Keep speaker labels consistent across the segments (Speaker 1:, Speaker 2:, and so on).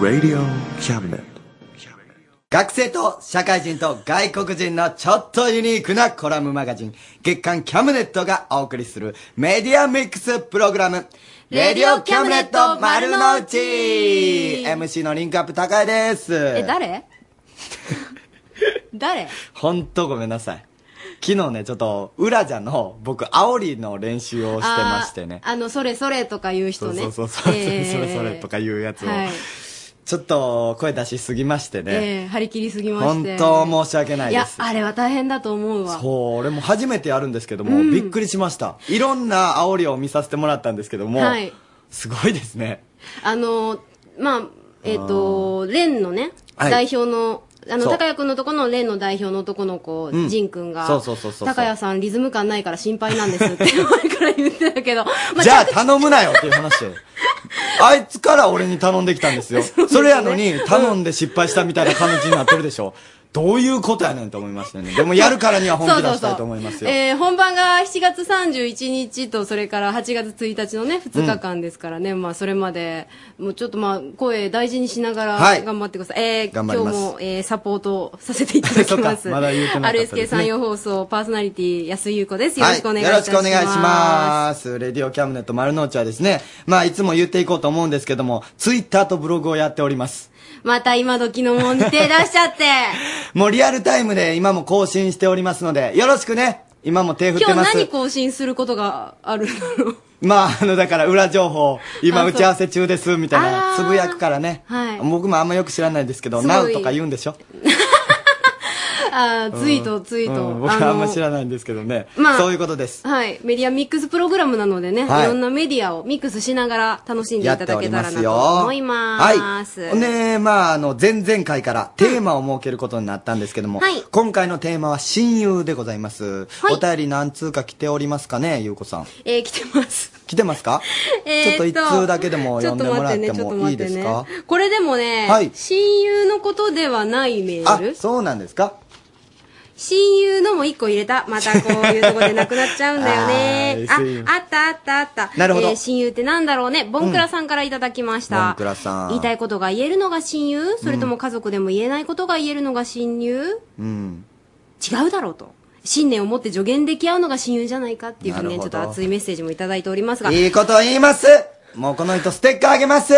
Speaker 1: Radio Cabinet.
Speaker 2: 学生と社会人と外国人のちょっとユニークなコラムマガジン、月刊キャムネットがお送りするメディアミックスプログラム、レディオキャムネット丸の内 !MC のリンクアップ高いです。
Speaker 3: え、誰 誰
Speaker 2: ほんとごめんなさい。昨日ね、ちょっと、裏じゃの、僕、煽りの練習をしてましてね。
Speaker 3: あーあの、それそれとか言う
Speaker 2: そ
Speaker 3: 人
Speaker 2: う
Speaker 3: ね。
Speaker 2: そうそうそう、
Speaker 3: えー
Speaker 2: それそれとかいうやつを、
Speaker 3: はい。
Speaker 2: ちょっと声出しすぎましてね。
Speaker 3: えー張り切りすぎまし
Speaker 2: 本
Speaker 3: て。
Speaker 2: 当申し訳ない
Speaker 3: い
Speaker 2: で
Speaker 3: や
Speaker 2: す、。
Speaker 3: あれは大変だと思うわ。
Speaker 2: そう、俺も初めてやるんですけども、
Speaker 3: うん
Speaker 2: びっくりしました。いろんな煽りを見させてもらったんですけども、
Speaker 3: はい
Speaker 2: すごいですね。
Speaker 3: あの、まあ、えっ、と、レンのね、
Speaker 2: はい
Speaker 3: 代表の、あの、
Speaker 2: そう
Speaker 3: 高谷くんのとこのレンの代表の男の子、
Speaker 2: うん
Speaker 3: ジンくんが、
Speaker 2: そうそうそうそうそう
Speaker 3: 高谷さんリズム感ないから心配なんですって前から言ってたけど、
Speaker 2: じゃあ頼むなよっていう 話を。あいつから俺に頼んできたんですよ。それやのに、頼んで失敗したみたいな感じになってるでしょ。どういうことやねんと思いましたね。でもやるからには本気出したいと思いますよ。
Speaker 3: えー本番が7月31日と、それから8月1日のね、2日間ですからね、まあ、それまで、もうちょっとまあ、声大事にしなが
Speaker 2: は
Speaker 3: ら
Speaker 2: い
Speaker 3: 頑張ってください。えー
Speaker 2: 頑
Speaker 3: 今
Speaker 2: 張り
Speaker 3: 日
Speaker 2: ます
Speaker 3: も、えーサポートさせていただきます。
Speaker 2: そうかまだ言うてなかったですね
Speaker 3: RSK 山陽放送、パーソナリティ、安井優子です。よろ
Speaker 2: は
Speaker 3: しくお願い
Speaker 2: よ
Speaker 3: いた
Speaker 2: ろ
Speaker 3: し
Speaker 2: し
Speaker 3: ます。
Speaker 2: くお願いします。レディオキャムネット丸の内はですね、まあいつも言っていこうと思うんですけども、ツイッターとブログをやっております。
Speaker 3: また今時のもんに手出しち ゃって。
Speaker 2: もうリアルタイムで今も更新しておりますので、よろしくね今も手振っ
Speaker 3: 今
Speaker 2: て
Speaker 3: 日
Speaker 2: ます。
Speaker 3: 何更新することがあるんだろう。
Speaker 2: まあ、あの、だから裏情報、今
Speaker 3: あそう
Speaker 2: 打ち合わせ中です、みたいな、つぶやくからね。
Speaker 3: はい
Speaker 2: 僕もあんまよく知らないですけど、
Speaker 3: すごい
Speaker 2: Now とか言うんでしょ
Speaker 3: あーツイート、
Speaker 2: うん
Speaker 3: ツイート。
Speaker 2: うん僕
Speaker 3: の
Speaker 2: はあんま知らないんですけどね。
Speaker 3: まあ
Speaker 2: そういうことです。
Speaker 3: はい。メディアミックスプログラムなのでね、
Speaker 2: はい
Speaker 3: い、ろんなメディアをミックスしながら楽しんでい
Speaker 2: やったて
Speaker 3: だ
Speaker 2: おり
Speaker 3: けた
Speaker 2: ま
Speaker 3: ら
Speaker 2: す
Speaker 3: な
Speaker 2: よ。
Speaker 3: と思います。
Speaker 2: はい。ねまあ、あの、前々回からテーマを設けることになったんですけども、
Speaker 3: はい
Speaker 2: 今回のテーマは親友でございます。
Speaker 3: はい
Speaker 2: お便り何通か来ておりますかね、ゆうこさん。
Speaker 3: えー来てます。
Speaker 2: 来てますか、
Speaker 3: えー
Speaker 2: ちょっと一通だけでも
Speaker 3: ち
Speaker 2: 読
Speaker 3: ょっ
Speaker 2: ん
Speaker 3: と
Speaker 2: でも
Speaker 3: 待っ
Speaker 2: らって
Speaker 3: ね、
Speaker 2: て
Speaker 3: ちょっと
Speaker 2: もい
Speaker 3: 待
Speaker 2: い
Speaker 3: っ
Speaker 2: で
Speaker 3: て
Speaker 2: す
Speaker 3: ね
Speaker 2: か、。
Speaker 3: これでもね、
Speaker 2: はい
Speaker 3: 親友のことではないメー
Speaker 2: あ
Speaker 3: ル、
Speaker 2: そうなんですか
Speaker 3: 親友のも一個入れた。またこういうとこでなくなっちゃうんだよね。
Speaker 2: あ
Speaker 3: あ
Speaker 2: ー親友
Speaker 3: あったあったあった。
Speaker 2: なるほど
Speaker 3: えー親友ってなんだろうね。ボンクラさんからいただきまし
Speaker 2: ボン
Speaker 3: た。
Speaker 2: クラさん。
Speaker 3: 言いたいことが言えるのが親友それとも家族でも言えないことが言えるのが親友
Speaker 2: うん。
Speaker 3: 違うだろうと。信念を持って助言でき合うのが親友じゃないかっていうふうにね、
Speaker 2: な
Speaker 3: ち
Speaker 2: る
Speaker 3: ょ
Speaker 2: ほど
Speaker 3: っと熱いメッセージもいただいておりますが。
Speaker 2: いいこと言いますもうこの人ステッカーあげます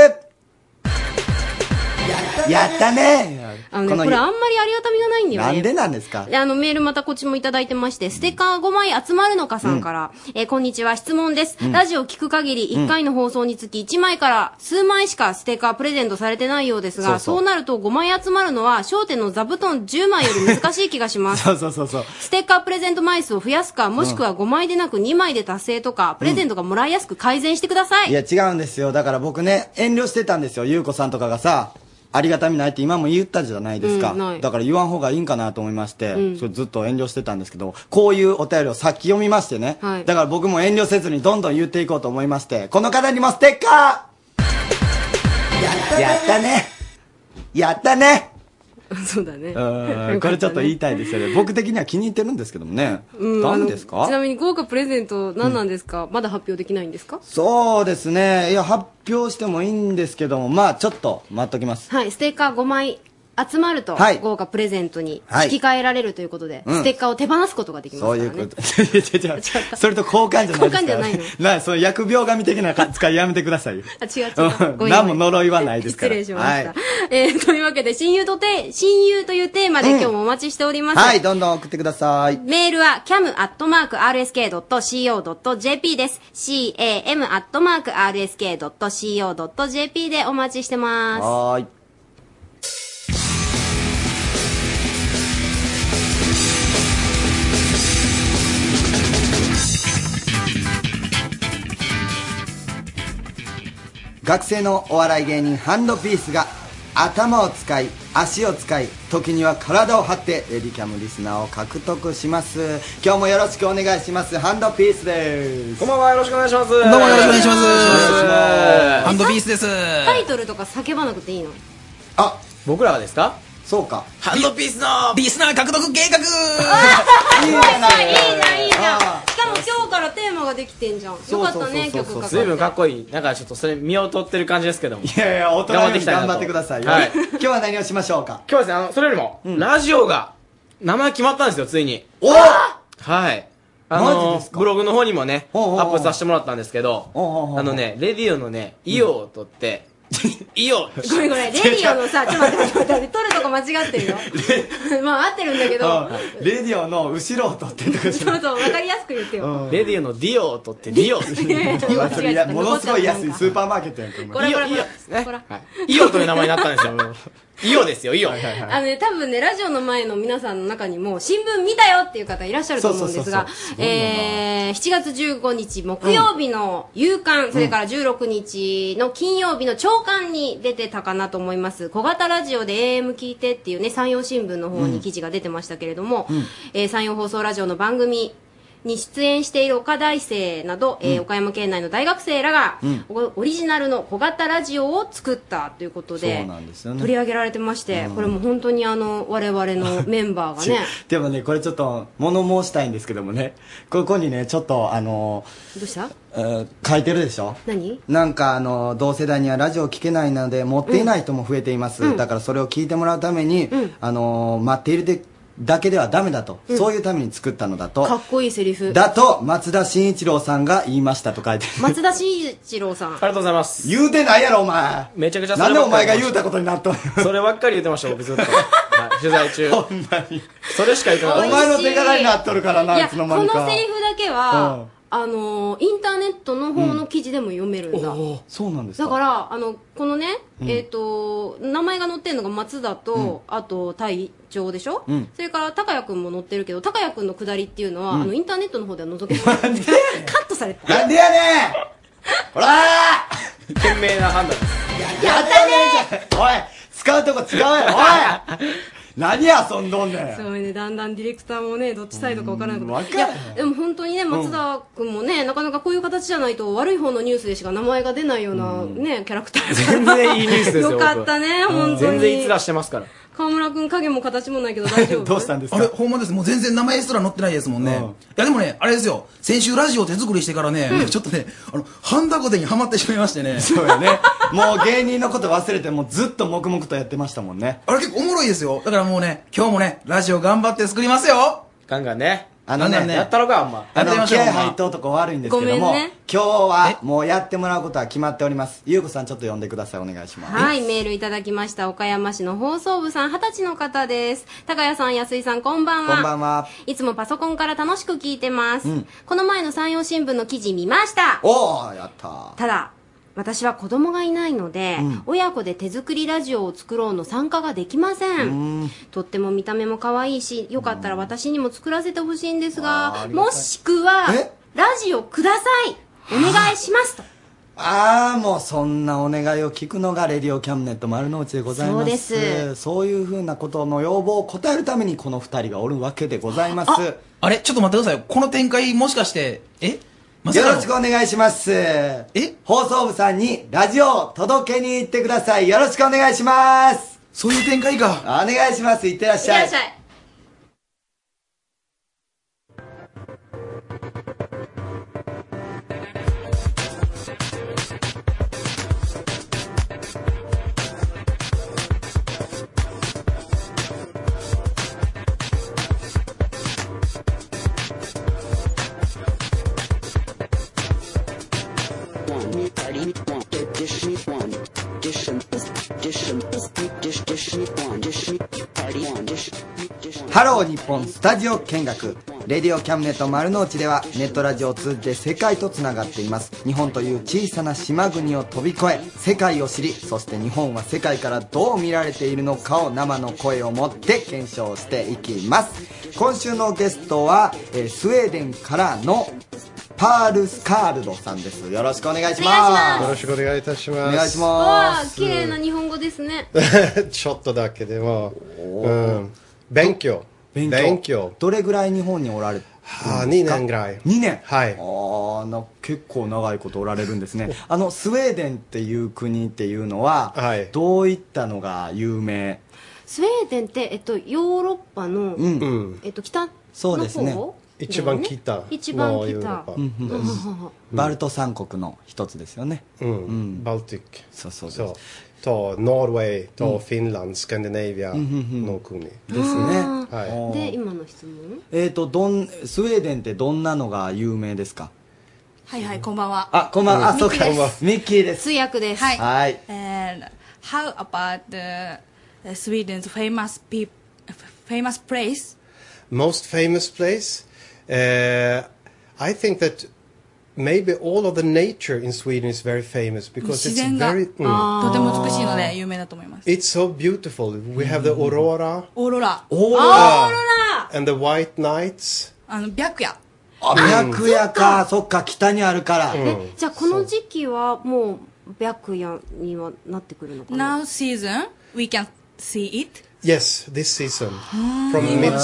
Speaker 2: やったね
Speaker 3: あのね、これあんまりありがたみがないんだよね。
Speaker 2: なんでなんですか
Speaker 3: であの、メールまたこっちもいただいてまして、ステッカー5枚集まるのかさんから、えーこんにちは、質問です。ラジオ聞く限り、1回の放送につき1枚から数枚しかステッカープレゼントされてないようですが、
Speaker 2: そ
Speaker 3: そうう
Speaker 2: そう
Speaker 3: なると5枚集まるのは、焦点の座布団10枚より難しい気がしま す。
Speaker 2: そうそうそうそう。
Speaker 3: ステッカープレゼント枚数を増やすか、もしくは5枚でなく2枚で達成とか、プレゼントがもらいやすく改善してください。
Speaker 2: いや違うんですよ。だから僕ね、遠慮してたんですよ。ゆうこさんとかがさ、ありがたみないって今も言ったじゃないですか。
Speaker 3: うんない
Speaker 2: だから言わん方がいいんかなと思いまして、それずっと遠慮してたんですけど、こういうお便りをさっき読みましてね。
Speaker 3: はい
Speaker 2: だから僕も遠慮せずにどんどん言っていこうと思いまして、この方にもステッカーやったねやったね
Speaker 3: そうだね。
Speaker 2: うんこれちょっと言いたいですよね。僕的には気に入ってるんですけどもね。
Speaker 3: うん
Speaker 2: ダメです
Speaker 3: あの
Speaker 2: か
Speaker 3: ちなみに豪華プレゼント何なんですか、まだ発表できないんですか
Speaker 2: そうですね。いや、発表してもいいんですけども、まあちょっと待っときます。
Speaker 3: はい、ステッカー5枚集まると、
Speaker 2: はい
Speaker 3: 豪華プレゼントに
Speaker 2: はい
Speaker 3: 引き換えられるということで、
Speaker 2: うん
Speaker 3: ステッカーを手放すことができます
Speaker 2: そ
Speaker 3: か
Speaker 2: う
Speaker 3: ら
Speaker 2: い
Speaker 3: ね。
Speaker 2: うこと。違う違う違う。それと交換じゃないですから、
Speaker 3: 交換じゃないの
Speaker 2: なその疫病神的な使いやめてくださいよ。
Speaker 3: あ違う違う。ごめんごめん
Speaker 2: 何も呪いはないですから。
Speaker 3: 失礼しました。
Speaker 2: はい
Speaker 3: えーというわけで、親友とて、親友というテーマで今日もお待ちしております。
Speaker 2: はい、どんどん送ってください。
Speaker 3: メールは cam.rsk.co.jp です。cam.rsk.co.jp でお待ちしてま
Speaker 2: はーい。学生のお笑い芸人ハンドピースが頭を使い足を使い時には体を張ってレディキャムリスナーを獲得します今日もよろしくお願いしますハンドピースです
Speaker 4: こんばんは、よろしくお願いします。どう
Speaker 5: どうもよろしくお願いします。
Speaker 2: 願
Speaker 5: ハンドビースです。
Speaker 3: す。タイトルとか叫ばなくていいの
Speaker 2: あ
Speaker 4: 僕らがですか
Speaker 2: そうか
Speaker 5: ハンドビースのリスナー獲得計画
Speaker 3: いいじゃんいいじゃんいいじゃんしかも今日からからテーマができてんじゃん。よかったね、曲かかって。
Speaker 4: ずいぶんかっこいい。なんかちょっとそれ、身を取ってる感じですけども。い
Speaker 2: いやいや、大人
Speaker 4: 頑張っ
Speaker 2: のよう
Speaker 4: て
Speaker 2: に
Speaker 4: きたいな
Speaker 2: 頑
Speaker 4: と
Speaker 2: 張ってくださいよ。
Speaker 4: はい
Speaker 2: 今日は何をしましょうか
Speaker 4: 今日はですね、あの、それよりも、ラジオが、名前決まったんですよ、ついに。
Speaker 2: お
Speaker 4: はい。あの
Speaker 2: マジですか
Speaker 4: ブログの方にもね、
Speaker 2: おうおうおう
Speaker 4: アップさせてもらったんですけど、
Speaker 2: おうおうおう
Speaker 4: あのね、レディオのね、イオを取って、 イオ
Speaker 3: ごめんごめん、レディオのさ、ちょっと待って待って待って、撮るとこ間違ってるよ。まあ合ってるんだけど、
Speaker 2: レディオの後ろを取ってとかし
Speaker 3: そうそう、わかりやすく言ってよ。
Speaker 4: レディオのディオを取って、ディオ。
Speaker 3: いやいや
Speaker 2: 今そ
Speaker 3: 間違
Speaker 2: れ
Speaker 3: え
Speaker 2: い
Speaker 3: た
Speaker 2: やものすごい安いスーパーマーケットやんかお前
Speaker 3: これこれ
Speaker 4: イオイオですね
Speaker 3: これ
Speaker 4: はいイオという名前になったんですよ。イオですよ、イオ。
Speaker 3: あのね、多分ね、ラジオの前の皆さんの中にも、新聞見たよっていう方いらっしゃると思うんです
Speaker 2: そう
Speaker 3: が
Speaker 2: そうそう、そう
Speaker 3: えー、7月15日木曜日の夕刊、それから16日の金曜日の朝刊に出てたかなと思います。小型ラジオで AM 聞いてっていうね、山陽新聞の方に記事が出てましたけれども、えー山陽放送ラジオの番組、に出演している岡大生など、えー岡山県内の大学生らが、おオリジナルの小型ラジオを作ったということで
Speaker 2: そうなんですよね
Speaker 3: 取り上げられてまして、これも本当にあの我々 のメンバーがね
Speaker 2: でもねこれちょっと物申したいんですけどもねここにねちょっとあの
Speaker 3: どうした
Speaker 2: えー書いてるでしょ
Speaker 3: 何
Speaker 2: なんかあの同世代にはラジオを聞けないので持っていない人も増えています、だからそれを聞いてもらうために、あの待っているでだけではダメだと、そういうために作ったのだ
Speaker 3: か
Speaker 2: と
Speaker 3: っこいいセリフ
Speaker 2: だと松田慎一郎さんが言いましたと書いてる
Speaker 3: 松田慎一郎さん
Speaker 4: ありがとうございます。
Speaker 2: 言うてないやろお前
Speaker 4: めちゃくちゃそ
Speaker 2: な
Speaker 4: れ
Speaker 2: んで
Speaker 4: ば
Speaker 2: お
Speaker 4: っか
Speaker 2: 前
Speaker 4: り
Speaker 2: が言うたことになっとんの
Speaker 4: そればっかり言ってました、僕ずっと。はい取材中。
Speaker 2: ほんまに
Speaker 4: それしか言ってな
Speaker 2: お
Speaker 4: かっ
Speaker 2: 前
Speaker 4: た。
Speaker 2: の手柄になっとるからない
Speaker 3: や
Speaker 2: つ
Speaker 3: こ
Speaker 2: の
Speaker 3: の
Speaker 2: 間にか
Speaker 3: セリフだけ
Speaker 2: うん
Speaker 3: はあのインターネットの方の記事でも読めるんだ、
Speaker 2: そうなんですか
Speaker 3: だからあのこのね、えっ、と名前が載ってるのが松田と、あと隊長でしょ、 それから高谷君も載ってるけど高谷君の下りっていうのは、あのインターネットの方では覗けないカットされてた
Speaker 2: なんでやねんほらー
Speaker 4: 賢明な判断です。
Speaker 2: やったねおい使うとこ違うや ろおい何遊んどんねん
Speaker 3: そうねだんだんディレクターもねどっちサイドか分からなく
Speaker 2: うん
Speaker 3: な
Speaker 2: わ
Speaker 3: っ
Speaker 2: か
Speaker 3: て
Speaker 2: らん
Speaker 3: いやでも本当にね松田君もね、なかなかこういう形じゃないと悪い方のニュースでしか名前が出ないような、ねキャラクター
Speaker 4: 全然いいニュースですよ
Speaker 3: よかったね本当
Speaker 4: 全然
Speaker 3: に
Speaker 4: 逸脱してますから。
Speaker 3: 川村君影も形もないけど大丈夫
Speaker 2: どうしたんです
Speaker 5: あれ、
Speaker 2: か
Speaker 5: ほんまです。もう全然名前すら載ってないですもんね。
Speaker 2: うん
Speaker 5: いや、でもね、あれですよ。先週ラジオ手作りしてからね、ちょっとね、あの、ハンダゴテにハマってしまいましてね。
Speaker 2: そうやねもう芸人のこと忘れてもうずっと黙々とやってましたもんね
Speaker 5: あれ結構おもろいですよ。だからもうね、今日もね、ラジオ頑張って作りますよ
Speaker 4: ガンガンね。
Speaker 2: あのね
Speaker 5: なんだね
Speaker 4: やったろか、お前。
Speaker 2: あの
Speaker 5: やってみまし
Speaker 2: 気
Speaker 5: ょう
Speaker 2: 合入った男悪いんですけども、
Speaker 3: ごめんね
Speaker 2: 今日はもうやってもらうことは決まっておりますゆうこさんちょっと呼んでくださいお願いします
Speaker 3: はい、メールいただきました。岡山市の放送部さん、二十歳の方です。高谷さん、安井さん、こんばんは。
Speaker 2: こんばんは。
Speaker 3: いつもパソコンから楽しく聞いてます。この前の山陽新聞の記事見ました。
Speaker 2: おおやった
Speaker 3: ただ、私は子供がいないので、親子で手作りラジオを作ろうの参加ができません。とっても見た目も可愛いし、よかったら私にも作らせてほしいんです
Speaker 2: あーあ
Speaker 3: が、
Speaker 2: りがたい
Speaker 3: もしくは
Speaker 2: え、
Speaker 3: ラジオください。お願いしますと。
Speaker 2: ああもうそんなお願いを聞くのがレディオキャムネット丸の内でございます
Speaker 3: そうです
Speaker 2: そういうふうなことの要望を答えるためにこの二人がおるわけでございます
Speaker 5: ああれちょっと待ってください。この展開もしかして、えまさ
Speaker 2: よ
Speaker 5: かの
Speaker 2: ろしくお願いしますえ放送部さんにラジオを届けに行ってくださいよろしくお願いします
Speaker 5: そういう展開
Speaker 2: お
Speaker 5: か。
Speaker 2: 願いしますいってらっ
Speaker 3: い
Speaker 2: しゃい
Speaker 3: らっしゃい。
Speaker 1: one, party one, di- dish me one, dish em, dish em, dish dish me one, dish me party one, dish dish one.
Speaker 2: ハロー日本スタジオ見学レディオキャムネット丸の内ではネットラジオを通じて世界とつながっています日本という小さな島国を飛び越え世界を知りそして日本は世界からどう見られているのかを生の声を持って検証していきます今週のゲストは、えースウェーデンからのパール・スカールドさんですよろしくお願いしま
Speaker 6: よ
Speaker 2: す
Speaker 6: ろしくお願いいたし
Speaker 2: お
Speaker 6: ます。
Speaker 2: 願いし
Speaker 3: わ
Speaker 2: ま
Speaker 3: あ
Speaker 2: す
Speaker 3: 綺麗な日本語ですね
Speaker 6: ちょっとだけでも、うん、勉強。
Speaker 2: どれぐらい日本におられて
Speaker 6: はあ、2年ぐらい。
Speaker 2: 2年
Speaker 6: はい
Speaker 2: ああな結構長いことおられる んですねあのスウェーデンっていう国っていうのは、
Speaker 6: はい
Speaker 2: どういったのが有名
Speaker 3: スウェーデンって、えっと、ヨーロッパの、
Speaker 2: うん、
Speaker 6: うん。
Speaker 3: えっと、北の方
Speaker 2: そうですね
Speaker 6: 一番聞いた
Speaker 3: ね一番聞
Speaker 6: の
Speaker 3: いた
Speaker 6: ヨーロッパです
Speaker 2: バルト三国の一つですよね。
Speaker 6: うんバルティック
Speaker 2: そうそうです
Speaker 6: そうとノルウェーとフィンランドスカンディネビアの国
Speaker 2: ですね。
Speaker 6: はい
Speaker 3: で今の質問
Speaker 2: えっ、と、どん、スウェーデンってどんなのが有名ですか
Speaker 7: はいはい、こんばんは。
Speaker 2: あ、こんばんは。あ、
Speaker 7: ミ
Speaker 2: そ
Speaker 7: ッ
Speaker 2: う
Speaker 7: キー
Speaker 2: か。ミッキーです。
Speaker 3: 通訳です、
Speaker 7: はい。
Speaker 2: はい。
Speaker 7: And how about the the Sweden's famous peop famous place?
Speaker 6: most famous place. Uh, I think that maybe all of the nature in Sweden is very famous because
Speaker 7: 自
Speaker 6: it's
Speaker 7: 然が
Speaker 6: very
Speaker 7: と
Speaker 6: mm,
Speaker 7: ても美しいので有名だと思います。
Speaker 6: it's so beautiful. We have the aurora
Speaker 7: オーロラ、
Speaker 2: オーロラ。
Speaker 6: and the white nights. Mm.
Speaker 7: あの白夜。
Speaker 2: あ白夜か。そっか、北にあるから。
Speaker 3: えじゃあこの時期はもう白夜にはなってくるのかな
Speaker 7: Now season we can see it.
Speaker 6: Yes, this season from midsummer. Mm.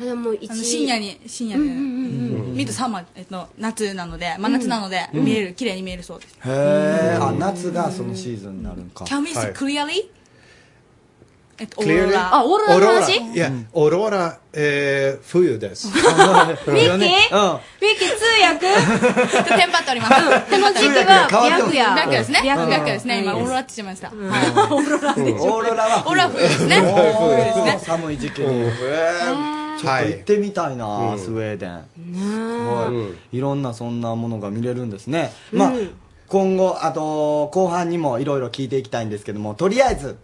Speaker 3: あでも一
Speaker 7: あの深夜に深夜で、ミッドサマーえっと夏なので真夏なので見える綺麗に見えるそうです。
Speaker 2: へえ。あ、夏がそのシーズンになるんか。
Speaker 7: Can we
Speaker 6: は
Speaker 7: see
Speaker 6: い
Speaker 7: clearly? えっとオー
Speaker 6: Clearly?
Speaker 7: ロラ。
Speaker 3: あオーロラ
Speaker 6: Aurora. Mm.
Speaker 3: の話
Speaker 6: Yeah, aurora uh, 冬 です。
Speaker 3: ミ ッキー
Speaker 6: Ah.
Speaker 2: うん
Speaker 3: ミッキー通訳
Speaker 7: ちょっとテンパっております。
Speaker 3: この時期
Speaker 2: 通訳が変わっ
Speaker 3: は
Speaker 2: てま
Speaker 3: 白
Speaker 7: 白夜
Speaker 3: 夜
Speaker 7: ですね。
Speaker 3: 白
Speaker 7: 白
Speaker 3: 夜
Speaker 7: 夜ですね。今オーロラって言っちゃいました。はい
Speaker 2: オーロラは
Speaker 7: オーロラ冬ですね。
Speaker 2: おー寒い時期に、へーちょっ
Speaker 6: は
Speaker 2: と
Speaker 6: い
Speaker 2: 行ってみたいな、スウェーデン、はいいろんなそんなものが見れるんですね、まあ今後あと後半にもいろいろ聞いていきたいんですけどもとりあえず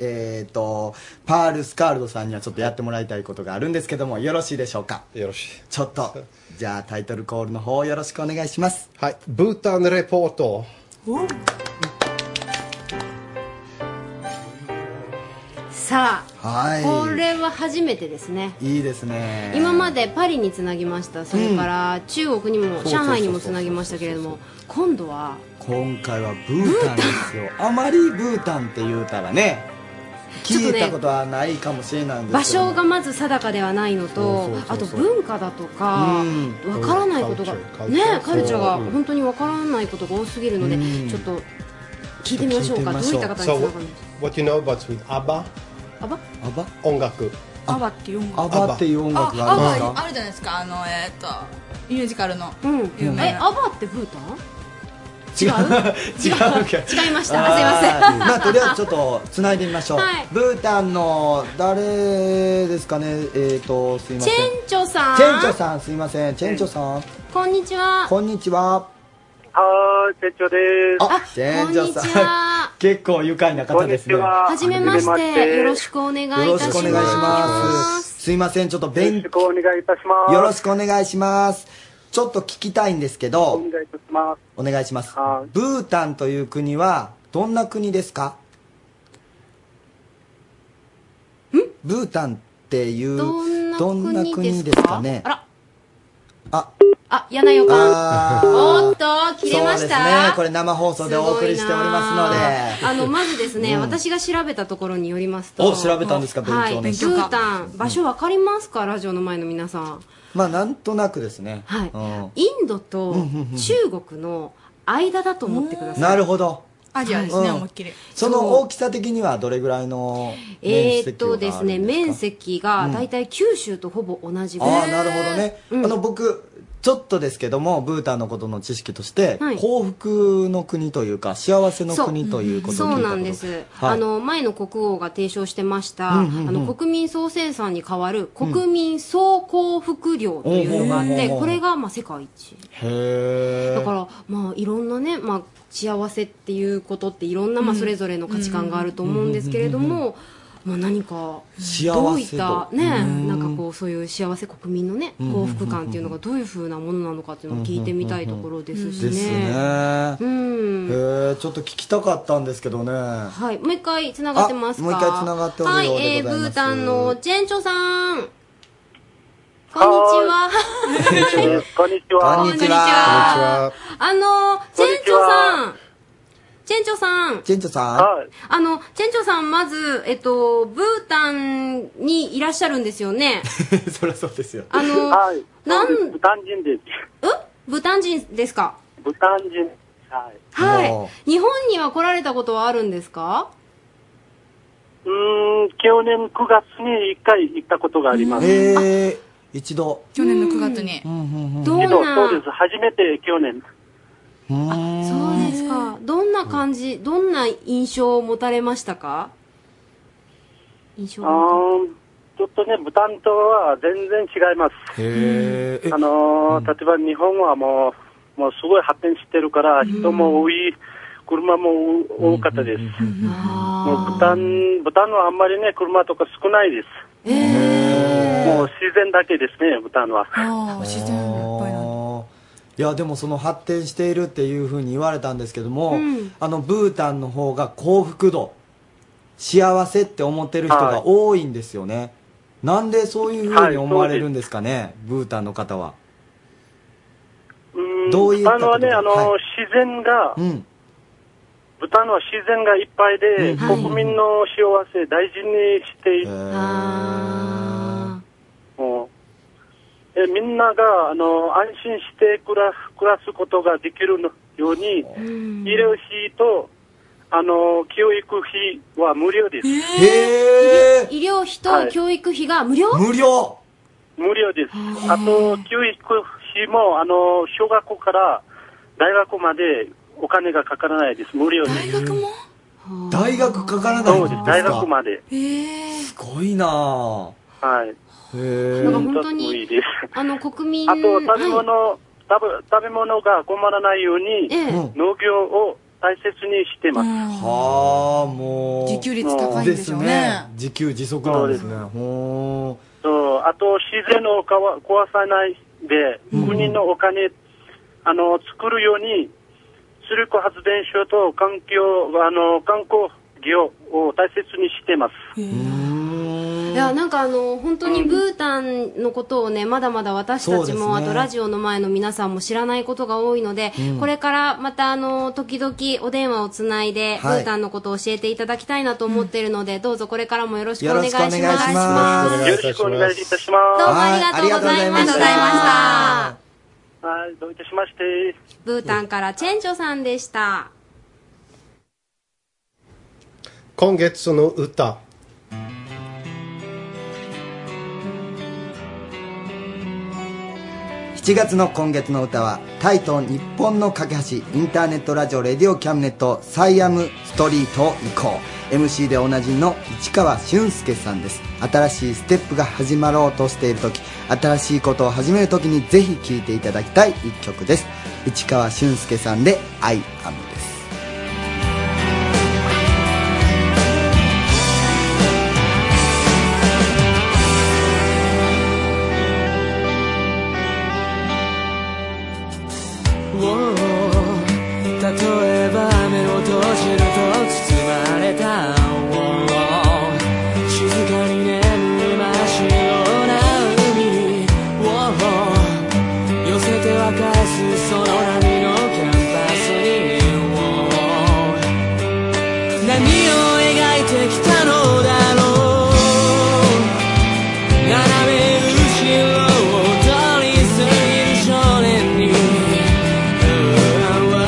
Speaker 2: えっ、とパール・スカールドさんにはちょっとやってもらいたいことがあるんですけどもよろしいでしょうか
Speaker 6: よろしい。
Speaker 2: ちょっとじゃあタイトルコールの方よろしくお願いします
Speaker 6: はい、ブータンレポート。
Speaker 3: さあこ
Speaker 2: は
Speaker 3: れは初めてですね
Speaker 2: いいいですね
Speaker 3: 今までパリにつなぎましたそれから中国にも
Speaker 2: そうそうそう
Speaker 3: 上海にもつなぎましたけれども今度は
Speaker 2: 今回はブータンですよあまりブータンって言うたらね
Speaker 3: ちょ
Speaker 2: 聞
Speaker 3: っと
Speaker 2: い
Speaker 3: ね
Speaker 2: たことはないかもしれないんで
Speaker 3: 場
Speaker 2: すけど
Speaker 3: 所がまず定かではないの
Speaker 6: そうそう
Speaker 3: と
Speaker 6: そうそう
Speaker 3: あと文化だとか
Speaker 2: う
Speaker 3: わからないことが
Speaker 6: カルチャー
Speaker 3: ね
Speaker 6: カ
Speaker 3: カ
Speaker 6: ル
Speaker 3: ル
Speaker 6: チ
Speaker 3: チ
Speaker 6: ャ
Speaker 3: ャ
Speaker 6: ー
Speaker 3: ー
Speaker 6: が
Speaker 3: が本当にわからないことが多すぎるのでちょっと聞いてみましょうか
Speaker 2: ち
Speaker 3: ど
Speaker 2: ょっと聞い
Speaker 3: うい
Speaker 2: てみ
Speaker 3: った
Speaker 2: ま
Speaker 3: 方に
Speaker 6: So what
Speaker 3: つながるの
Speaker 6: you know about Sweden? ABBA
Speaker 3: あば
Speaker 2: アバ
Speaker 6: 音楽。
Speaker 7: アバっていう音楽。
Speaker 2: アバっていう音楽があるん
Speaker 7: あ
Speaker 2: です
Speaker 7: あ
Speaker 2: か
Speaker 7: るじゃないですかあのえっとミュージカルの
Speaker 3: うん
Speaker 7: 有名な
Speaker 3: えアバってブー タン違う違う違いましたすいません
Speaker 2: あーまあとりあえずちょっとつないでみましょう、
Speaker 3: はい
Speaker 2: ブータンの誰ですかねえっ、ー、とすいま
Speaker 3: チ
Speaker 2: せん
Speaker 3: ェンチョさん
Speaker 2: チェンチョさんすいませんチェンチョさん
Speaker 3: こんにちは
Speaker 2: こんにちは
Speaker 8: はーい、店長です。
Speaker 2: あチェンチョ
Speaker 3: こんにち
Speaker 2: さん
Speaker 3: は
Speaker 2: 結構愉快な
Speaker 8: こ
Speaker 2: 方
Speaker 8: んに
Speaker 2: です
Speaker 8: ち
Speaker 2: ね
Speaker 8: は。
Speaker 3: はじめま
Speaker 8: は
Speaker 3: し
Speaker 8: じめ
Speaker 3: てよろしくお願いい
Speaker 2: よろ
Speaker 3: た
Speaker 2: し
Speaker 3: し
Speaker 2: くお願いし
Speaker 3: ま
Speaker 2: ます
Speaker 3: す
Speaker 2: すいませんちょっと
Speaker 8: よろ
Speaker 2: 勉
Speaker 8: しくお願いいたします。
Speaker 2: よろしくお願いします。ちょっと聞きたいんですけ
Speaker 8: お
Speaker 2: ど、
Speaker 8: 願いいたします。
Speaker 2: お願いします
Speaker 8: はい。
Speaker 2: ブータンという国は、どんな国ですかブータンっていう、
Speaker 3: どんな
Speaker 2: どんな
Speaker 3: 国
Speaker 2: 国で
Speaker 3: で
Speaker 2: すす
Speaker 3: か
Speaker 2: かね
Speaker 3: あら
Speaker 2: あ
Speaker 3: あ嫌な予感
Speaker 2: あ
Speaker 3: おーっ
Speaker 2: ー
Speaker 3: と切れま
Speaker 2: そう
Speaker 3: し
Speaker 2: です
Speaker 3: た
Speaker 2: ね。これ生放送でお送りしております
Speaker 3: すごいなああのまずですね、私が調べたところによりますと
Speaker 2: お調べたんですか勉強の
Speaker 3: はい、ブ
Speaker 7: 勉強か
Speaker 3: ータン場所わかりますか、ラジオの前の皆さん
Speaker 2: ので、まあなんとなくですね。
Speaker 3: はい、
Speaker 2: う
Speaker 3: インドと中国の間だと思ってくだ
Speaker 2: ん
Speaker 3: さい、
Speaker 2: なるほど。
Speaker 7: アジアですね
Speaker 2: うん
Speaker 7: 思いっきり
Speaker 2: その大きさ的にはどれぐらいの
Speaker 3: え
Speaker 2: 面
Speaker 3: ーっ
Speaker 2: 積がある
Speaker 3: と
Speaker 2: んで
Speaker 3: ですす
Speaker 2: か
Speaker 3: ね面積が大体九州とほぼ同じぐ
Speaker 2: あ
Speaker 3: ら
Speaker 2: あ
Speaker 3: い、
Speaker 2: なるほどね、あの僕ちょっとですけどもブータンのことの知識として、
Speaker 3: はい
Speaker 2: 幸福の国というか幸せの
Speaker 3: そう
Speaker 2: 国ということを聞いた
Speaker 3: そ
Speaker 2: こと
Speaker 3: うなんです、
Speaker 2: はい、
Speaker 3: あの前の国王が提唱してました、あの国民総生産に代わる国民総幸福量というのがあって、
Speaker 2: うん
Speaker 3: これがまあ世界一
Speaker 2: へ
Speaker 3: だ
Speaker 2: え
Speaker 3: から、まあ、いろんなね、まあ、幸せっていうことっていろんな、まあ、それぞれの価値観があると思うんですけれども、まあ、何か
Speaker 2: 幸せ度
Speaker 3: どういった、ね、なんかこうそういう幸せ国民の、ね、幸福感っていうのがどういうふうなものなのかっていうのを聞いてみたいところですし
Speaker 2: ですね、
Speaker 3: ね。うん
Speaker 2: へえちょっと聞きたかったんですけどね
Speaker 3: はい、もう一回つながってますか。
Speaker 2: あもう一回繋がっておるようでございます
Speaker 3: はい、えー、ブータンのチェンチョさん。こんにちは。
Speaker 8: こんにちは。
Speaker 2: こんにちは
Speaker 6: こんに
Speaker 3: あの、
Speaker 8: こ
Speaker 3: チ
Speaker 8: ん
Speaker 3: ェン
Speaker 8: に
Speaker 3: チ
Speaker 8: ち
Speaker 3: ョ
Speaker 8: は
Speaker 3: さん。チェンチョさん。
Speaker 2: チェンチョさ
Speaker 8: はい。
Speaker 3: あの、チェンチョさん、まず、えっと、ブータンにいらっしゃるんですよ ね。
Speaker 2: んそりゃそうですよ
Speaker 3: あの、
Speaker 8: はい。
Speaker 3: なん
Speaker 8: そうですブタン人です。
Speaker 3: うブタン人ですか
Speaker 8: ブタン人。はい。
Speaker 3: は
Speaker 2: も
Speaker 3: い。日本には来られたことはあるんですか
Speaker 8: うーん、去年9月に一回行ったことがあります。
Speaker 2: へえ一度。
Speaker 9: 去年の9月に。
Speaker 3: どう
Speaker 8: けど、そう
Speaker 3: な
Speaker 8: です。初めて去年。
Speaker 3: そうですかどんな感じどんな印象を持たれましたか印象
Speaker 8: うーんちょっとね、ブタンとは全然違います。
Speaker 2: へえ
Speaker 8: あのー例えば日本はもう、もうすごい発展してるから、人も多い、車も多多かったです。もうブタ
Speaker 3: あ
Speaker 8: ン、ブタンはあんまりね、車とか少ないです。
Speaker 3: ーえ
Speaker 8: もう自然だけですね、ブタンは。
Speaker 9: ああ、自然いっぱいなんだ。
Speaker 2: いやでもその発展しているっていうふうに言われたんですけども、
Speaker 3: うん
Speaker 2: あのブータンの方が幸福度幸せって思ってる人
Speaker 8: はい
Speaker 2: が多いんですよね、なんでそういうふうに思われるんですかね、ブータンの方は
Speaker 8: うん
Speaker 2: どういった
Speaker 8: ブタンはね、
Speaker 2: とこ
Speaker 8: あ
Speaker 2: ろ
Speaker 8: のー
Speaker 2: は
Speaker 8: 自然が、
Speaker 2: うん
Speaker 8: ブタンは自然がいっぱいで、
Speaker 3: はい
Speaker 8: 国民の幸せ大事にしてい
Speaker 2: え
Speaker 8: て、
Speaker 3: ー、
Speaker 2: ー
Speaker 3: あ
Speaker 8: もうえみんながあの安心して暮ら暮らすことができるように、
Speaker 3: ーうん
Speaker 8: 医療費とあの教育費は無料です。
Speaker 2: へえ
Speaker 3: 医療費
Speaker 8: は
Speaker 3: と
Speaker 8: い
Speaker 3: 教育費が無料、
Speaker 2: 無料
Speaker 8: 無料です。あと、教育費もあの小学校から大学までお金がかからないです。無料です。
Speaker 9: 大学も
Speaker 2: 大学かからない
Speaker 8: そ
Speaker 2: ん
Speaker 8: うで
Speaker 2: で
Speaker 8: すす。
Speaker 2: か
Speaker 8: 大学まで。
Speaker 9: ええ。
Speaker 2: すごいなあ
Speaker 8: はい。
Speaker 2: へ
Speaker 3: なん
Speaker 2: え
Speaker 3: か本当
Speaker 8: い
Speaker 3: に
Speaker 8: いです。
Speaker 3: あの国民
Speaker 8: あと、食べ
Speaker 3: はい、
Speaker 8: 物、食べ食べ物が困らないように、
Speaker 3: ええ
Speaker 2: うん
Speaker 8: 農業を大切にしてます。
Speaker 2: はあもう
Speaker 9: 自給率高いんでしょうね。
Speaker 2: 自給自足なんですねほ
Speaker 8: そうあと自然をかわ壊さないで、国のお金あの作るように、水力発電所と環境あの観光業を大切にしてます。
Speaker 3: いやなんかあの本当にブータンのことをねまだまだ私た
Speaker 2: そう
Speaker 3: ち
Speaker 2: です
Speaker 3: も、
Speaker 2: ね
Speaker 3: あとラジオの前の皆さんも知らないことが多いので、これからまたあの時々お電話をつないで、
Speaker 2: はい
Speaker 3: ブータンのことを教えていただきたいなと思っているので、どうぞこれからもよろしく
Speaker 2: よ
Speaker 3: お願
Speaker 2: ろ
Speaker 3: い
Speaker 2: し
Speaker 3: し
Speaker 2: くお願
Speaker 3: ま
Speaker 2: い
Speaker 3: す
Speaker 2: します
Speaker 3: どうも
Speaker 8: よろしくお願いいたしま
Speaker 2: はい
Speaker 3: ありがとうございま
Speaker 9: ありがとうございまし
Speaker 3: した
Speaker 9: た
Speaker 8: す。はい、どういたしまして。
Speaker 3: ブータンからチェンチョさんでした
Speaker 6: 今月の歌
Speaker 2: 7月の今月の歌はタイト日本の架け橋インターネットラジオレディオキャムネットサイアムストリート以降 MC でおなじみの市川俊介さんです新しいステップが始まろうとしている時新しいことを始める時にぜひ聴いていただきたい一曲です市川俊介さんで「I am」です
Speaker 4: 例えば目を閉じると包まれた静かに眠りましろな海寄せて沸かすその波のキャンパスに何を描いてきたのだろう斜め後ろを通り過ぎる少年に Oh, oh, oh, oh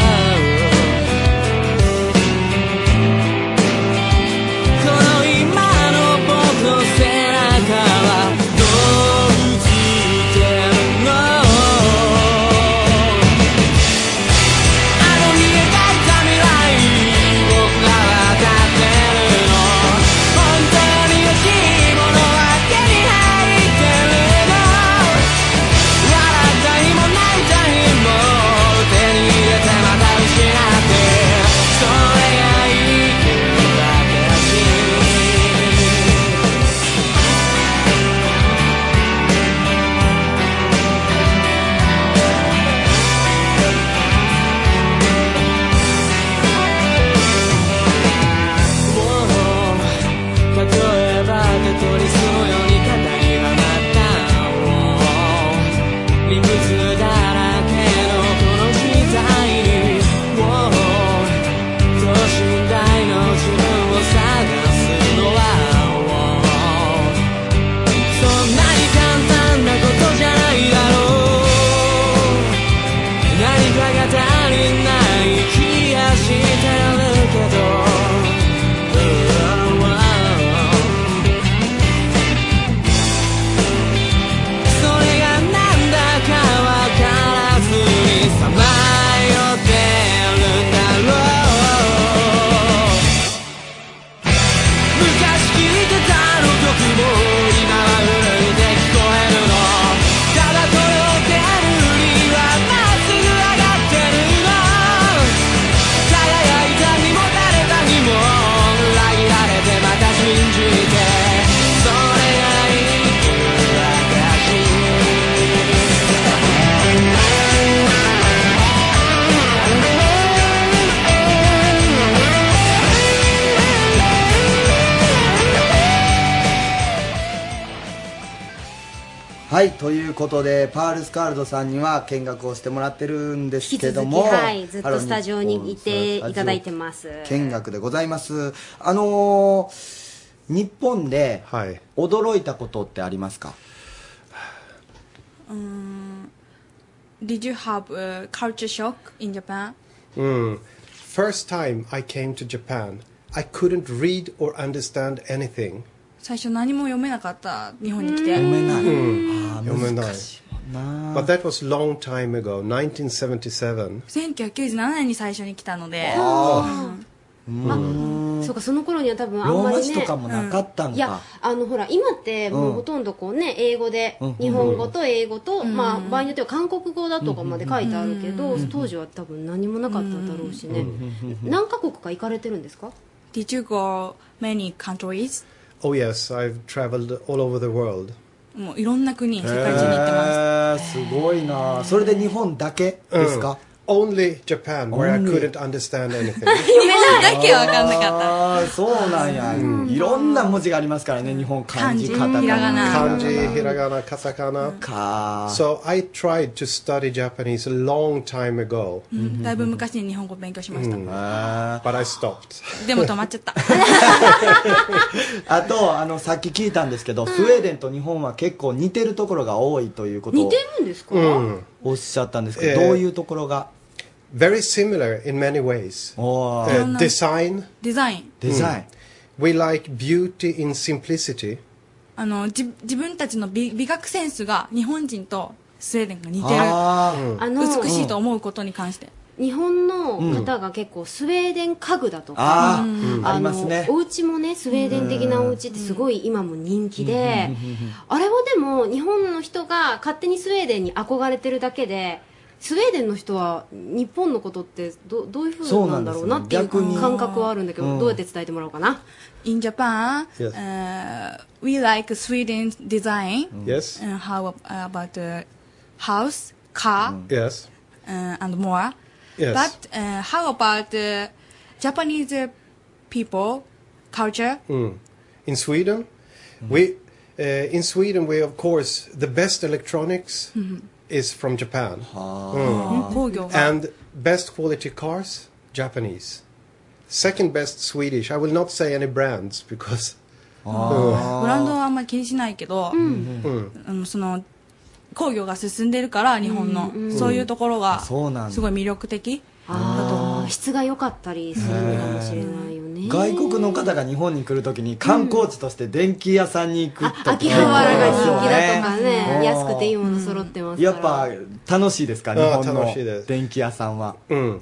Speaker 2: はいということでパール・スカールドさんには見学をしてもらってるんです
Speaker 3: 引き
Speaker 2: けど
Speaker 3: 続き、
Speaker 2: も
Speaker 3: はい、ずっとスタジオ
Speaker 2: ハロー
Speaker 3: に
Speaker 2: ニ
Speaker 3: い
Speaker 2: ッポン
Speaker 3: ていただいて
Speaker 2: ス
Speaker 3: ます
Speaker 2: タジオ見学でございますあのー日本で驚いたことってありますか、
Speaker 10: Um, did you have a culture shock in Japan?
Speaker 6: Mm. First time I came to Japan, I couldn't read or understand anything.
Speaker 10: 最初何も読めなかった日本に来て
Speaker 6: Mm. But that was long time ago, 1977.
Speaker 10: 1997年に最初に来たので
Speaker 6: あ Ah.
Speaker 3: そうかその頃には多分あ
Speaker 2: ロ
Speaker 3: ん
Speaker 2: ー
Speaker 3: ま
Speaker 2: マ
Speaker 3: り
Speaker 2: 字
Speaker 3: ね
Speaker 2: とかもなかったん
Speaker 3: い
Speaker 2: か、
Speaker 3: やあのほら今ってもうほとんどこうね英語で
Speaker 2: うん
Speaker 3: 日本語と英語と、まあ、場合によっては韓国語だとかまで書いてあるけど、当時は多分何もなかったんだろうしね、
Speaker 6: Mm-hmm.
Speaker 3: 何カ国か行かれてるんですか
Speaker 10: Did you go many countries?
Speaker 6: Oh, yes, I've traveled all over the world.
Speaker 10: もういろんな国世界中に行ってます
Speaker 2: すごいなそれで日本だけですか、
Speaker 6: Oh, Only Japan, where I couldn't understand anything.
Speaker 10: 日本だけわかんなかった
Speaker 2: ああそうなんや、いろんな文字がありますからね日本漢字カ
Speaker 10: 漢
Speaker 2: タ
Speaker 10: 字
Speaker 2: カ
Speaker 10: ひらがな
Speaker 2: ナ
Speaker 6: Kanji, hiragana, katakana.
Speaker 2: か
Speaker 6: So I tried to study Japanese a long time ago,
Speaker 10: だいぶ昔に日本語勉強しました
Speaker 6: but I stopped.
Speaker 10: でも止まっちゃった
Speaker 2: あとあのさっき聞いたんですけど、スウェーデンと日本は結構似てるところが多いという こと
Speaker 3: 似
Speaker 2: を
Speaker 3: てるんですか、
Speaker 6: Mm.
Speaker 2: おっしゃったんですけど、
Speaker 6: ええ
Speaker 2: どういうところが
Speaker 6: Very similar in many ways.
Speaker 2: お
Speaker 6: Uh,
Speaker 2: ー
Speaker 6: design.
Speaker 10: デザイン
Speaker 2: デザイン、
Speaker 6: Hmm. We like beauty in simplicity.
Speaker 10: あのじ自分たちの美美学センスが日本人とスウェーデンが似てる
Speaker 2: あー
Speaker 3: あの
Speaker 10: 美しいと思うことに関して
Speaker 3: 日本の方が結構スウェーデン家具だとか、
Speaker 2: あー、ありますね
Speaker 3: お家もねスウェーデン的なお家ってすごい今も人気で、あれはでも日本の人が勝手にスウェーデンに憧れてるだけでスウェーデンの人は日本のことってどどういうふうなんだろうなっていう
Speaker 2: そうなんですよね逆に
Speaker 3: 感覚はあるんだけど、
Speaker 2: うん
Speaker 3: どうやって伝えてもらおうかな
Speaker 10: In Japan、
Speaker 6: Yes.
Speaker 10: uh, we like Sweden design、
Speaker 6: Yes.
Speaker 10: and how about uh, house, car,
Speaker 6: Hmm. Yes.
Speaker 10: uh, and more.
Speaker 6: Yes.
Speaker 10: But uh, how about uh, Japanese people culture?
Speaker 6: Mm. In Sweden, we uh, in Sweden we of course the best electronics is from Japan, Hmm.
Speaker 10: 工業が
Speaker 6: and best quality cars Japanese. Second best Swedish. I will not say any brands because. Hmm.
Speaker 10: ブランドはあんまり気にしないけど、うんその工業が進んでるから日本の、そういうところがす
Speaker 2: そう
Speaker 10: ごい
Speaker 2: なんだ
Speaker 10: 魅力的。
Speaker 3: あと質が良かったりするのかもしれないよね
Speaker 2: 外国の方が日本に来るときに観光地として電気屋さんに行くと
Speaker 3: 秋葉原が人気だと
Speaker 2: か
Speaker 3: かね安くていいもの揃ってますか
Speaker 2: や
Speaker 3: ら
Speaker 2: っぱ楽しいですか日
Speaker 6: あー
Speaker 2: 本の
Speaker 6: 楽しいです
Speaker 2: 電気屋さんは
Speaker 6: Mm.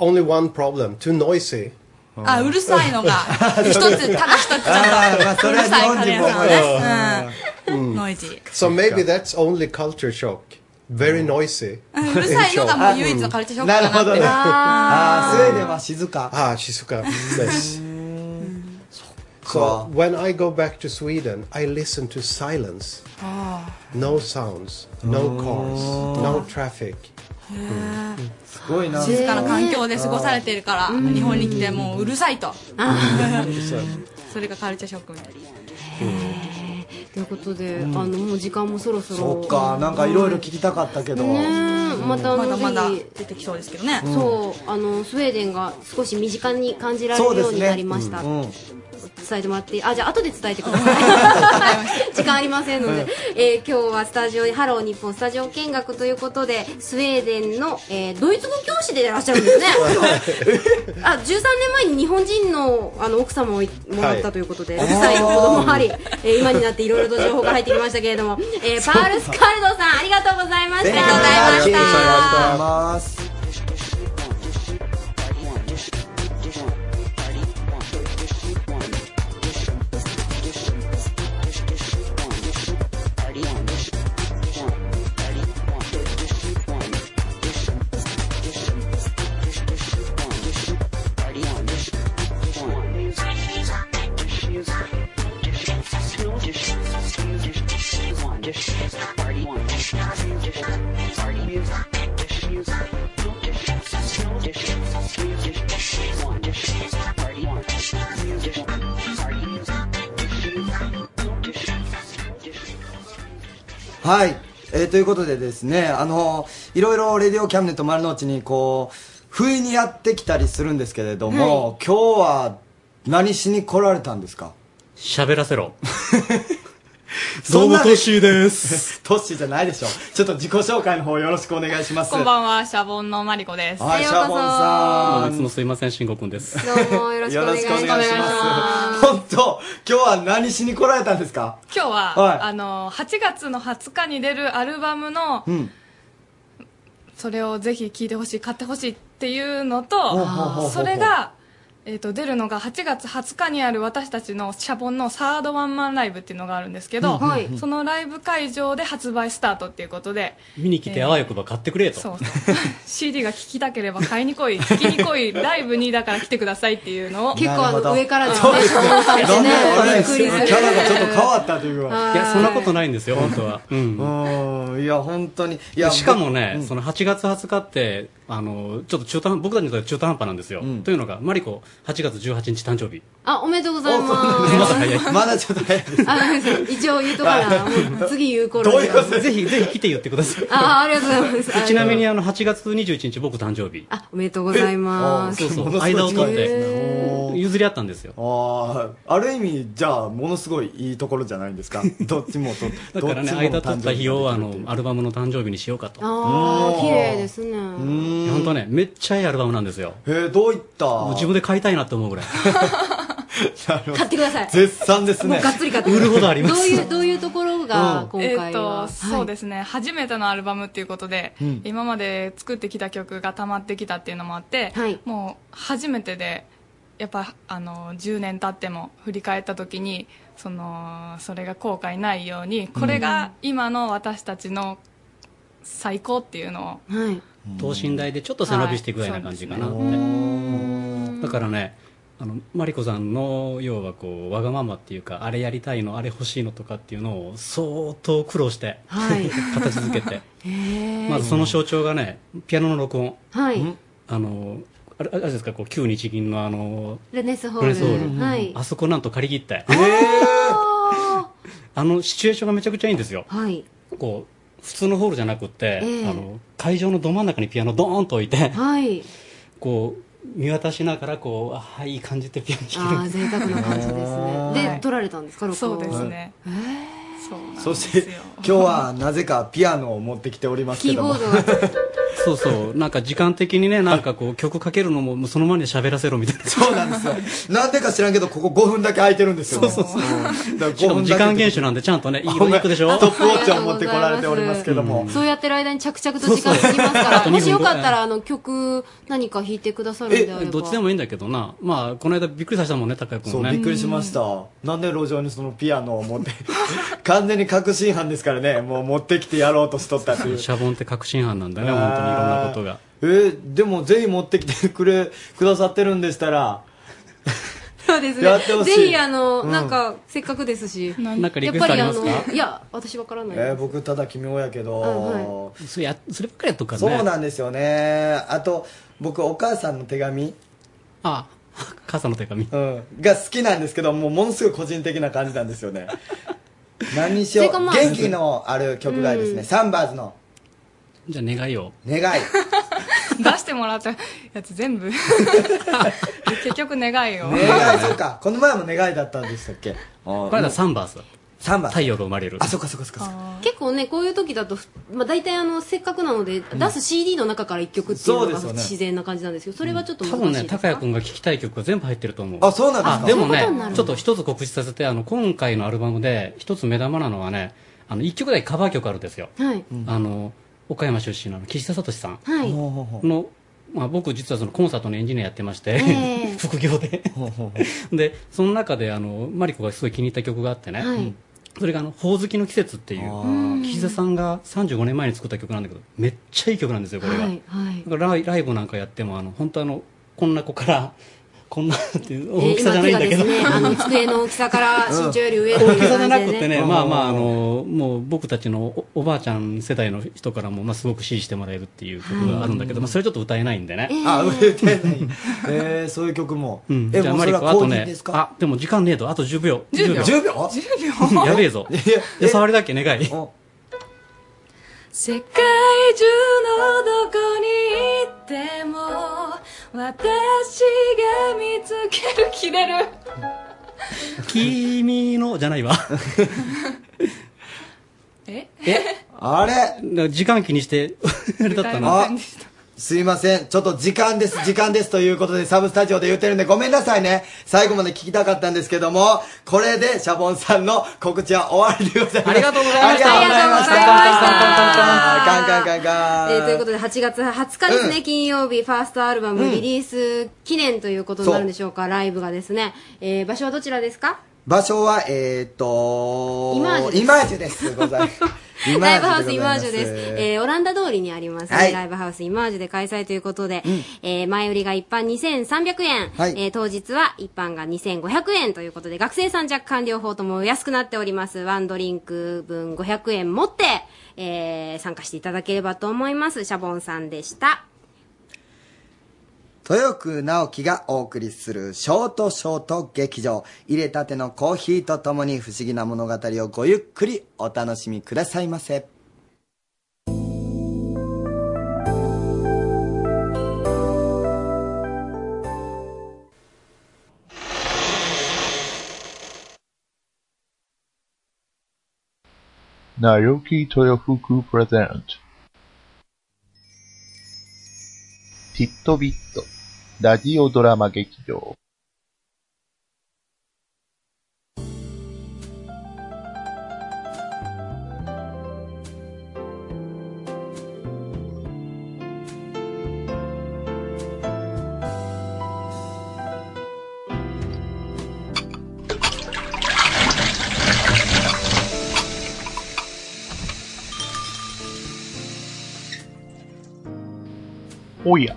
Speaker 6: Only one problem: too noisy.
Speaker 4: Hmm. Ah,
Speaker 10: あ、うるさいの が、一つ、ただ一つちょっと、
Speaker 3: Ah,
Speaker 2: あーまあ
Speaker 3: er
Speaker 2: そう
Speaker 10: る
Speaker 2: れは日
Speaker 10: さい
Speaker 2: 本
Speaker 10: 家
Speaker 2: 人
Speaker 10: 電
Speaker 2: も
Speaker 10: 屋さんね。
Speaker 2: 思います
Speaker 10: うん。ノイジー。
Speaker 6: So maybe that's only culture shock.
Speaker 3: Mm.
Speaker 6: Very noisy.
Speaker 10: うんうるさいのがもう唯一のカルチャーショック
Speaker 2: なる
Speaker 10: か
Speaker 2: ほ
Speaker 10: な
Speaker 2: ど
Speaker 10: っ
Speaker 2: ね
Speaker 10: て。
Speaker 3: Ah,
Speaker 2: あースウェーデンは静か
Speaker 6: Ah, Shizuka. Yes.
Speaker 3: Mm.
Speaker 6: So
Speaker 2: か
Speaker 6: when I go back to Sweden, I listen to silence.
Speaker 10: Ah.
Speaker 6: No sounds, no
Speaker 3: Oh.
Speaker 6: cars, no traffic.
Speaker 2: すごいな
Speaker 10: 静かな環境で過ごされてるから、日本に来てもううるさいと。 それがカルチャーショックみたいな。
Speaker 3: ということで、あのもう時間もそろそろ
Speaker 2: そっかなんかいろいろ聞きたかったけど、
Speaker 3: ねえまたあ
Speaker 10: ま
Speaker 3: の
Speaker 10: だまだ
Speaker 3: ぜひ
Speaker 10: 出てきそうですけどね。
Speaker 3: そうあのスウェーデンが少し身近に感じられ
Speaker 2: そう
Speaker 3: る
Speaker 2: で
Speaker 3: よう
Speaker 2: す
Speaker 3: に
Speaker 2: ね
Speaker 3: なりました、
Speaker 2: うんうん
Speaker 3: 伝えてもらってあじゃあ後で伝えてください時間ありませんので、えー今日はスタジオにハロー日本スタジオ見学ということでスウェーデンの、えードイツ語教師でいらっしゃるんですね あ13年前に日本人のあの奥様をいもらったということで、うるさい子供あり、えー今になっていろいろと情報が入ってきましたけれども、えーパールスカルドさんありがとうございま
Speaker 2: あ
Speaker 3: した
Speaker 2: りがとうご
Speaker 3: ありがとうございました
Speaker 2: ざいます
Speaker 1: 「
Speaker 2: はい。えーということでですね、あの、いろいろレディオキャムネット丸の内にこう、不意にやってきたりするんですけれども、今日は何しに来られたんですか
Speaker 11: 喋らせろ。
Speaker 2: どうも、トッシーです。 トッシーじゃないでしょ。ちょっと自己紹介の方よろしくお願いします。
Speaker 12: こんばんは、シャボンのマリコです。
Speaker 2: はい、シャボンさん。
Speaker 11: いつもすいません、慎吾くんです。
Speaker 12: どう もよろしくお願いします
Speaker 2: ます。本当、今日は何しに来られたんですか
Speaker 12: 今日は、
Speaker 2: はい
Speaker 12: あの、8月の20日に出るアルバムの、
Speaker 2: うん。
Speaker 12: それをぜひ聴いてほしい、買ってほしいっていうの
Speaker 2: ほうほうほうほ
Speaker 12: と、
Speaker 2: う
Speaker 12: それが、えっ、と、出るのが8月20日にある私たちのシャボンのサードワンマンライブっていうのがあるんですけど、
Speaker 11: うんはい
Speaker 12: そのライブ会場で発売スタートっていうことで、
Speaker 11: 見に来て、あわよくば買ってくれと。
Speaker 12: そう CD が聴きたければ買いに来 い聴きに来いライブにだから来てくださいっていうのを
Speaker 3: 結構あのなるほど上からですね
Speaker 12: そう
Speaker 3: シャボンさんってね
Speaker 2: 俺
Speaker 3: びっくりする
Speaker 2: キャラがちょっと変わったというか。
Speaker 11: いや、そんなことないんですよ、本当は。
Speaker 2: うん。いや、本当に。いや、
Speaker 11: しかもね、その8月20日って、あの、ちょっと中途半、僕たちにとっては中途半端なんですよ。というのが、マリコ、8月18日誕生日。
Speaker 3: あ、おめでとうございま
Speaker 11: まだ早い。
Speaker 2: まだちょっと早い。
Speaker 3: す。 あ、一応言うとかな。もう次言う頃には
Speaker 11: ぜひ、ぜひ来て言ってください。
Speaker 3: あ、ありがとうございま す。
Speaker 11: ちなみ
Speaker 3: あ
Speaker 11: に、あの、8月21日、僕誕生日。
Speaker 3: の、おめでとうございます。
Speaker 11: そうそう、間を取っ
Speaker 3: へ
Speaker 11: て。
Speaker 3: ー
Speaker 11: 譲り合ったんですよ。
Speaker 2: ああ、ある意味、じゃあ、ものすごいいいところじゃないで すか。どっちもと、
Speaker 11: だからね、間取った日を、あの、アルバムの誕生日にしようかと。
Speaker 3: あー、綺麗ですね。
Speaker 11: 本当ね、めっちゃいいアルバムなんですよ。
Speaker 2: えどういった
Speaker 11: もう自分で買いたいなって思うぐらい。
Speaker 3: 買ってください。
Speaker 2: 絶賛です
Speaker 3: もう
Speaker 11: ね
Speaker 3: がっつり買って
Speaker 11: 売るほどあります
Speaker 3: どういう、どういうところが、今
Speaker 12: えっ、
Speaker 3: 回は
Speaker 12: と、。そうですね、初めてのアルバムっていうことで、
Speaker 3: うん
Speaker 12: 今まで作ってきた曲が溜まってきたっていうのもあって、もう初めてでやっぱあの10年経っても振り返った時にそのそれが後悔ないようにこれが今の私たちの最高っていうの
Speaker 3: を、
Speaker 11: 等身大でちょっと背伸びしていくような感じかなって、だからねあのマリコさんの要はこうわがままっていうかあれやりたいのあれ欲しいのとかっていうのを相当苦労して、形づけ てまずその象徴がねピアノの録音、
Speaker 3: はい
Speaker 11: んあのあれあれですかこう旧日銀のあの
Speaker 3: レネスホー
Speaker 11: プ
Speaker 3: ル。
Speaker 11: レスホール、
Speaker 3: はい。
Speaker 11: あそこなんと借り切って、 あのシチュエーションがめちゃくちゃいいんですよ、
Speaker 3: はい。
Speaker 11: こう普通のホールじゃなくって、
Speaker 3: ええ
Speaker 11: あの会場のど真ん中にピアノドーンと置いて、
Speaker 3: はい。
Speaker 11: こう見渡しながらこうああいい感じでピアノ弾ける
Speaker 3: ああ、贅沢な感じですね。
Speaker 11: は
Speaker 3: で、
Speaker 11: い
Speaker 3: 撮られたんですか、録音
Speaker 12: そうですね。
Speaker 3: え
Speaker 2: そして、今日はなぜかピアノを持ってきておりますけども。
Speaker 3: キーボー
Speaker 11: そうそうなんか時間的にねなんかこう曲かけるのももうその前に喋らせろみたいな
Speaker 2: そうなんですよなんでか知らんけど、ここ5分だけ空いてるんですよね。そうそうそう。だから
Speaker 11: しか
Speaker 2: 5
Speaker 11: も
Speaker 2: 分
Speaker 11: 時
Speaker 2: だけ
Speaker 11: 間厳守なんでちゃんとねいいこといくでしょ
Speaker 2: トップウォッチを持ってこられておりますけども。
Speaker 3: そうやってる間に着々と時間過ぎま すか
Speaker 11: そう
Speaker 3: ら、
Speaker 11: そう
Speaker 3: もしよかったら、あの、曲、何か弾いてくださるんであれば。
Speaker 11: どっちでもいいんだけどなまあこの間びっくりさせたもんね高谷君
Speaker 2: そ
Speaker 11: も
Speaker 2: う、
Speaker 11: ね
Speaker 2: びっくりしました。なんで路上にそのピアノを持って、完全に確信犯ですからね、もう持ってきてやろうとしとったっていう。
Speaker 11: シャボンって確信犯なんだね本当にいろんなことが
Speaker 2: えーでもぜひ持ってきてくれ、くださってるんでしたら、
Speaker 3: そうです
Speaker 2: やってほ
Speaker 3: ね。
Speaker 2: し
Speaker 3: ぜ
Speaker 2: い
Speaker 3: ひ、あの、
Speaker 2: うん
Speaker 3: なんか、せっかくですし。
Speaker 11: なんかリクエストありますか
Speaker 3: やっぱりあのいや、私わからない
Speaker 2: えー
Speaker 3: です。
Speaker 2: 僕ただ君をやけど、
Speaker 3: は
Speaker 11: それやそればっかりやっとくからね
Speaker 2: そうなんですよね。あと、僕、お母さんの手紙
Speaker 11: あ傘の手紙
Speaker 2: うん、が好きなんですけど、もうものすごい個人的な感じなんです よね。何にし
Speaker 11: そ
Speaker 2: よ
Speaker 11: れか
Speaker 2: う、
Speaker 11: まあ
Speaker 2: 元気のある曲がいいですね、
Speaker 11: うん
Speaker 2: サンバーズの
Speaker 11: じゃあ願いを
Speaker 2: 願い。
Speaker 12: 出してもらったやつ全部結局願いを
Speaker 2: 願い、そうか。この前も願いだったんでしたっけこ
Speaker 11: これだサンバース
Speaker 2: サンバース
Speaker 11: 太陽が生まれるあ
Speaker 2: そっかそっかそっか
Speaker 3: 結構ね、こういう時だと、ふまあ、大体あの、せっかくなので、
Speaker 11: ん
Speaker 3: 出す CD の中から一曲っていう
Speaker 11: そうで
Speaker 3: の
Speaker 11: すよ
Speaker 3: が
Speaker 11: ね
Speaker 3: 自然な感じなんですけど、それはちょっと
Speaker 11: 多
Speaker 3: 難
Speaker 11: 分
Speaker 3: し
Speaker 11: ね
Speaker 3: いです
Speaker 11: 高
Speaker 3: か、
Speaker 11: 谷君が聞きたい曲が全部入ってると思う
Speaker 2: あそうなんですか
Speaker 11: あでも
Speaker 2: そうい
Speaker 11: ね
Speaker 2: うことになるの
Speaker 11: ちょっと一つ告知させてあの今回のアルバムで一つ目玉なのはねあの1曲だけカバー曲あるんですよ、
Speaker 3: はい
Speaker 11: あの岡山出身のあの岸田聡さん
Speaker 3: はい
Speaker 11: の、まあ、僕実はそのコンサートのエンジニアやってまして、
Speaker 3: ええ
Speaker 11: 副業で でその中であのマリコがすごい気に入った曲があってね、
Speaker 3: はい
Speaker 11: それがあの「ほおずきの季節」っていう岸田さんが35年前に作った曲なんだけどめっちゃいい曲なんですよこれが、
Speaker 3: はい、はい。
Speaker 11: だからライライブなんかやってもあの本当あのこんな子から こんなっていう大きさじゃないんだけど、
Speaker 3: えー今 手がですね、あの、机の大きさから身長より上と
Speaker 11: 大き
Speaker 3: い
Speaker 11: さ
Speaker 3: う
Speaker 11: じゃなく
Speaker 3: 感じ
Speaker 11: て
Speaker 3: で
Speaker 11: ね、
Speaker 3: ね。
Speaker 11: まあまあ、あの、もう僕たちのおおばあちゃん世代の人からも、まあすごく支持してもらえるっていう曲があるんだけど、まあそれちょっと歌えないんでね。
Speaker 2: あ、売れてない。えー、そういう曲も。
Speaker 11: うん
Speaker 2: え、
Speaker 11: じゃあ
Speaker 2: も
Speaker 11: マ
Speaker 2: うそ
Speaker 11: リ
Speaker 2: れ
Speaker 11: コ、
Speaker 2: は
Speaker 11: あ
Speaker 2: コ
Speaker 11: と
Speaker 2: ーヒー
Speaker 11: ね
Speaker 2: です、か
Speaker 11: あ、でも時間ねえと、あと10秒。
Speaker 2: 10秒
Speaker 11: やべえぞ。いや、触りだけ願い。
Speaker 13: 世界中のどこに行っても私が見つける切れる
Speaker 11: 君のじゃ ないわ
Speaker 13: え
Speaker 2: あれ
Speaker 11: 時間気にして、 あれだったな。
Speaker 2: すいません。ちょっと時間です、時間ですということでサブスタジオで言ってるんでごめんなさいね。最後まで聞きたかったんですけども、これでシャボンさんの告知は終わりでございます。ありがとうご
Speaker 3: ざいました
Speaker 2: ありがとうございました。カンカンカン
Speaker 3: え
Speaker 2: カン。
Speaker 3: ーということで8月20日ですね、金曜日ファーストアルバム
Speaker 2: うん
Speaker 3: リリース記念ということになるんでしょうか、ライブがですね、えー場所はどちらですか
Speaker 2: 場所は、えーっと、
Speaker 3: イマージュです
Speaker 2: イマージュです。ございま す。イマ
Speaker 3: ライブ
Speaker 2: ー
Speaker 3: ハウ
Speaker 2: ジュで
Speaker 3: ス
Speaker 2: ござい
Speaker 3: イマ
Speaker 2: ま
Speaker 3: ージュです。えーオランダ通りにありますね、
Speaker 2: はい
Speaker 3: ライブハウスイマージュで開催ということで、えー前売りが一般2300円、
Speaker 2: はい
Speaker 3: えー当日は一般が2500円ということで、学生さん若干両方ともお安くなっております。ワンドリンク分500円持って、えー参加していただければと思います。シャボンさんでした。
Speaker 2: 豊久直樹がお送りするショートショート劇場入れたてのコーヒーとともに不思議な物語をごゆっくりお楽しみくださいませ
Speaker 14: 直木豊福プレゼント。ティットビット、ラジオドラマ劇場。おや、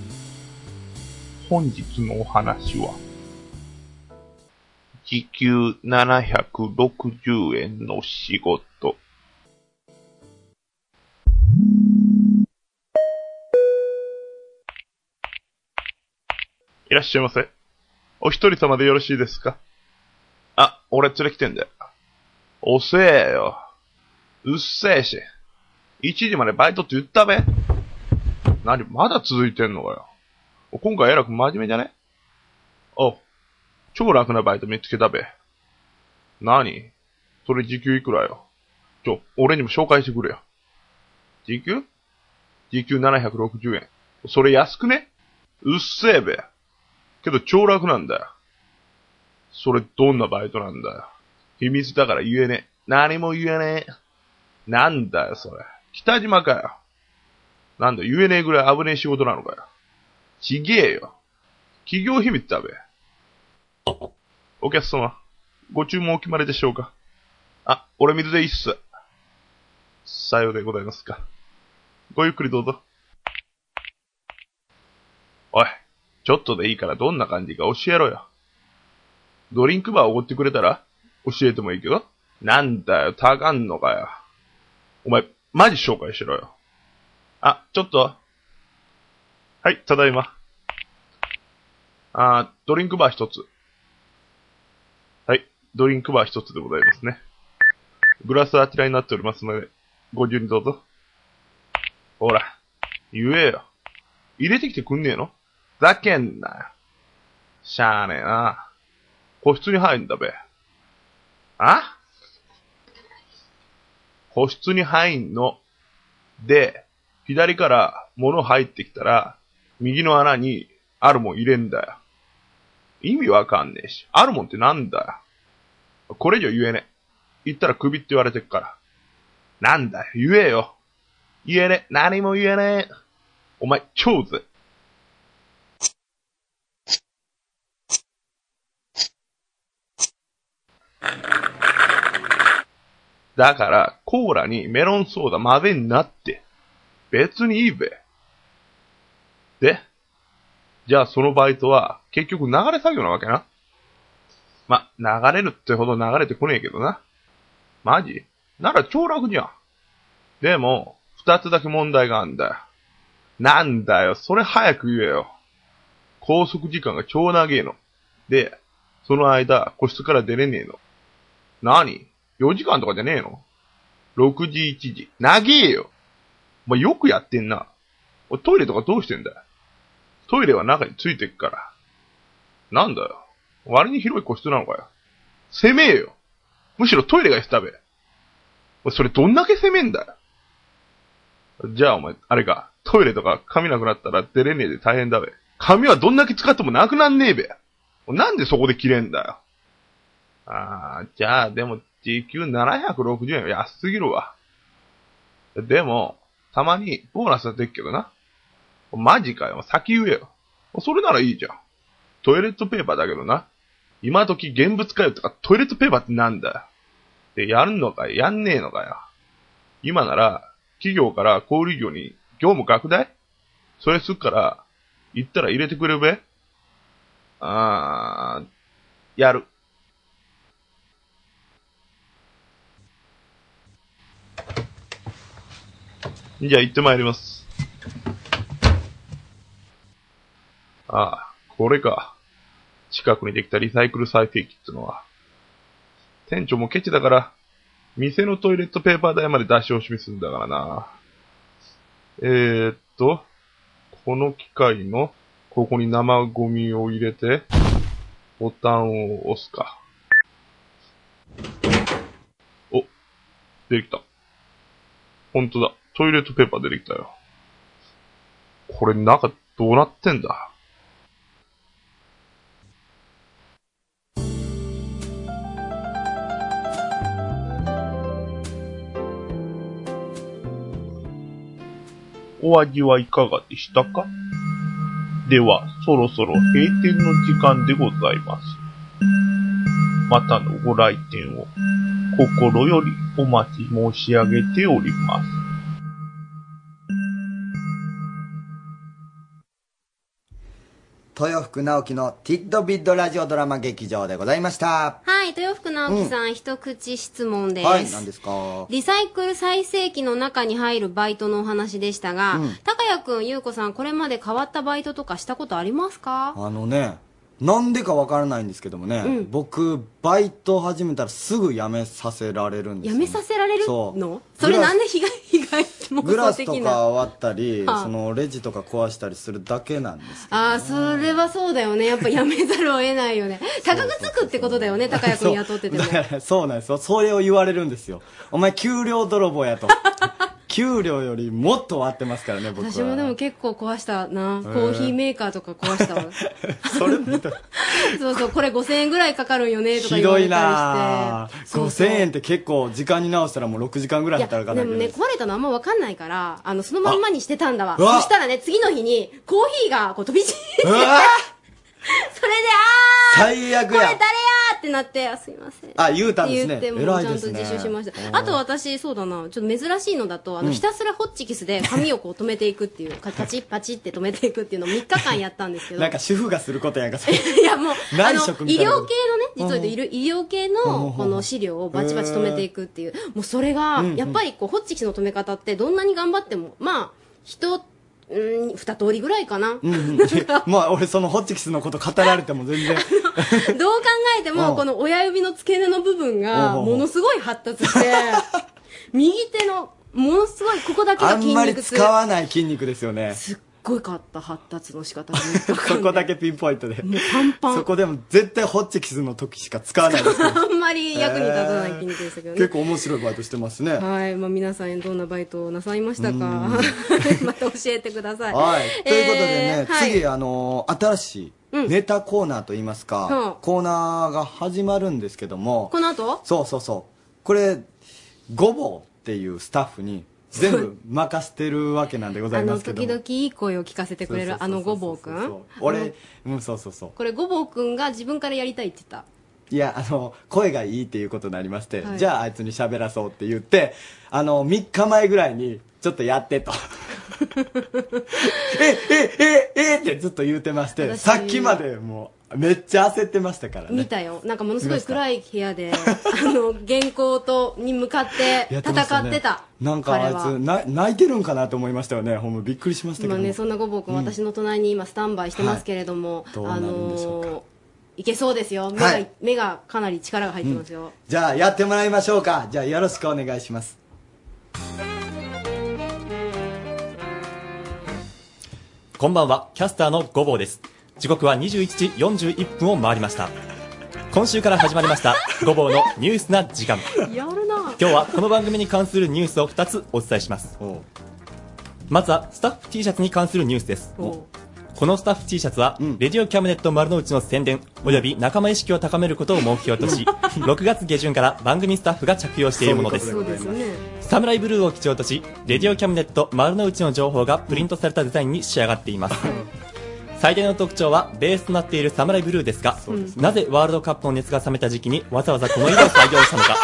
Speaker 14: 本日のお話は、時給760円の仕事。
Speaker 15: いらっしゃいませ。お一人様でよろしいですかあ、俺連れ来てんだよ。遅えよ。うっせえし。1時までバイトって言ったべ。何、まだ続いてんのかよ。お今回えらく真面目じゃねお、超楽なバイト見つけたべ。何それ時給いくらよ。ちょ、俺にも紹介してくれよ。時給時給760円。それ安くねうっせえべ。けど超楽なんだよ。それどんなバイトなんだよ。秘密だから言えねえ。何も言えねえ。なんだよそれ。北島かよ。なんだ言えねえぐらい危ねえ仕事なのかよ。ちげえよ。企業秘密だべ。お客様、ご注文お決まりでしょうかあ、俺水でいいっす。さようでございますか。ごゆっくりどうぞ。おい、ちょっとでいいからどんな感じか教えろよ。ドリンクバーおごってくれたら教えてもいいけど。なんだよ、たがんのかよ。お前、マジ紹介しろよ。あ、ちょっと。はい、ただいま。あードリンクバー一つ。はい、ドリンクバー一つでございますね。グラスはあちらになっておりますので、ご自由にどうぞ。ほら、言えよ。入れてきてくんねえのふざけんなよ。しゃあねえな。個室に入んだべ。あ個室に入んの。で、左から物入ってきたら、右の穴にあるもん入れんだよ。意味わかんねえし、あるもんってなんだよ。これ以上言えねえ。言ったら首って言われてっから。なんだよ、言えよ。言えねえ、何も言えねえ。お前、超ぜ。だから、コーラにメロンソーダ混ぜんなって。別にいいべ。じゃあそのバイトは、結局流れ作業なわけな。ま、流れるってほど流れてこねえけどな。マジなら超楽じゃん。でも、二つだけ問題があんだよ。なんだよ、それ早く言えよ。拘束時間が超長えの。で、その間、個室から出れねえの。なに ?4 時間とかじゃねえの ?6 時、1時。長えよお前よくやってんな。おいトイレとかどうしてんだよトイレは中についてくから。なんだよ。割に広い個室なのかよ。攻めえよむしろトイレが下べ。おいそれどんだけ攻めんだよじゃあお前、あれか、トイレとか髪なくなったら出れねえで大変だべ。髪はどんだけ使ってもなくなんねえべ。なんでそこで切れんだよ。ああ、じゃあでも時給760円は安すぎるわ。でも、たまにボーナスは出っけどな。マジかよ、先言えよ。それならいいじゃん。トイレットペーパーだけどな。今時現物かよとかトイレットペーパーってなんだよ。で、やるのかよ、やんねえのかよ。今なら、企業から小売業に業務拡大それすっから、行ったら入れてくれべあー、やる。じゃあ行ってまいります。ああ、これか。近くにできたリサイクル最盛期ってのは。店長もケチだから、店のトイレットペーパー代まで出し惜しみするんだからな。えー、っと、この機械の、ここに生ゴミを入れて、ボタンを押すか。お、出てきた。ほんとだ。トイレットペーパー出てきたよ。これ中どうなってんだお味はいかがでしたかでは、そろそろ閉店の時間でございます。またのご来店を心よりお待ち申し上げております。
Speaker 2: 豊福直樹のティッドビッドラジオドラマ劇場でございました。
Speaker 3: はい、豊福直樹さん、一口質問です。
Speaker 2: はい、何ですか
Speaker 3: リサイクル最盛期の中に入るバイトのお話でしたが、
Speaker 2: うん
Speaker 3: 高谷くん、ゆうこさん、これまで変わったバイトとかしたことありますか
Speaker 2: あのね、なんでかわからないんですけどもね、
Speaker 3: うん
Speaker 2: 僕、バイト始めたらすぐ辞めさせられるんです
Speaker 3: や
Speaker 2: よ
Speaker 3: めさせられる
Speaker 2: そう
Speaker 3: のそれなんで被害、 被害妄
Speaker 2: グラ
Speaker 3: 想
Speaker 2: スと
Speaker 3: 的
Speaker 2: か
Speaker 3: な。
Speaker 2: 割ったり、
Speaker 3: はあ
Speaker 2: そのレジとか壊したりするだけなんです。
Speaker 3: ああ、それはそうだよね。やっぱやめざるを得ないよね。高くつくってことだよね、高谷くん雇ってても
Speaker 2: だ。から そうなんですよ。それを言われるんですよ。お前給料泥棒 やと。給料よりもっと割ってますからね、僕は。
Speaker 3: 私もでも結構壊したな。
Speaker 2: へ
Speaker 3: コ
Speaker 2: ー
Speaker 3: ーヒーメーカーとか壊 したわ。 そうそう、これ5000円ぐらいかかるんよね、とか
Speaker 2: ひ
Speaker 3: 言わ
Speaker 2: ど
Speaker 3: れ
Speaker 2: い
Speaker 3: た
Speaker 2: な
Speaker 3: りして。
Speaker 2: ぁ。5000円って結構時間に直したらもう6時間ぐらい
Speaker 3: いや
Speaker 2: 働かな
Speaker 3: で
Speaker 2: いと
Speaker 3: も
Speaker 2: い
Speaker 3: ね、
Speaker 2: け
Speaker 3: 壊れたのあんま分かんないから、あの、そのまんまにしてたんだわ。
Speaker 2: うわ
Speaker 3: そしたらね、次の日に、コーヒーが、こう、飛び散 って、それ
Speaker 2: う
Speaker 3: で、
Speaker 2: わ
Speaker 3: あー
Speaker 2: 最悪や
Speaker 3: これ誰やーってなって、あ、すいません。
Speaker 2: あ言うたんですね
Speaker 3: って言っても
Speaker 2: 偉
Speaker 3: う
Speaker 2: い
Speaker 3: ち
Speaker 2: で
Speaker 3: ゃんと
Speaker 2: すね
Speaker 3: 自首しまし
Speaker 2: おー
Speaker 3: た。あと私、そうだな、ちょっと珍しいのだと、あ
Speaker 2: う
Speaker 3: の、
Speaker 2: ん
Speaker 3: ひたすらホッチキスで髪をこう止めていくっていう、かパチッパチって止めていくっていうのを3日間やったんですけ
Speaker 2: ど。
Speaker 3: ど。
Speaker 2: なんか主婦がすることやんか、それ
Speaker 3: いやもう、あ
Speaker 2: 内
Speaker 3: の、
Speaker 2: 職み
Speaker 3: 医
Speaker 2: た
Speaker 3: 療系
Speaker 2: いな
Speaker 3: の
Speaker 2: こと、
Speaker 3: ね実は医療医療系のこの資料をバチバチ止めていくっていう、もうそれが
Speaker 13: うんう、ん
Speaker 3: やっぱりこう、ホッチキスの止め方ってどんなに頑張っても、まあ、人、うん、二通りぐらいかな。
Speaker 2: うんうん。 まあ俺そのホッチキスのこと語られても全然。
Speaker 3: どう考えて
Speaker 2: う
Speaker 3: も、
Speaker 2: ん
Speaker 3: この親指の付け根の部分が、
Speaker 2: うんうんうん
Speaker 3: ものすごい発達して、 右手の、ものすごい、ここだけが
Speaker 2: あ
Speaker 3: 筋
Speaker 2: んまり
Speaker 3: 肉
Speaker 2: 使
Speaker 3: 痛。すっ
Speaker 2: わない筋肉ですよね。
Speaker 3: ごいかった、発達の仕方。
Speaker 2: そこだけピンポイントで。
Speaker 3: パンパン
Speaker 2: そこでも絶対ホッチキスの時しか使わない です。
Speaker 3: あんまり役に立たない筋肉でしたけどね。
Speaker 2: 結構面白いバイトしてますね。
Speaker 3: はい、まあ、皆さんどんなバイトをなさいましたか また教えてください。
Speaker 2: はい。ということで
Speaker 3: え
Speaker 2: ね
Speaker 3: ー、はい
Speaker 2: 次、あのー、新しいネタコーナーといいます
Speaker 3: うん
Speaker 2: か、コーナーが始まるんですけども
Speaker 3: こ、の後
Speaker 2: そうそうそう。これ、ごぼうっていうスタッフに全 部任せてるわけなんでござ
Speaker 3: あ
Speaker 2: いま
Speaker 3: の、
Speaker 2: すけど
Speaker 3: 時
Speaker 2: も。
Speaker 3: 々いい声を聞かせてくれ
Speaker 2: そうそ
Speaker 3: る
Speaker 2: うそ
Speaker 3: あ
Speaker 2: うそう
Speaker 3: のごぼうくん
Speaker 2: 俺、うん、そうそうそう。
Speaker 3: これごぼうくんが自分からやりたいって言っ
Speaker 2: いや、あの、声がいいっていうことになりまして、
Speaker 3: はい
Speaker 2: じゃああいつに喋らそうって言って、あの、3日前ぐらいに、ちょっとやってと。え、え、え、え、ってずっと言うてまして、さっきまでもう、めっちゃ焦ってましたから
Speaker 3: 見
Speaker 2: ね。
Speaker 3: たよなんかものすごい暗い部屋であの原稿とに向かって
Speaker 2: や
Speaker 3: 戦
Speaker 2: ましたね
Speaker 3: ってた
Speaker 2: なんかあい
Speaker 3: 彼は
Speaker 2: つ、な泣いてるんかなと思いましたよね。ほんまびっくりしましたけど
Speaker 3: 今
Speaker 2: も。
Speaker 3: ねそんなごぼう君、
Speaker 2: うん
Speaker 3: 私の隣に今スタンバイしてますけれども、
Speaker 2: はいどうなるんでしょ
Speaker 3: あのーいけそうですよ目が,、
Speaker 2: はい
Speaker 3: 目がかなり力が入ってますよ、
Speaker 2: じゃあやってもらいましょうか。じゃあよろしくお願いします。
Speaker 16: こんばんは、キャスターのごぼうです。時刻は21時41分を回りました。今週から始まりま した、ごぼうのニュースな時間。
Speaker 3: やるな
Speaker 16: 今日はこの番組に関するニュースを2つお伝えします。まずは、スタッフ T シャツに関するニュースです。
Speaker 3: こ
Speaker 16: のスタッフ T シャツは、レディオキャムネット丸の内の宣伝、および仲間意識を高めることを目標と し、6月下旬から番組スタッフが着用しているものです。
Speaker 3: そうですよね
Speaker 16: サムライブルーを基調とし、レディオキャムネット丸の内の情報がプリントされたデザインに仕上がっています。最大の特徴はベースとなっているサムライブルーですが、なぜワールドカップの熱が冷めた時期にわざわざこの色を採用したのか。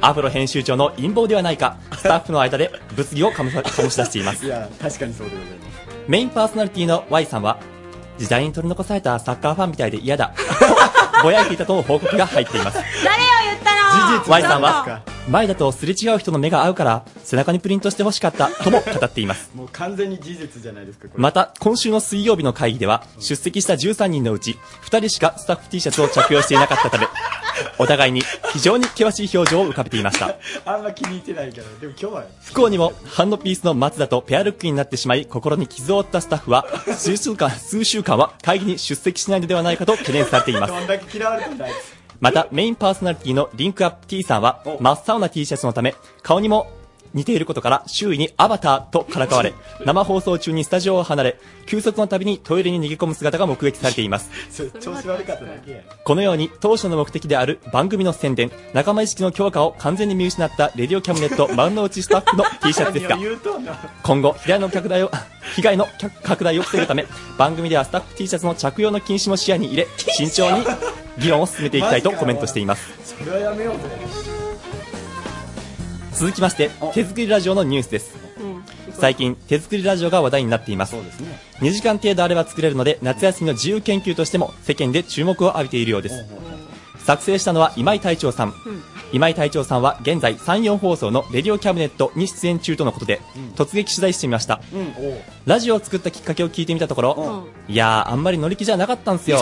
Speaker 16: アフロ編集長の陰謀ではないか、スタッフの間で物議を醸さ醸し出しています。
Speaker 2: いや、確かにそうでございます。
Speaker 16: メインパーソナリティの Y さんは、時代に取り残されたサッカーファンみたいで嫌だ。 とぼやいていたとの報告が入っています。
Speaker 3: 誰を言ったの
Speaker 16: Y さんは、前だとすれ違う人の目が合うから、背中にプリントしてほしかったとも語っています。
Speaker 2: もう完全に事実じゃないですか、これ。
Speaker 16: また、今週の水曜日の会議では、出席した13人のうち、2人しかスタッフ T シャツを着用していなかったため、お互いに非常に険しい表情を浮かべていました。
Speaker 2: あんま気に入ってないから。でも今日は、
Speaker 16: 不幸にも、ハンドピースの松田とペアルックになってしまい、心に傷を負ったスタッフは、数週間、数週間は会議に出席しないのではないかと懸念されています。
Speaker 2: どんだけ嫌われてんだあいつ
Speaker 16: また、メインパーソナリティのリンクアップ T さんは、真っ青な T シャツのため、顔にも似ていることから、周囲にアバターとからか われ、生放送中にスタジオを離れ、休息のたびにトイレに逃げ込む姿が目撃されてい ます。
Speaker 2: それ調子悪かっただけや。
Speaker 16: このように、当初の目的である番組の宣伝、仲間意識の強化を完全に見失ったレディオキャムネッ ト丸の内スタッ フの T シャツですが
Speaker 2: 何を、言うとんの
Speaker 16: 今後、被害の拡大を、 被害の拡大を防ぐため、番組ではスタッフ T シャツの着用の禁止も視野に入れ、慎重に議論を進めていきたいとコメントしています。
Speaker 2: それはやめようぜ。
Speaker 16: 続きまして、手作りラジオのニュースです。最近、手作りラジオが話題になっています。2時間程度あれば作れるので、夏休みの自由研究としても世間で注目を浴びているようです。作成したのは今井隊長さん。今井隊長さんは現在34放送のレディオキャビネットに出演中とのことで、突撃取材してみました。
Speaker 2: うん、おう
Speaker 16: ラジオを作ったきっかけを聞いてみたところ、いやー、あんまり乗り気じゃなかったん ですよ。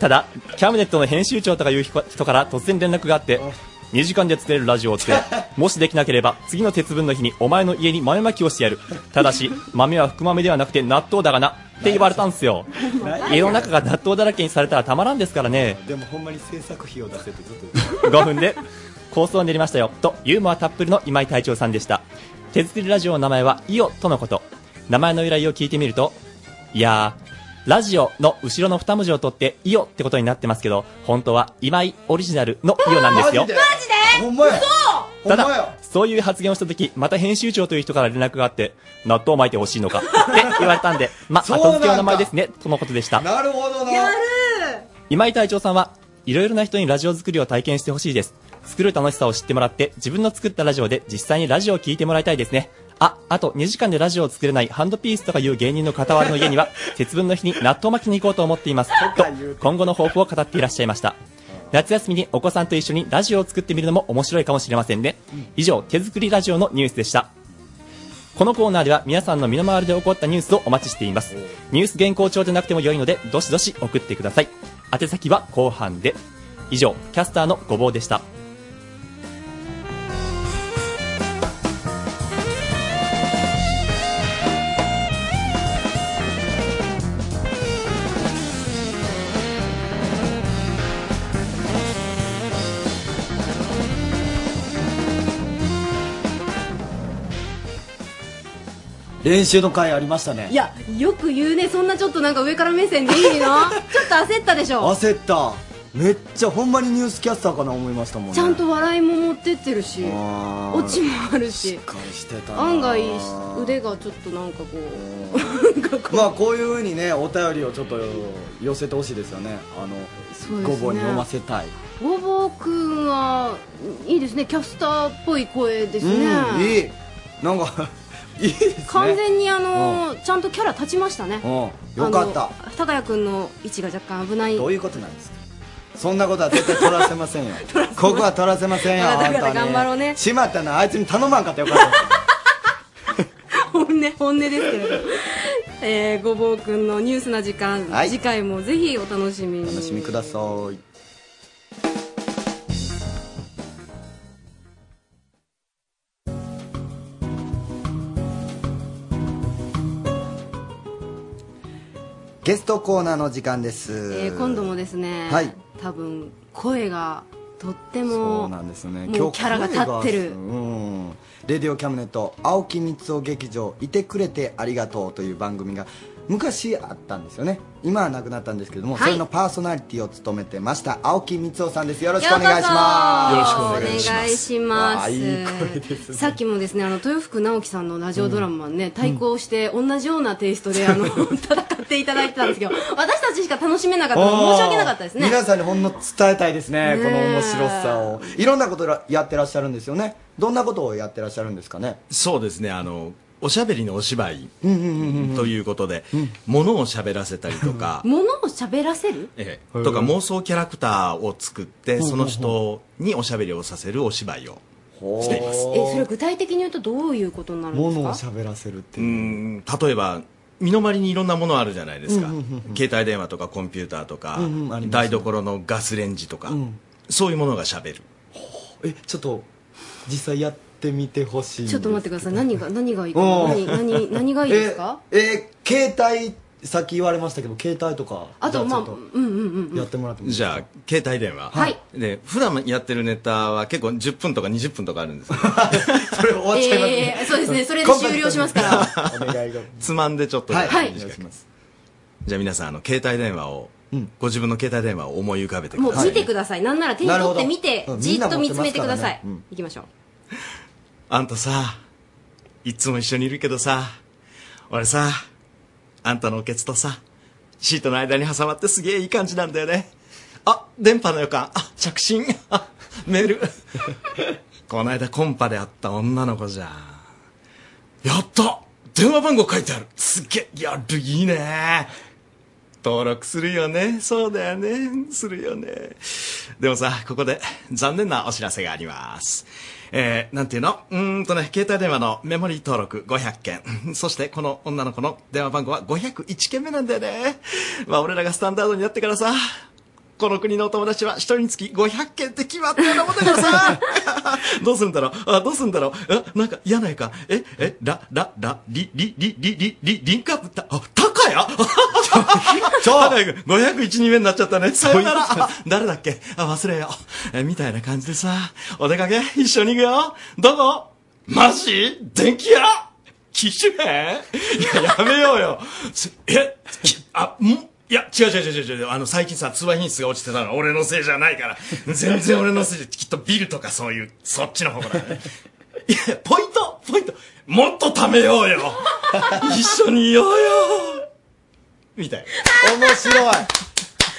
Speaker 16: ただ、キャムネットの編集長とかいう人人から突然連絡があって、2時間で作れるラジオを 作れ。もしできなければ、次の鉄分の日にお前の家に豆まきをしてやる。ただ し、豆は福豆ではなくて納豆だがな。って言われたんです よ。家の中が納豆だらけにされたらたまらんですからね。
Speaker 2: でもほんまに制作費を出せってずっと言って
Speaker 16: 5分で構想を練りましたよとユーモアたっぷりの今井隊長さんでした手作りラジオの名前はイオとのこと名前の由来を聞いてみるといやーラジオの後ろの二文字を取ってイオってことになってますけど本当は今井オリジナルのイオなんですよ
Speaker 2: ほんまや
Speaker 16: ただそういう発言をした時また編集長という人から連絡があって納豆を巻いてほしいのかって言われたんでまあ
Speaker 2: そうなんだ
Speaker 16: 後付けの名前ですねとのことでした
Speaker 2: なるほどな。
Speaker 16: 今井隊長さんはいろいろな人にラジオ作りを体験してほしいです作る楽しさを知ってもらって自分の作ったラジオで実際にラジオを聞いてもらいたいですねあ、あと2時間でラジオを作れないハンドピースとかいう芸人の傍らの家に は節分の日に納豆巻きに行こうと思っていますと今後の抱負を語っていらっしゃいました夏休みにお子さんと一緒にラジオを作ってみるのも面白いかもしれませんね以上手作りラジオのニュースでしたこのコーナーでは皆さんの身の回りで起こったニュースをお待ちしていますニュース原稿帳でなくても良いのでどしどし送ってください宛先は後半で以上キャスターのごぼうでした
Speaker 2: 練習の回ありましたね
Speaker 3: い。やよく言うねそんなちょっとなんか上から目線で いいのちょっと焦ったでしょ
Speaker 2: 焦った。めっちゃほんまにニュースキャスターかな思いましたもんね。
Speaker 3: ちゃんと笑いも持ってってるし
Speaker 2: あー
Speaker 3: オチもあるし
Speaker 2: しっかりしてたな
Speaker 3: 案外腕がちょっとなんかこう
Speaker 2: まあこういうふうにねお便りをちょっと寄せてほしいですよねあの
Speaker 3: うですね
Speaker 2: ごぼうに読ませたい、
Speaker 3: ごぼうくんはいいですねキャスターっぽい声ですね、
Speaker 2: うんいいなんか
Speaker 3: 完全にあのーちゃんとキャラ立ちましたね
Speaker 2: うんよかった
Speaker 3: た高谷君の位置が若干危ない
Speaker 2: どういうことなんですかそんなことは絶対取らせま せんよここは取らせませんよ
Speaker 3: わかった
Speaker 2: 本
Speaker 3: わか
Speaker 2: 当
Speaker 3: った
Speaker 2: に
Speaker 3: 頑張ろうね
Speaker 2: しまったなあいつに頼まんかったよかった
Speaker 3: 本音本音ですけれど、 えー、ごぼうくんのニュースな時間、
Speaker 2: はい
Speaker 3: 次回もぜひお楽しみに
Speaker 2: お楽しみくださいゲストコーナーの時間です、
Speaker 3: えー今度もですね、
Speaker 2: はい
Speaker 3: 多分声がとって
Speaker 2: そう
Speaker 3: も
Speaker 2: なんです
Speaker 3: も
Speaker 2: ね
Speaker 3: うキャラが立ってる
Speaker 2: 声がうんレディオキャムネット青木光雄劇場いてくれてありがとうという番組が昔あったんですよね今はなくなったんですけども、
Speaker 3: は
Speaker 2: そ
Speaker 3: い
Speaker 2: れのパーソナリティを務めてました青木光雄さんですよろしくお願いします
Speaker 3: ようこそよろしくお願いしますお願いします
Speaker 2: わあいい声ですね
Speaker 3: さっきもですねあの豊福直樹さんのラジオドラマね、対抗して同じようなテイストであの 戦っていただいてたんですけど私たちしか楽しめなかったのが申し訳なかったですね
Speaker 2: 皆さんにほんの伝えたいですね
Speaker 3: ねえ
Speaker 2: この面白さをいろんなことらやってらっしゃるんですよねどんなことをやってらっしゃるんですかね
Speaker 17: そうですねあのおしゃべりのお芝居
Speaker 2: うんうんうんうん
Speaker 17: ということで、ものを喋らせたりとか
Speaker 3: ものを喋らせる
Speaker 17: ええとか妄想キャラクターを作ってその人におしゃべりをさせるお芝居をしています
Speaker 3: えそれ具体的に言うとどういうことになるんですか
Speaker 2: 喋らせるって
Speaker 17: うん例えば身の回りにいろんなものあるじゃないですか、
Speaker 2: うんうんうんうん
Speaker 17: 携帯電話とかコンピューターとか、
Speaker 2: うんうんあります
Speaker 17: 台所のガスレンジとか、
Speaker 2: うん
Speaker 17: そういうものがしゃべる
Speaker 2: えちょっと実際やってみてほしい
Speaker 3: ちょっと待ってください何が何がいいか
Speaker 2: おう
Speaker 3: 何何何がいいで すか
Speaker 2: ええ携帯さっき言われましたけど携帯とか
Speaker 3: あ
Speaker 2: じ
Speaker 3: と
Speaker 2: ゃ
Speaker 3: まあ
Speaker 2: ちょっ
Speaker 3: うんうんうん
Speaker 2: とやってもらってもいい
Speaker 17: じゃあ携帯電話、
Speaker 3: はい
Speaker 17: で普段やってるネタは結構10分とか20分とかあるんですよ
Speaker 2: 終わっちゃいますね
Speaker 3: えーそうですねそれで終了しますから
Speaker 17: つまんでちょっと
Speaker 2: はい
Speaker 3: はい
Speaker 17: 短くじゃあ皆さんあの携帯電話を、ご自分の携帯電話を思い浮かべてく
Speaker 3: も
Speaker 17: だ
Speaker 3: う
Speaker 17: さい
Speaker 3: 見てください、なんなら手に
Speaker 17: なる
Speaker 3: 取
Speaker 17: ほ
Speaker 3: っ
Speaker 17: ど
Speaker 3: て見て
Speaker 17: うん
Speaker 3: じっと見つめてください、
Speaker 17: みんな持ってますからね
Speaker 3: いきましょう
Speaker 17: あんたさいつも一緒にいるけどさ俺さあんたのおけつとさシートの間に挟まってすげえいい感じなんだよねあ電波の予感あ着信あ メールこの間コンパで会った女の子じゃやった電話番号書いてあるすげえやるいいね登録するよねそうだよねするよねでもさここで残念なお知らせがありますえー、なんていうのうーんとね携帯電話のメモリー登録500件うん そしてこの女の子の電話番号は501件目なんだよねまあ俺らがスタンダードになってからさこの国のお友達は一人につき500件って決まったようなもんだからさ どうするんだろうあどうするんだろうあなんか嫌な予感ええラララリリリリリリリンクアップたあ高谷そう501人目になっちゃったね。さよなら。あ誰だっけあ、忘れよう。えみたいな感じでさ、お出かけ一緒に行くよ。どこマジ電気屋機種変いや、やめようよ。すえきあ、んいや、違う違う違う違う。あの、最近さ、通話品質が落ちてたの俺のせいじゃないから。全然俺のせいじゃ、きっとビルとかそういう、そっちの方だね。いや、ポイントポイントもっと貯めようよ一緒にいようよみたい
Speaker 2: 面白い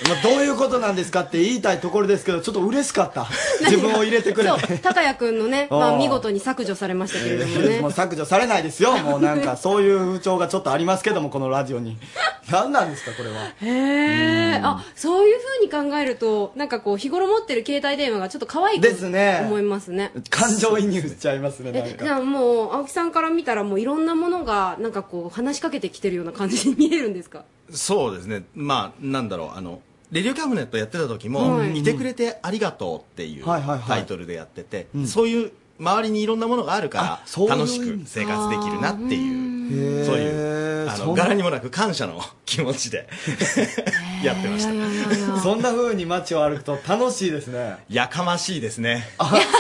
Speaker 2: まあどういうことなんですかって言いたいところですけどちょっと嬉しかった自分を入れてくれ
Speaker 3: そう
Speaker 2: て
Speaker 3: 高谷君のね、ま
Speaker 2: お
Speaker 3: あ、
Speaker 2: う
Speaker 3: 見事に削除されましたけれども
Speaker 2: も
Speaker 3: ね
Speaker 2: う削除されないですよもうなんかそういう風潮がちょっとありますけどもこのラジオに何なんですかこれは
Speaker 3: へえあそういうふうに考えるとなんかこう日頃持ってる携帯電話がちょっと可愛い
Speaker 2: ですね
Speaker 3: 思いますね
Speaker 2: 感情移入しちゃいますねなん
Speaker 3: えじ
Speaker 2: か
Speaker 3: ゃあもう青木さんから見たらもういろんなものがなんかこう話しかけてきてるような感じに見えるんですか
Speaker 17: そうですねまあなんだろうあのレディオキャムネットやってた時も「
Speaker 2: はい
Speaker 17: いてくれてありがとう」っていう
Speaker 2: はいはいはい
Speaker 17: タイトルでやってて、そういう周りにいろんなものがあるか
Speaker 2: そう
Speaker 17: ら
Speaker 2: いう意味
Speaker 17: 楽しく生活できるなっていうそういうあ
Speaker 2: そ
Speaker 17: の
Speaker 2: んな
Speaker 17: 柄にもなく感謝の気持ちでやってました
Speaker 2: そんな風に街を歩くと楽しいですね
Speaker 17: やかましいですね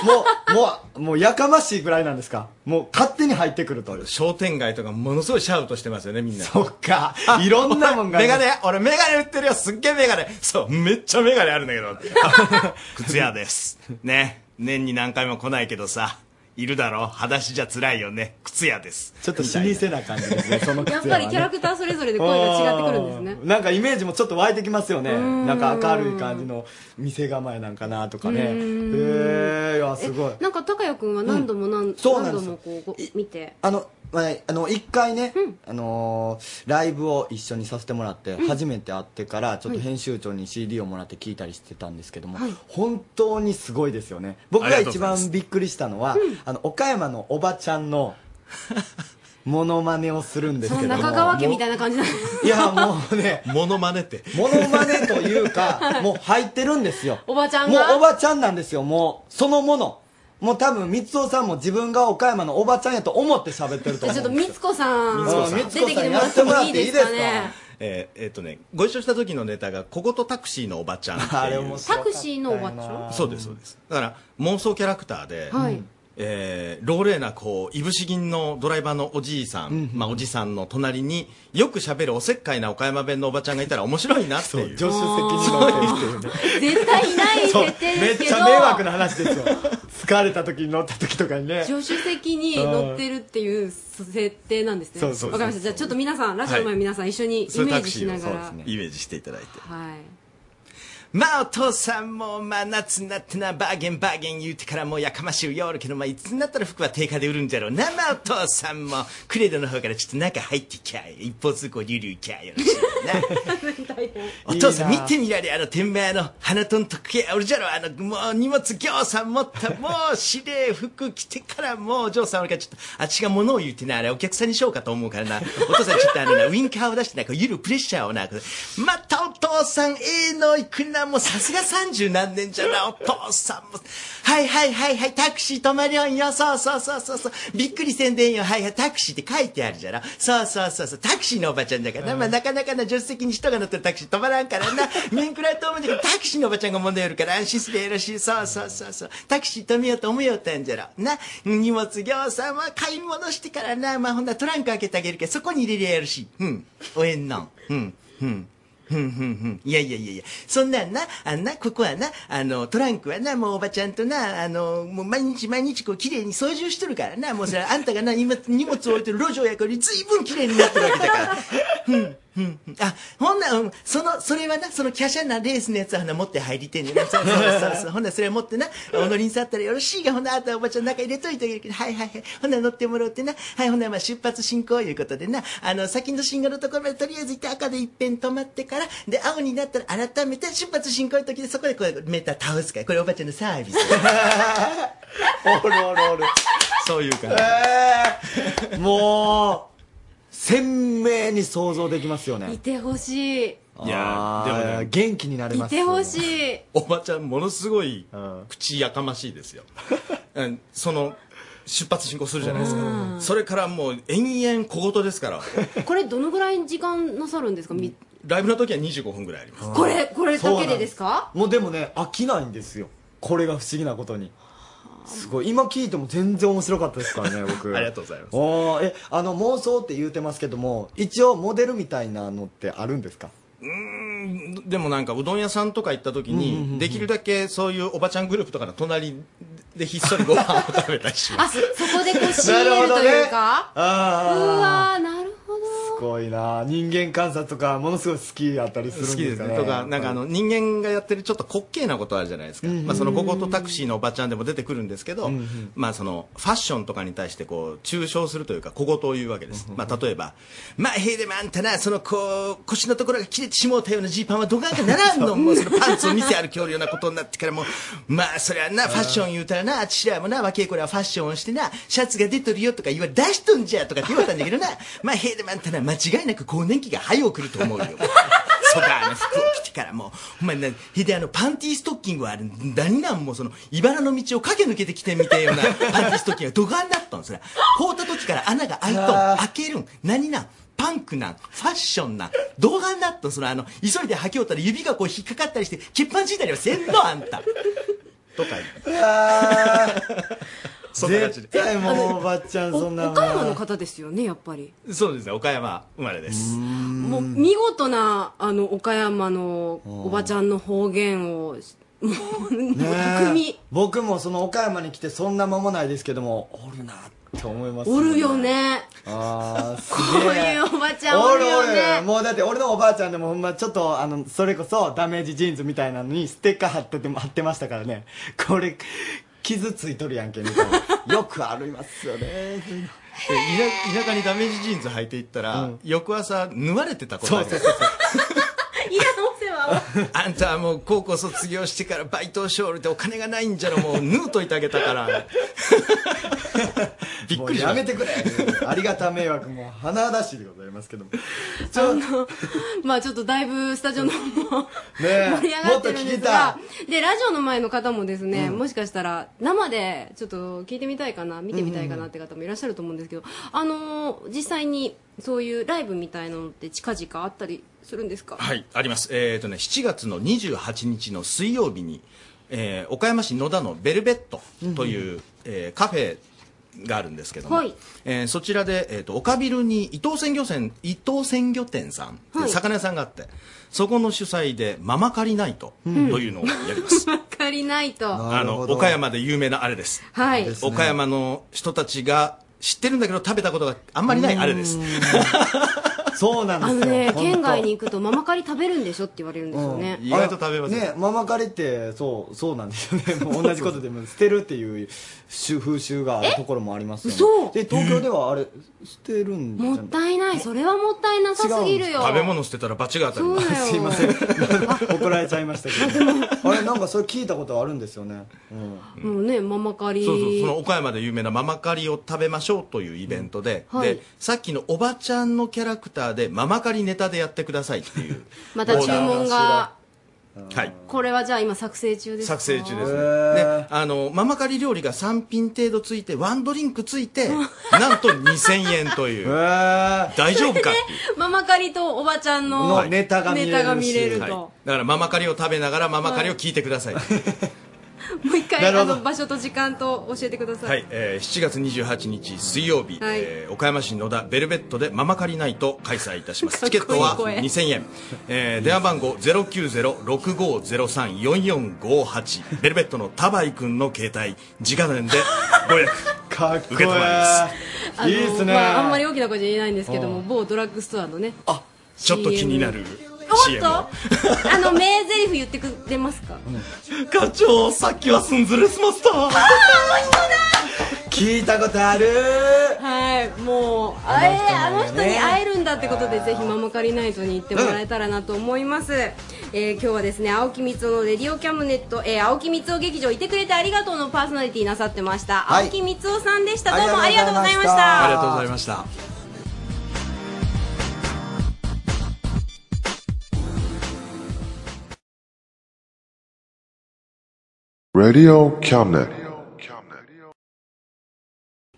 Speaker 2: もうもうもうやかましいぐらいなんですかもう勝手に入ってくると
Speaker 17: 商店街とかものすごいシャウトしてますよねみんな
Speaker 2: そっかいろんなもんがあ
Speaker 17: メ
Speaker 2: る
Speaker 17: ガネ俺メガネ売ってるよすっげえメガネそうめっちゃメガネあるんだけど あ靴屋ですね年に何回も来ないけどさいるだろ裸足じゃ辛いよね靴屋です
Speaker 2: ちょっと老舗な感じ ですねその靴屋
Speaker 3: やっ
Speaker 2: は、
Speaker 3: ぱ
Speaker 2: ね、
Speaker 3: りキャラクターそれぞれで声が違ってくるんですね
Speaker 2: うんなんかイメージもちょっと湧いてきますよね
Speaker 3: ん
Speaker 2: なんか明るい感じの店構えなんかなとかねへ
Speaker 3: う
Speaker 2: え
Speaker 3: ん
Speaker 2: いやすごい
Speaker 3: なんか高谷君は何度も何,、
Speaker 2: そうなん
Speaker 3: 何
Speaker 2: で
Speaker 3: 度
Speaker 2: すよ
Speaker 3: もこうご見て
Speaker 2: あのまあ、あの一回ね、あのーライブを一緒にさせてもらって、
Speaker 17: うん
Speaker 2: 初めて会ってからちょっと
Speaker 17: はい
Speaker 2: 編集長に CD をもらって聞いたりしてたんですけども、
Speaker 17: はい
Speaker 2: 本当にすごいですよね僕が
Speaker 17: ありがと
Speaker 2: 一
Speaker 17: うございます
Speaker 2: 番びっくりしたのは、あの岡山のおばちゃんのモノマネをするんです
Speaker 3: そ
Speaker 2: け
Speaker 3: う
Speaker 2: ども
Speaker 3: 中川家み
Speaker 2: も
Speaker 3: たいな感じなんで
Speaker 2: ういやもうねモノマネってモノマネとい うかもう入ってるんですよ
Speaker 3: おばちゃん
Speaker 2: もう
Speaker 3: が
Speaker 2: おばちゃんなんですよ、もう。そのもの。もう多分、三尾さんも自分が岡山のおばちゃんやと思って喋ってると
Speaker 3: え
Speaker 2: 思う。
Speaker 3: ちょっとみつこさん
Speaker 2: みつこさん
Speaker 3: 出てきてもらってもいいですかね
Speaker 18: えーえっとね、ご一緒した時のネタが、小言タクシーのおばちゃんっていう。
Speaker 3: タクシーのおばちゃん
Speaker 18: そうです、そうです。だから、妄想キャラクターで、
Speaker 3: はい
Speaker 18: えー老齢なこういぶし銀のドライバーのおじいさん、まあ、おじさんの隣によくしゃべるおせっかいな岡山弁のおばちゃんがいたら面白いなっていう助
Speaker 2: 手
Speaker 3: 席に乗
Speaker 18: ってる
Speaker 3: 絶対いない設定ですけど
Speaker 2: な話ですよ。疲れた時に乗った時とかにね
Speaker 3: 助手席に乗ってるっていう設定なんですね
Speaker 18: そうそうそう
Speaker 3: わかりましたじゃあちょっと皆さんラジオの前の皆さん一緒に イ
Speaker 18: そういう
Speaker 3: メー
Speaker 18: タク
Speaker 3: ジ
Speaker 18: シ
Speaker 3: し
Speaker 18: ーを
Speaker 3: な
Speaker 18: そ
Speaker 3: が
Speaker 18: うで
Speaker 3: ら
Speaker 18: すねイメージしていただいて
Speaker 3: はい
Speaker 18: まあお父さんもまあ夏になってなバーゲンバーゲン言うてからもうやかましいよおるけどまあいつになったら服は定価で売るんじゃろうなまあお父さんもクレドの方からちょっと中入ってきゃ一方通行流流きゃよろしいなお父さん
Speaker 17: い
Speaker 18: 見
Speaker 17: いな
Speaker 18: てみられあの天命の花とんとくやおるじゃろあのもう荷物ぎょうさん持ったもう司令服着てからもうお嬢さんおるからちょっとあっちが物を言うてなあれお客さんにしようかと思うから なお父さんちょっとあのなウインカーを出してなこうゆるプレッシャーをなこうまたお父さんええのいくなもうさすが三十何年じゃなお父さんもはいはいはいはいタクシー止まりょんよそうそうそうそうそうびっくりせんでんよはいはいタクシーって書いてあるじゃろそうそうそうそうタクシーのおばちゃんだからな、まあ、なかなかな助手席に人が乗ってるタクシー止まらんから な面食らうと思うんだけどタクシーのおばちゃんが問題よるから安心すりゃよろしいそうそうそうそうタクシー止めようと思いよったんじゃろな荷物ぎょうさんは買い物してからなまあほんならトランク開けてあげるけどそこに入れりゃよろしいうんおえんのんうんうんふんふんふん。いやいやいやいや。そんなんな、あんな、ここはな、あの、トランクはな、もうおばちゃんとな、あの、もう毎日毎日こう、綺麗に操縦しとるからな、もうそれ、あんたがな、今、荷物置いてる路上やから、ずいぶん綺麗になってるわけだから。うん、あ、ほんなら、うん、その、それはな、その、華奢なレースのやつはな、持って入りてんねんな。そうそうそうそう。ほんならそれ持ってな、お乗りに去ったらよろしいが、ほんならあとはおばちゃん中入れといてあげるけど、はいはいはい。ほんなら乗ってもらうってな、はい、ほんならまあ出発進行いうことでな、あの、先の信号のところまでとりあえず行って赤で一遍止まってから、で、青になったら改めて出発進行の時でそこでこう、メーター倒すから、これおばちゃんのサービス。
Speaker 2: おるおるおる。
Speaker 18: そういう感
Speaker 2: えーもう、鮮明に想像できますよ
Speaker 3: い
Speaker 2: ね。
Speaker 3: てほしい
Speaker 18: いやー
Speaker 2: あー
Speaker 18: でもね
Speaker 2: 元気になれ
Speaker 3: い
Speaker 2: ます。
Speaker 3: てほしい
Speaker 18: おばちゃんものすごい口やかましいですよ、 うんその出発進行するじゃないです
Speaker 3: う
Speaker 18: かそれからもう延々小言ですから
Speaker 3: これどのぐらい時間なさるんですかみ
Speaker 18: ライブの時は25分ぐらいあります
Speaker 3: これこれだけでですか
Speaker 2: もうでもね、飽きないんですよ。これが不思議なことに。すごい。今聞いても全然面白かったですからね、僕。
Speaker 18: ありがとうございます
Speaker 2: おーえあの妄想って言うてますけども一応モデルみたいなのってあるんですか
Speaker 18: でもなんかうどん屋さんとか行った時に、できるだけそういうおばちゃんグループとかの隣でひっそりご飯を食べたりしま
Speaker 3: あ
Speaker 18: す
Speaker 3: そこでこう仕
Speaker 2: な
Speaker 3: 入
Speaker 2: る
Speaker 3: れ
Speaker 2: ほ
Speaker 3: る
Speaker 2: ど
Speaker 3: と
Speaker 2: ね
Speaker 3: いうかう
Speaker 2: あ
Speaker 3: わーなるほど
Speaker 2: あすごいな人間観察とかものすごい好きやったりす
Speaker 18: 好
Speaker 2: る
Speaker 18: き
Speaker 2: んで
Speaker 18: ですす
Speaker 2: か
Speaker 18: ね
Speaker 2: ね
Speaker 18: とかなんかあの人間がやってるちょっと滑稽なことあるじゃないですか、まあ、そのこことタクシーのおばちゃんでも出てくるんですけど、
Speaker 17: うんうん
Speaker 18: まあ、そのファッションとかに対してこう中傷するというか小言を言うわけです、まあ、例えば「まあへいでもあんたなそのこう 腰のところが切れてしもうたようなジーパンはどがんかならんの」もうそのパンツを見せ歩きおるようなことになってからもうまあそりゃなファッション言うたらなあちらもな若い頃はファッションをしてなシャツが出とるよとか言わ出しとんじゃとかって言われたんだけどな まあへいでもあんたな間違いなく更年期が早う来ると 思うよ。そばの服を着てからもう、お前な、ひであの、パンティーストッキングはあれ、何なんもうその、茨の道を駆け抜けてきてみてえ ような、パンティーストッキングがドガンだったんそれ。凍った時から穴が開いとん、開けるん、何なん、パンクなん、ファッションなん、動画になっとん、そのあの、急いで履きおったら指がこう引っかかったりして、欠板じいたりはせんの、あんた。 とか言う。そんな感じで。
Speaker 2: 絶対もうおばちゃんそんな
Speaker 3: 岡山の方ですよねやっぱり
Speaker 18: そうですね、岡山生まれです。
Speaker 3: もう見事なあの岡山のおばちゃんの方言をもう
Speaker 2: ねえ
Speaker 3: 巧み
Speaker 2: 僕もその岡山に来てそんな間もないですけどもおるなって思います
Speaker 3: おるよね
Speaker 2: ああす
Speaker 3: こう
Speaker 2: げえ
Speaker 3: いうおばちゃんおるよね
Speaker 2: もうだって俺のおばあちゃんでもほんまちょっとあのそれこそダメージジーンズみたいなのにステッカー貼ってても貼ってましたからねこれ傷ついとるやんけみたいなよくありますよね。
Speaker 17: 田田舎にダメージジーンズ履いていったら、翌朝縫われてたことある
Speaker 3: いや、どうせは。
Speaker 17: あんたはもう高校卒業してからバイトをしょるってお金がないんじゃろもう縫うといてあげたからびっくりし
Speaker 2: も
Speaker 17: ま
Speaker 2: うやめ
Speaker 17: して
Speaker 2: くれ。ありがた迷惑も鼻だしでございますけども。ちょっと、ね
Speaker 3: まあちょっとだいぶスタジオの方も
Speaker 2: え
Speaker 3: 盛り上がってるんですが、で、ラジオの前の方もですね、もしかしたら生でちょっと聞いてみたいかな、見てみたいかなって方もいらっしゃると思うんですけど、あのー実際にそういうライブみたいなのって近々あったりするんですか
Speaker 17: はい、あります。えっ、とね、7月の28日の水曜日に、えー岡山市野田のベルベットという、えーカフェがあるんですけども、
Speaker 3: はい
Speaker 17: えーそちらで、えー、と岡ビルに伊東鮮魚店伊東鮮魚店さんって、
Speaker 3: はい
Speaker 17: 魚屋さんがあってそこの主催でママカリナイトというのをやり ます、
Speaker 3: わかりないと。
Speaker 17: あの岡山で有名なあれです、
Speaker 3: はいですね
Speaker 17: 岡山の人たちが知ってるんだけど食べたことがあんまりないあれです
Speaker 2: そうなん
Speaker 3: あのね、県外に行くとママカリ食べるんでしょって言われるんですよね。
Speaker 17: 意外と食べます
Speaker 2: ねママカレってそうそうなんですよね もう同じことでも捨てるっていう習風習があるところもありますよねで東京ではあれ捨てるんじゃ
Speaker 3: もったいない。それはもったいなさすぎるよ。
Speaker 17: 食べ物捨てたら罰が当たります
Speaker 2: すい
Speaker 3: そうだよ
Speaker 2: ません 怒られちゃいましたけどあれなんかそれ聞いたことあるんですよね、うん、
Speaker 3: もうね、ママカリ。
Speaker 17: そうそうその岡山で有名なママカリを食べましょうというイベントで、
Speaker 3: うんはい
Speaker 17: でさっきのおばちゃんのキャラクターでママカリネタでやってくださいっていう
Speaker 3: また注文が、
Speaker 17: はい
Speaker 3: これはじゃあ今作成中ですか
Speaker 17: 作成中ですねであのママカリ料理が3品程度ついてワンドリンクついてなんと2000円という大丈 夫かっていう
Speaker 3: ママカリとおばちゃんの
Speaker 17: はい
Speaker 3: ネタが見れると。
Speaker 17: はいだからママカリを食べながらママカリを聞いてください、はい
Speaker 3: もう一回、
Speaker 17: なる
Speaker 3: あ
Speaker 17: ほど
Speaker 3: の、場所と時間と教えてください。
Speaker 17: えー7月28日水曜日、
Speaker 3: はい
Speaker 17: えー岡山市野田ベルベットでママカリナイト開催いたします
Speaker 3: かっ
Speaker 17: チ
Speaker 3: こ
Speaker 17: ケ
Speaker 3: いい
Speaker 17: ットは
Speaker 3: 声
Speaker 17: 2000円、えー電話番号090-6503-4458ベルベットのタバイ君の携帯直伝でご予約
Speaker 2: かっ
Speaker 17: 受け止めます
Speaker 3: あのまあ、あんまり大きな声じゃ言えないんですけども、某ドラッグストアのね。あ、
Speaker 17: ちょっと気になる
Speaker 3: おっ
Speaker 17: CM
Speaker 3: とあの、名台詞言ってくれますか
Speaker 17: 課長さっきはすんずるすました
Speaker 2: 聞いたことある
Speaker 3: はい、もう、あえーあの人に会えるんだってことで、ぜひママカリナイトに行ってもらえたらなと思います。えー今日はですね、青木光雄のレディオキャムネット、えー、青木光雄劇場いてくれてありがとうのパーソナリティなさってました。
Speaker 17: はい
Speaker 3: 青木光雄さんでした。どうもありがとうございました。
Speaker 17: ありがとうございました
Speaker 19: ラディオキャムネット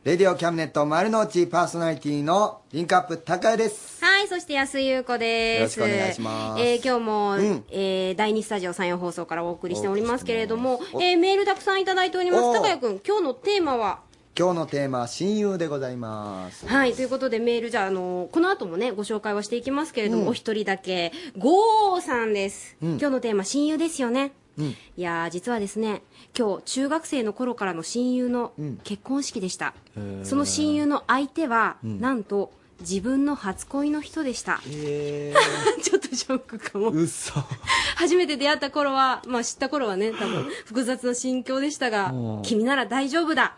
Speaker 2: レディオキャムネット丸の内パーソナリティのリンクアップ高江です
Speaker 3: はい、そして安井優子です。
Speaker 2: よろしくお願いします
Speaker 3: えー今日も、
Speaker 2: うん
Speaker 3: えー第2スタジオ山陽放送からお送りしておりますけれども
Speaker 2: お、
Speaker 3: えーメールたくさんいただいております。
Speaker 2: お
Speaker 3: 高谷くん、今日のテーマは
Speaker 2: 今日のテーマは親友でございます
Speaker 3: はい、ということでメールじゃあ、あのこの後もね、ご紹介はしていきますけれども、
Speaker 2: うん
Speaker 3: お一人だけ、ゴーさんです。
Speaker 2: うん
Speaker 3: 今日のテーマ、親友ですよね。
Speaker 2: うん
Speaker 3: いやー、実はですね、今日、中学生の頃からの親友の結婚式でした。その親友の相手は、
Speaker 2: うん
Speaker 3: なんと、自分の初恋の人でした。 ちょっとショックかも。初めて出会った頃は、まあ知った頃は ね、多分、複雑な心境でしたが
Speaker 20: うん、
Speaker 3: 君なら大丈夫だ。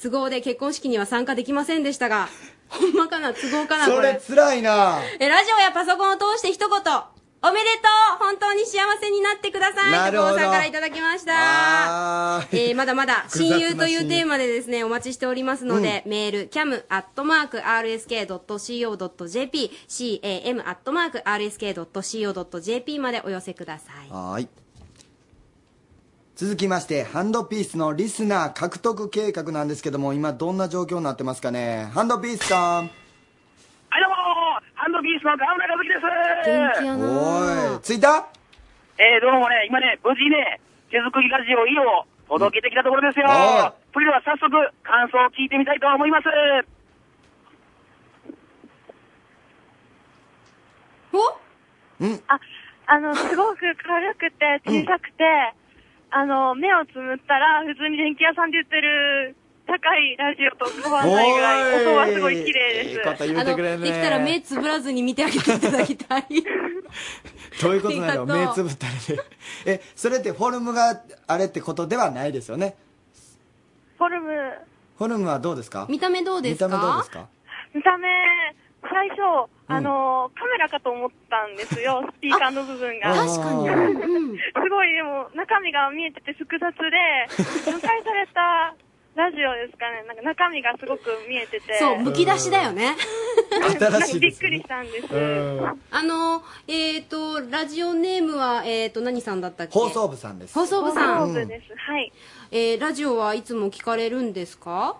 Speaker 3: 都合で結婚式には参加できませんでした が、ほんまかな、都合かな、こ
Speaker 2: それ
Speaker 3: れ。
Speaker 2: 辛いな
Speaker 3: え、ラジオやパソコンを通して一言、おめでとう本当に幸せになってくださ
Speaker 2: ないるほど
Speaker 3: 久保さんからいただきました。えーまだま だ
Speaker 2: 複雑な
Speaker 3: 親友というテーマでですね、お待ちしておりますので、メール、cam.rsk.co.jp、cam.rsk.co.jp までお寄せください。
Speaker 2: はい続きましてハンドピースのリスナー獲得計画なんですけども今どんな状況になってますかねハンドピースさん
Speaker 18: はい、どうもハンドピースの河村和樹です
Speaker 2: おい着いた
Speaker 18: えー、どうもね、今ね、無事ね、手作りラジオ E を届けてきたところですよ
Speaker 2: うんおい
Speaker 18: それでは早速、感想を聞いてみたいと思います
Speaker 21: あ、あの、すごく軽くて小さくて、あの、目をつむったら、普通に電気屋さんで売ってる高いラジオと変わらないぐらい、音はすごい綺麗です。
Speaker 2: 言うてくれるね
Speaker 3: あのできたら目つぶらずに見てあげていただきたい。
Speaker 2: どういうことなの
Speaker 3: あり
Speaker 2: 目
Speaker 3: がと
Speaker 2: つ
Speaker 3: う
Speaker 2: ぶったりでえそれってフォルムがあれってことではないですよね
Speaker 21: フォルム、
Speaker 2: ホルムはどうですか
Speaker 3: 見た目どうですか
Speaker 2: 見た目どうですか
Speaker 21: 見た目、最初、あの、カメラかと思ったんです よ、スピーカーの部分が。
Speaker 2: あ確かに
Speaker 21: すごい、でも、中身が見えてて複 雑で、誤解されたラジオですかね、なんか中身がすごく見えてて。
Speaker 3: そう、むき出しだよね。
Speaker 21: なんかびっくりしたんです。
Speaker 3: あの、えっ、と、ラジオネームは、えっ、と、何さんだったっけ
Speaker 2: 放送部さんです。
Speaker 3: 放送部さん。
Speaker 21: そうです。はい。
Speaker 3: えーラジオはいつも聞かれるんですか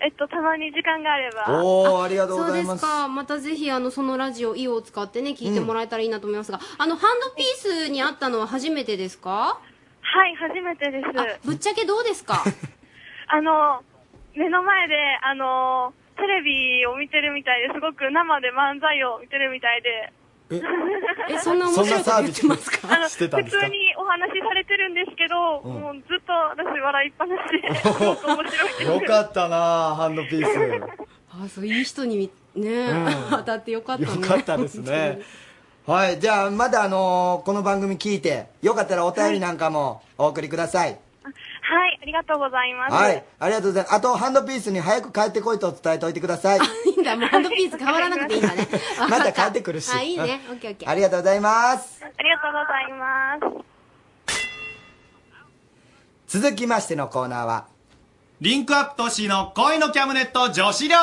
Speaker 21: えっと、たまに時間があれば。
Speaker 2: おー、ありがとうござい
Speaker 3: そう
Speaker 2: ま
Speaker 3: です
Speaker 2: す。
Speaker 3: か。またぜひ、あの、そのラジオ、イオを使ってね、聞いてもらえたらいいなと思いますが、あの、ハンドピースに会ったのは初めてですか
Speaker 21: はい、初めてです。
Speaker 3: ぶっちゃけどうですか
Speaker 21: あの、目の前で、あの、テレビを見てるみたいですごく生で漫才を見てるみたいで。
Speaker 3: え、そんな面白いこと言ってますか
Speaker 21: あの、普通にお話しされてるんですけど、
Speaker 2: うん
Speaker 21: もうずっと私笑いっぱなしで、すごく面白いです。
Speaker 2: よかったなハンドピース。
Speaker 3: あ、そう、いい人にみ、ね、
Speaker 2: うん
Speaker 3: 当たってよかったね。
Speaker 2: よかったですね。はい、じゃあ、まだあのーこの番組聞いて、よかったらお便りなんかもお送りください。
Speaker 21: はい、ありがとうございます。
Speaker 2: はい、ありがとうございます。あと、ハンドピースに早く帰ってこいと伝えておいてくだ さい。
Speaker 3: いいんだ、もうハンドピース変わらなくていいんだね。
Speaker 2: また帰ってくるし。
Speaker 3: あ、いいね。
Speaker 2: う
Speaker 3: オッケーオッケ
Speaker 2: ん
Speaker 3: ー。
Speaker 2: ありがとうございます。
Speaker 21: ありがとうございます。
Speaker 2: 続きましてのコーナーは、
Speaker 20: リンクアップ都市の恋のキャムネット女子寮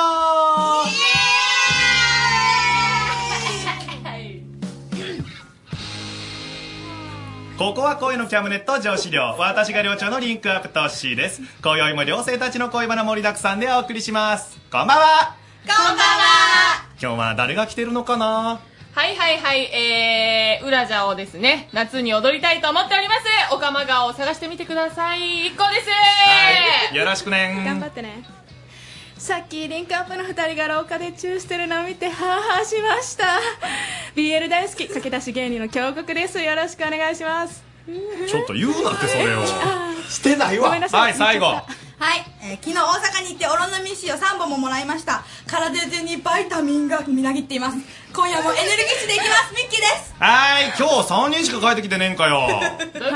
Speaker 20: ここは恋のキャムネット女子寮私が寮長のリンクアップ都市です今宵も寮生たちの恋バナ盛りだくさんでお送りしますこんばんは
Speaker 12: こんばんは
Speaker 20: 今日は誰が来てるのかな
Speaker 12: はいはいはい、えー、裏じゃをですね、夏に踊りたいと思っております。おかま顔を探してみてください。一行です、
Speaker 20: よろしくね
Speaker 12: 頑張
Speaker 20: って
Speaker 12: ね。
Speaker 10: さっきリンクアップの2人が廊下でチューしてるのを見てハーハーしました BL 大好き駆け出し芸人の京極ですよろしくお願いします
Speaker 20: ちょっと言うなってそれをして
Speaker 10: ないわごめんなさい
Speaker 20: はい最後
Speaker 22: はい、えー昨日大阪に行ってオロナミン C を3本ももらいました体中にバイタミンがみなぎっています今夜もエネルギッシュでいきますミッキーです
Speaker 20: はい今日3人しか帰ってきてねえんかよ
Speaker 22: どういうこと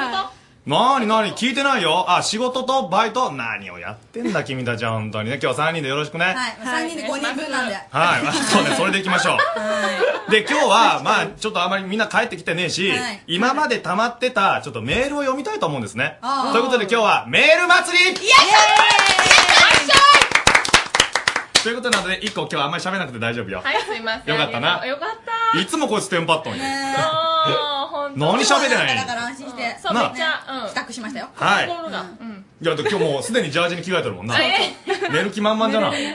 Speaker 20: なになに聞いてないよあ仕事とバイト何をやってんだ君たちは本当にね今日3人でよろしくねはい、
Speaker 22: はい、3人で5人分なんで
Speaker 20: あそうねそれでいきましょうで今日はまあちょっとあまりみんな帰ってきてねえし、
Speaker 22: はい
Speaker 20: 今まで溜まってたちょっとメールを読みたいと思うんですね
Speaker 22: ああ
Speaker 20: ということで今日はメール祭り
Speaker 22: イエ
Speaker 20: ということなので1個今日はあんまり喋らなくて大丈夫よ、
Speaker 12: はい、すいません。
Speaker 20: よかったな
Speaker 12: よかった。
Speaker 20: いつもこいつテンパっとんよ
Speaker 12: あー、ほんと
Speaker 20: 何喋れない
Speaker 22: だから安心して
Speaker 12: そう、め
Speaker 20: なあ
Speaker 12: っちゃ、うん。
Speaker 22: 比較しましたよ
Speaker 20: はい
Speaker 12: 心が。うん。
Speaker 20: いやだって今日もうすでにジャージに着替えてるもんな
Speaker 12: え
Speaker 20: 寝る気満々じゃな
Speaker 12: はい。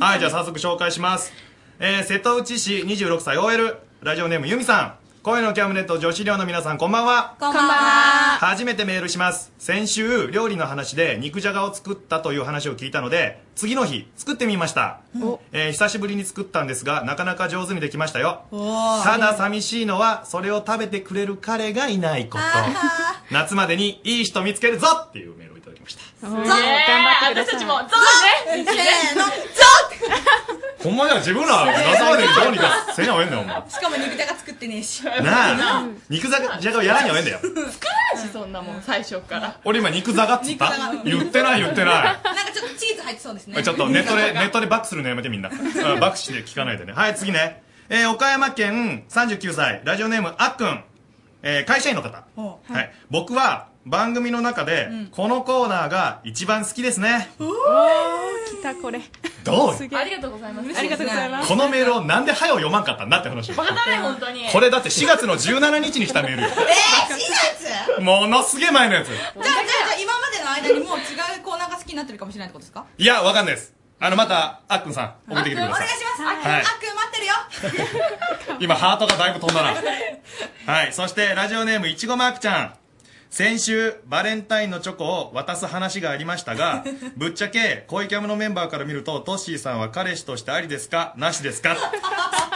Speaker 20: はい、じゃあ早速紹介します。えー、瀬戸内市26歳 OL、ラジオネームゆみさん。声のキャムネット女子寮の皆さん、こんばんは。
Speaker 22: こんばんは
Speaker 20: 初めてメールします。先週、料理の話で肉じゃがを作ったという話を聞いたので、次の日、作ってみました。えー、久しぶりに作ったんですが、なかなか上手にできましたよ。ただ寂しいのは、それを食べてくれる彼がいないこと。夏までにいい人見つけるぞっていうメールをいただきました。
Speaker 12: すげー
Speaker 22: 頑張ってくださ
Speaker 12: 私た
Speaker 22: い
Speaker 12: ちも、ゾ
Speaker 22: ゾ
Speaker 12: ー
Speaker 22: ーン
Speaker 12: ンね。
Speaker 22: せーのゾ
Speaker 20: ほんまじゃ自分ら、夏までにどうにかせにゃおえんねん、お前。
Speaker 22: しかも肉じゃが作ってねえしな
Speaker 20: なあ、肉じゃがをやらにはええんだよ。
Speaker 12: 作らないし、そんなもん、最初から。
Speaker 20: 俺今肉ざがっつった言ってない言って なん
Speaker 22: かちょっとチーズ入ってそうですね
Speaker 20: い。ちょっとネットで、ネットでバックするのやめてみ んな。うんバックして聞かないでね。はい、次ね。えー、岡山県39歳、ラジオネームあっくん。えー、会社員の方。
Speaker 22: お
Speaker 20: はい。僕は番組の中で、このコーナーが一番好きですね。
Speaker 10: おお来たこれ
Speaker 20: どう
Speaker 10: すげえ
Speaker 12: ありがとうございます。
Speaker 10: ありがとうございます
Speaker 20: このメールをなんで早う読まんかったんだって話。
Speaker 12: バカだね、本当に。
Speaker 20: これだって4月の17日に来たメールよ。
Speaker 22: えー、シーズ
Speaker 20: ものすげえ前のやつ。
Speaker 22: じゃあ、じゃあ、じゃあ今までの間にもう違うコーナーが好きになってるかもしれないってことですか
Speaker 20: いや、わかんないです。あの、また、あっくんさん、送ってきてくださ
Speaker 22: お願
Speaker 20: い。
Speaker 22: いします。
Speaker 20: はい
Speaker 22: あっくん待ってるよ。
Speaker 20: 今、ハートがだいぶ飛んだな。はい。そして、ラジオネーム、いちごマークちゃん。先週、バレンタインのチョコを渡す話がありました が、ぶっちゃけ、恋キャムのメンバーから見ると、トッシーさんは彼氏としてありですかなしですか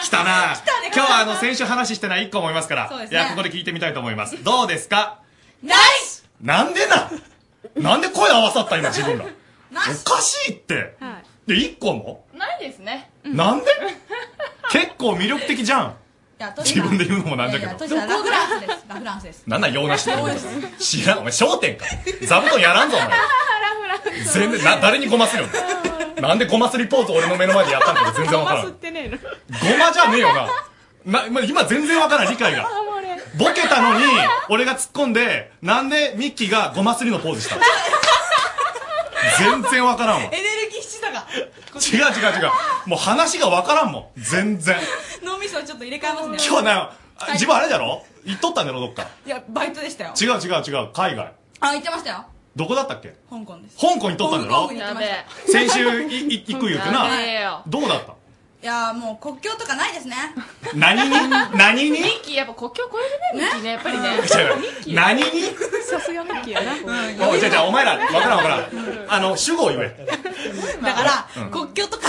Speaker 20: 来たな今日は、あの、先週話してない1個思いますから、
Speaker 22: そうですね
Speaker 20: いや、ここで聞いてみたいと思います。どうですか
Speaker 22: ナイス
Speaker 20: なんでななんで声合わさった今、自分ら。おかしいって。
Speaker 12: は
Speaker 20: で、1個も
Speaker 12: い。ないですね。
Speaker 20: なんで結構魅力的じゃん。
Speaker 22: いや、
Speaker 20: 自分で言うのもなんだけど。
Speaker 22: トシさん、ラフランスです。ラフランスです。
Speaker 20: なんなん用なしって
Speaker 22: 用なし
Speaker 20: 知らん、お前、商店か。座布団やらんぞ、お前。
Speaker 12: ラフ
Speaker 20: 全然な誰にごまするのなんでごますリポート俺の目の前でやったんか全然わからん
Speaker 10: 吸ってねえの
Speaker 20: ごまじゃねえよなな、ま、今全然わからん理解がボケたのに俺が突っ込んでなんでミッキーがごますりのポーズしたの全然わからんわ
Speaker 10: エネルギッシュさが
Speaker 20: 違う違う違うもう話がわからんもん全然
Speaker 10: 脳みそをちょっと入れ替えますね
Speaker 20: 今日なあ自分あれだろ行っとったんだろどっか
Speaker 10: いやバイトでしたよ
Speaker 20: 違う違う違う海外
Speaker 10: あ行ってましたよ
Speaker 20: どこだったっけ
Speaker 10: 香港です
Speaker 20: 香港行っとったんだろ
Speaker 10: 香港に行ってました
Speaker 20: 先週いい行く言うてな
Speaker 10: やべえよ
Speaker 20: どうだった
Speaker 10: いやーもう国境とかないですね
Speaker 20: 何に何に
Speaker 10: ミッキーやっぱ国境越えるねミッキーねやっぱりね
Speaker 20: 違う何に
Speaker 10: さすがミッキーやな
Speaker 20: おい違う違うお前らわからんわからんあの主語を言え
Speaker 10: だから
Speaker 20: うん
Speaker 10: 国境とか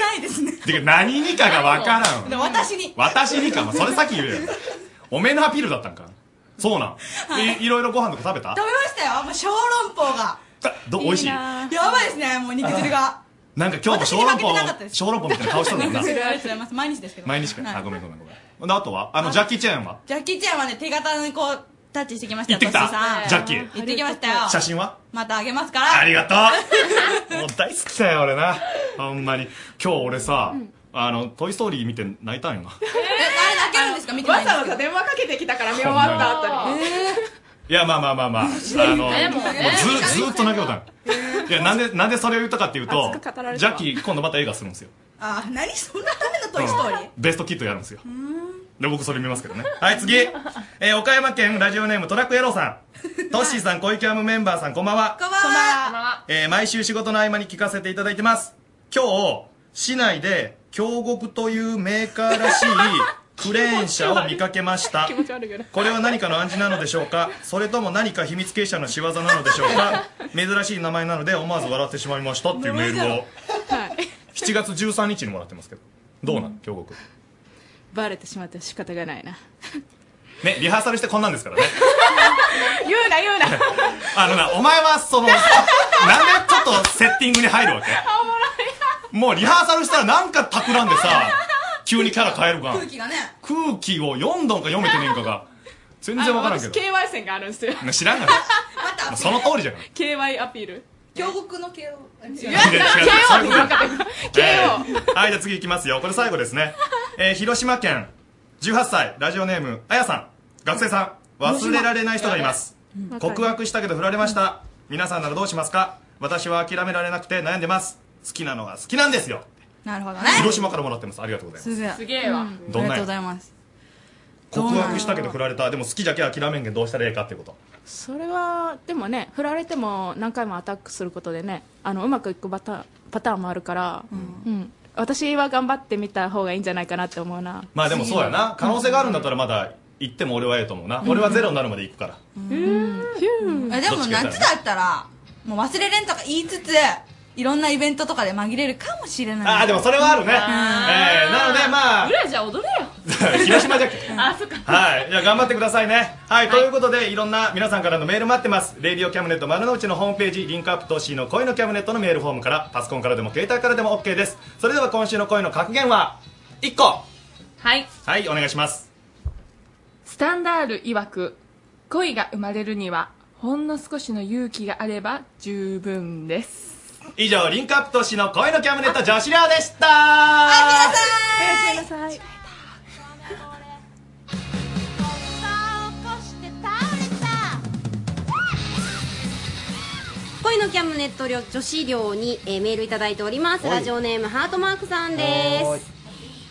Speaker 10: ないですね
Speaker 20: てか何にかがわからん
Speaker 10: で私に
Speaker 20: 私にかもそれさっき言えよおめえのアピールだったんかそうなん、い、いろいろご飯とか食べた
Speaker 10: 食べましたよもう小籠包が
Speaker 20: ど美味しい
Speaker 10: やばいですねもう肉汁が
Speaker 20: なんか今日も小籠
Speaker 10: 私に負けて
Speaker 20: 包
Speaker 10: なかったです
Speaker 20: 小籠包みたいな顔しとんだも んな
Speaker 10: 肉汁ありがとうございます毎日ですけど
Speaker 20: 毎日か
Speaker 10: はい
Speaker 20: あごめんごめんごめんであとはあのジャッキー・チェーンは
Speaker 10: ジャッキーちゃんはね手形にこうタッチしてきました
Speaker 20: 行
Speaker 10: よ
Speaker 20: ってき
Speaker 10: トッシー
Speaker 20: た
Speaker 10: さん
Speaker 20: ジャッキー
Speaker 10: 行ってきましたよ
Speaker 20: 写真は
Speaker 10: またあげますから
Speaker 20: ありがとうもう大好きだよ俺なほんまに今日俺さあの「トイ・ストーリー」見て泣いたんよな
Speaker 10: あれ開けるんですか見てないんです
Speaker 4: わざわざ電話かけてきたから
Speaker 20: 見
Speaker 4: 見
Speaker 20: 終
Speaker 4: 終
Speaker 20: わ
Speaker 4: わ
Speaker 20: っ
Speaker 4: ったた後に
Speaker 20: いやまあまあま あまああのもう
Speaker 4: でもね
Speaker 20: ずずーっと泣きよったんいやなんでなんでそれを言ったかっていうと
Speaker 10: 熱く語られた
Speaker 20: ジャッキー今度また映画するんですよ
Speaker 10: あ何そんなためのトイ・ストーリー
Speaker 20: ベストキットやるんですよで僕それ見ますけどねはい次、えー岡山県ラジオネームトラックエローさ んトッシーさん小池アムメンバーさんこんばんは
Speaker 10: こんばんは
Speaker 20: えー毎週仕事の合間に聞かせていただいてます今日市内で京極というメーカーらしいクレーン車を見かけ ました
Speaker 4: 気持ち悪いぐらい
Speaker 20: これは何かの暗示なのでしょうかそれとも何か秘密結社の仕業なのでしょうか珍しい名前なので思わず笑ってしまいましたっていうメールを7月13日にもらってますけどどうなん京極
Speaker 4: バレてしまって仕方がな いな
Speaker 20: ねリハーサルしてこんなんですからね
Speaker 4: 言うな 言うな
Speaker 20: あのなお前はそのなんでちょっとセッティングに入るわけもうリハーサルしたらなんか企んでさ急にキャラ変えるか
Speaker 4: 空気がね
Speaker 20: 空気を読んどんか読めてねえんかが全然わからんけど
Speaker 4: あの私 KY 線があるんですよ
Speaker 20: 知らんがなまあその通りじゃん
Speaker 4: KY アピール
Speaker 10: 京極の慶応
Speaker 20: いや違う違うそういうこと
Speaker 4: KO
Speaker 20: えーはい、じゃあ次いきますよ。これ最後ですね。えー広島県、18歳、ラジオネーム、あやさん。学生さん、忘れられない人がいます。
Speaker 5: うん
Speaker 20: 告白したけど振られました。皆さんならどうしますか私は諦められなくて悩んでます。好きなのが好きなんですよ。
Speaker 10: なるほどね
Speaker 20: 広島からもらってます。ありがとうございます。
Speaker 10: すげえ
Speaker 12: すげえわ
Speaker 10: うん
Speaker 20: どん
Speaker 10: あり
Speaker 20: なや
Speaker 10: がとうございます
Speaker 20: 告白したけど振られた。でも好きじゃけ諦めんけんどうしたらええかっていうこと。
Speaker 4: それはでもね振られても何回もアタックすることでねあのうまくいくパターンパターンもあるから、うん私は頑張ってみた方がいいんじゃないかなって思うな
Speaker 20: まあでもそうやな。可能性があるんだったらまだ行っても俺はええと思うな。俺はゼロになるまで行くから。
Speaker 10: えで
Speaker 20: どっ
Speaker 10: も
Speaker 20: ち
Speaker 10: 夏
Speaker 20: か
Speaker 10: だ
Speaker 20: 言ったらね
Speaker 10: ったらもう忘れれんとか言いつついろんなイベントとかで紛れるかもしれない
Speaker 20: ああ、でもそれはあるね。えーなのでまあ、
Speaker 12: 裏じゃ踊れよ
Speaker 20: 広島じゃっけ
Speaker 12: あそっか
Speaker 20: はい。じゃあ頑張ってくださいね。はい。ということで、いろんな皆さんからのメール待ってます。レディオキャムネット丸の内のホームページ、リンクアップ投資の恋のキャムネットのメールフォームから、パソコンからでも携帯からでも OK です。それでは今週の恋の格言は、1個
Speaker 12: はい
Speaker 20: はい、お願いします。
Speaker 12: スタンダール曰く恋が生まれるにはほんの少しの勇気があれば十分です
Speaker 20: 以上、リンクアップ投資の恋のキャムネット女子寮でしたあ、
Speaker 4: ごめんなさい
Speaker 3: 恋のキャムネット女子寮に、えーメールいただいております
Speaker 8: はい
Speaker 3: ラジオネームハートマークさんです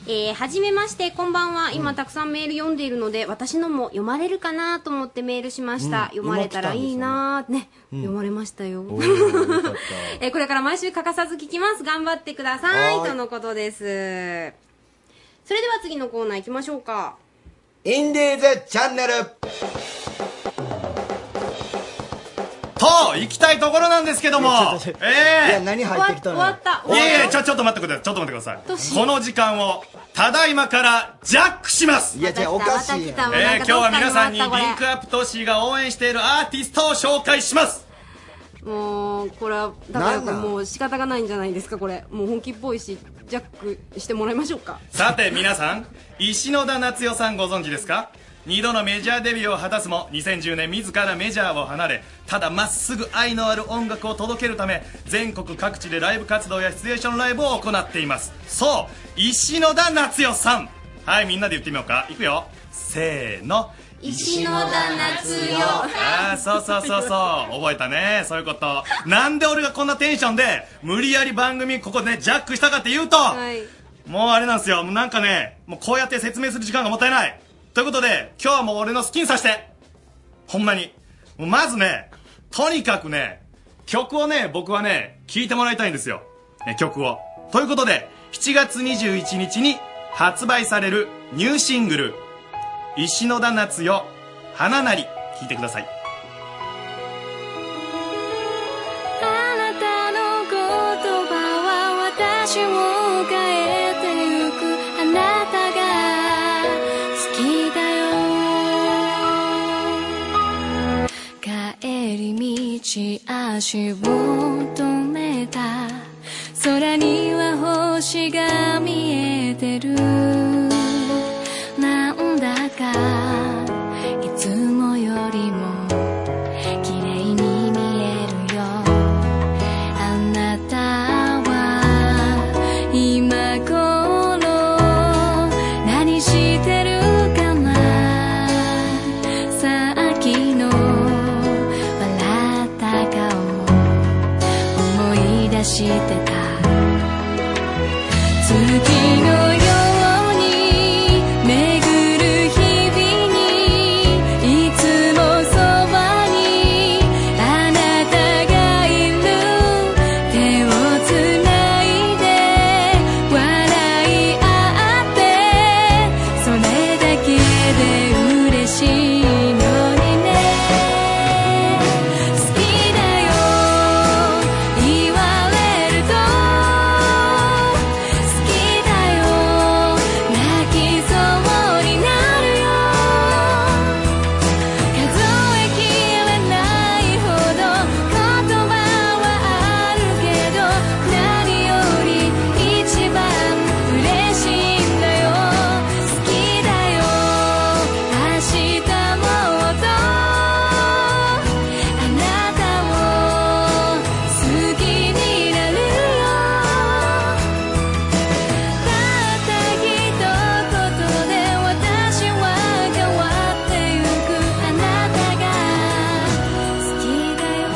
Speaker 3: えーはじめましてこんばんは今たくさんメール読んでいるので私のも読まれるかなと思ってメールしまし
Speaker 8: う
Speaker 3: た、
Speaker 8: ん
Speaker 3: 読まれたらいいなね
Speaker 8: うん
Speaker 3: 読まれましたよ、
Speaker 8: おーよかっ
Speaker 3: えーこれから毎週欠かさず聞きます頑張ってください
Speaker 2: はーい
Speaker 3: とのことですそれでは次のコーナー行きましょうか
Speaker 2: インディーズチャンネル
Speaker 20: と、行きたいところなんですけども
Speaker 2: いやちょちょちょ
Speaker 20: ええ
Speaker 2: いや何入ってきたの
Speaker 3: 終わった
Speaker 20: いやいや、ちょ、ちょっと待ってください。ちょっと待ってくだ
Speaker 3: どう
Speaker 20: さ
Speaker 3: し
Speaker 20: い。
Speaker 3: よ
Speaker 20: こ
Speaker 3: う
Speaker 20: の時間を、ただいまから、ジャックします
Speaker 2: いや、じゃあおかしいやん
Speaker 20: えー、今日は皆さんにリン
Speaker 3: これ
Speaker 20: クアップトッシーが応援しているアーティストを紹介します
Speaker 3: もうこれはだから
Speaker 20: なんなん
Speaker 3: もう仕方がないんじゃないですかこれもう本気っぽいしジャックしてもらいましょうか
Speaker 20: さて皆さん、石野田夏代さんご存知ですか2度のメジャーデビューを果たすも2010年自らメジャーを離れただまっすぐ愛のある音楽を届けるため全国各地でライブ活動やシチュエーションライブを行っていますそう石野田夏代さんはいみんなで言ってみようかいくよせーの
Speaker 3: 石野田夏代
Speaker 20: ああそうそうそうそう覚えたねそういうことなんで俺がこんなテンションで無理やり番組ここでねジャックしたかっていうと、もうあれなんですよもうなんかねもうこうやって説明する時間がもったいないということで今日はもう俺の好きにさせてほんまにもうまずねとにかくね曲をね僕はね聴いてもらいたいんですよ、ね、曲をということで7月21日に発売されるニューシングル石野田夏代花なり聞いてください
Speaker 13: あなたの言葉は私を変えてゆくあなたが好きだよ帰り道足を止めた空には星が見えてるなんだかいつもよりも綺麗に見えるよあなたは今頃何してるかなさっきの笑った顔思い出してた月のように巡る日々にいつもそばにあなたがいる手をつないで笑い合ってそれだけで嬉しいのにね好きだよ言われると好きだよ泣きそうになるよ数えきれないほど言葉はあるけど何より一番嬉しいんだよ好きだよ明日もっとあなたを好きになるよたった一言で私は変わってゆくあなたが好きだよ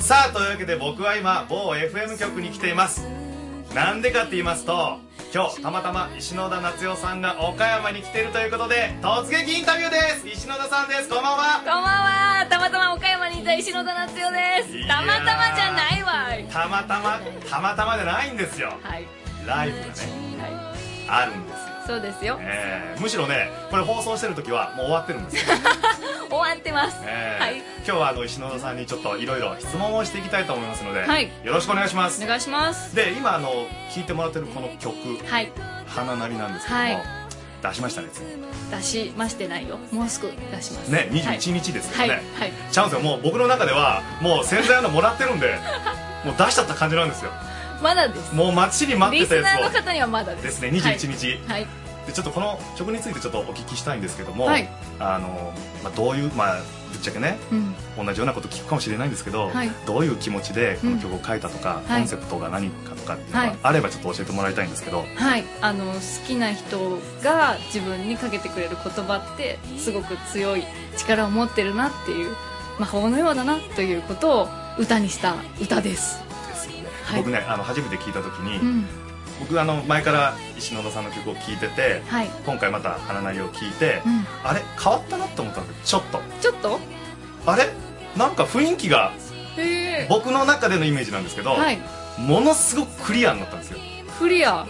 Speaker 20: さあというわけで僕は今某 FM 局に来ていますなんでかって言いますと今日たまたま石野田夏代さんが岡山に来ているということで突撃インタビューです石野田さんですこんばん
Speaker 5: こんばん
Speaker 20: は
Speaker 5: はたまたま岡山にいた石野田夏代ですたまたまじゃないわ
Speaker 20: たまたまたまたまじゃないんですよ
Speaker 5: はい
Speaker 20: ライブがねあるんですよ、
Speaker 5: そうですよ、
Speaker 20: えーむしろねこれ放送してる時はもう終わってるんですよ、
Speaker 5: 終わってます、
Speaker 20: え ー
Speaker 5: はい
Speaker 20: 今日はあの石野田さんにちょっといろいろ質問をしていきたいと思いますので、
Speaker 5: はい
Speaker 20: よろしくお願いします
Speaker 5: お願いします
Speaker 20: で今あの聴いてもらってるこの曲
Speaker 5: はい
Speaker 20: 「花なり」なんですけども、
Speaker 5: はい
Speaker 20: 出しましたねついに
Speaker 5: 出しましてないよもうすぐ出します
Speaker 20: ね
Speaker 5: はい
Speaker 20: 21日です
Speaker 5: は
Speaker 20: よ
Speaker 5: い
Speaker 20: ね、
Speaker 5: はい
Speaker 20: チャンスよもう僕の中ではもう洗剤のもらってる んでもう出しちゃった感じなんですよ
Speaker 5: まだです
Speaker 20: もう待ちに待ってた
Speaker 5: リスナー
Speaker 20: や
Speaker 5: の
Speaker 20: つ
Speaker 5: 方にはまだ
Speaker 20: を
Speaker 5: で
Speaker 20: ですすね21日、
Speaker 5: はい
Speaker 20: でちょっとこの曲についてちょっとお聞きしたいんですけども、
Speaker 5: はい
Speaker 20: あのまあ、どういう、まあ、ぶっちゃけね
Speaker 5: うん
Speaker 20: 同じようなこと聞くかもしれないんですけど、
Speaker 5: はい
Speaker 20: どういう気持ちでこの曲を書いたと
Speaker 5: うん
Speaker 20: か、
Speaker 5: はい
Speaker 20: コンセプトが何かとかっていうの
Speaker 5: はい
Speaker 20: があればちょっと教えてもらいたいんですけど、
Speaker 5: はい、あの好きな人が自分にかけてくれる言葉ってすごく強い力を持ってるなっていう魔法のようだなということを歌にした歌です。
Speaker 20: ですよね
Speaker 5: はい
Speaker 20: 僕ねあの初めて聞いた時に、
Speaker 5: うん、
Speaker 20: 僕あの前から石野田さんの曲を聴いてて、
Speaker 5: はい
Speaker 20: 今回また「花なり」を聴いて、
Speaker 5: うん
Speaker 20: あれ変わったなって思ったんですよちょっ
Speaker 5: ちょっと
Speaker 20: とあれなんか雰囲気が
Speaker 5: へ
Speaker 20: 僕の中でのイメージなんですけど、
Speaker 5: はい、
Speaker 20: ものすごくクリアになったんですよ
Speaker 5: クリア。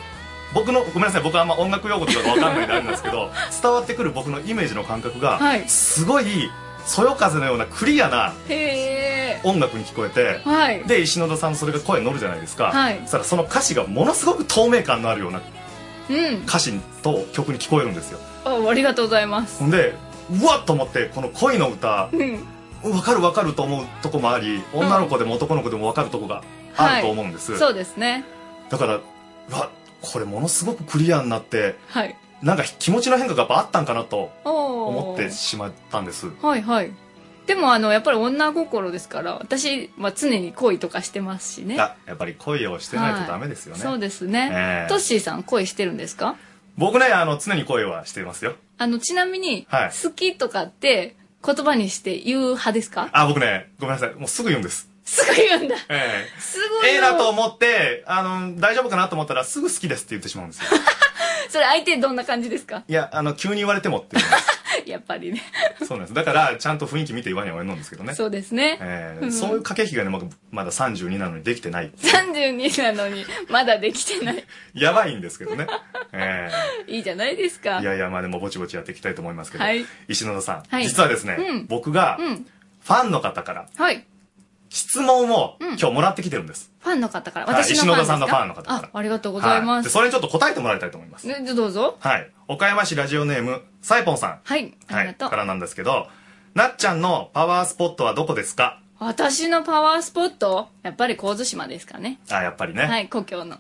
Speaker 20: 僕のごめんなさい僕あんま音楽用語とかわかんないんであれなんですけ ど伝わってくる僕のイメージの感覚が、
Speaker 5: はい
Speaker 20: すごいそよ風のようなクリアな
Speaker 5: へえ。
Speaker 20: 音楽に聞こえて、
Speaker 5: はい
Speaker 20: で石野田さんのそれが声に乗るじゃないですか、
Speaker 5: はい
Speaker 20: そしたらその歌詞がものすごく透明感のあるような
Speaker 5: うん。
Speaker 20: 歌詞と曲に聞こえるんですよ
Speaker 5: あ、ありがとうございます。
Speaker 20: ほんでうわっと思ってこの恋の歌
Speaker 5: うん。
Speaker 20: わかるわかると思うとこもあり女の子でも男の子でもわかるとこがあると思うんです、
Speaker 5: そうですね。
Speaker 20: だからうわこれものすごくクリアになって
Speaker 5: はい。
Speaker 20: なんか気持ちの変化がやっぱあったんかなと
Speaker 5: お
Speaker 20: 思
Speaker 5: ー
Speaker 20: ってしまったんです
Speaker 5: はいはいでもあのやっぱり女心ですから私は常に恋とかしてますしね
Speaker 20: あやっぱり恋をしてないとダメですよね、
Speaker 5: そうですね、
Speaker 20: ええ
Speaker 5: トッシーさん恋してるんですか
Speaker 20: 僕ねあの常に恋はしていますよ
Speaker 5: あのちなみに、
Speaker 20: はい
Speaker 5: 好きとかって言葉にして言う派ですか
Speaker 20: あ僕ねごめんなさいもうすぐ言うんです
Speaker 5: すぐ言うんだ
Speaker 20: ええ
Speaker 5: すごい
Speaker 20: ええ
Speaker 5: よ
Speaker 20: なと思ってあの大丈夫かなと思ったらすぐ好きですって言ってしまうんですよ
Speaker 5: それ相手どんな感じですか
Speaker 20: いやあの急に言われてもって
Speaker 5: やっぱりね
Speaker 20: そう なんですだからちゃんと雰囲気見て言わには言わんですけどね
Speaker 5: そうですね
Speaker 20: え
Speaker 5: う
Speaker 20: え
Speaker 5: ん
Speaker 20: そういう駆け引きがね僕まだ32なのにできてない
Speaker 5: 32なのにまだできて ない
Speaker 20: やばいんですけ どね、え
Speaker 5: いいじゃないです
Speaker 20: え
Speaker 5: か
Speaker 20: いやいやまあでもぼちぼちやっていきたいと思いますけど、
Speaker 5: はい
Speaker 20: 石野田さん、
Speaker 5: はい
Speaker 20: 実はですね、
Speaker 5: うん
Speaker 20: 僕が
Speaker 5: うん
Speaker 20: ファンの方から
Speaker 5: はい
Speaker 20: 質問を
Speaker 5: うん
Speaker 20: 今日もらってきてるんです、
Speaker 5: ファンの方から
Speaker 20: はい
Speaker 5: 私のファンですか
Speaker 20: 石野田さんのファンの方か
Speaker 5: あありがとうござい
Speaker 20: は
Speaker 5: ま、
Speaker 20: ですそれにちょっと答えてもらいたいと思います
Speaker 5: ねじゃあどうぞ
Speaker 20: はい岡山市ラジオネームサイポンさん
Speaker 5: はいありがとう、
Speaker 20: からなんですけどなっちゃんのパワースポットはどこですか
Speaker 5: 私のパワースポットやっぱり神津島ですかね
Speaker 20: あやっぱりね、
Speaker 5: はい故郷の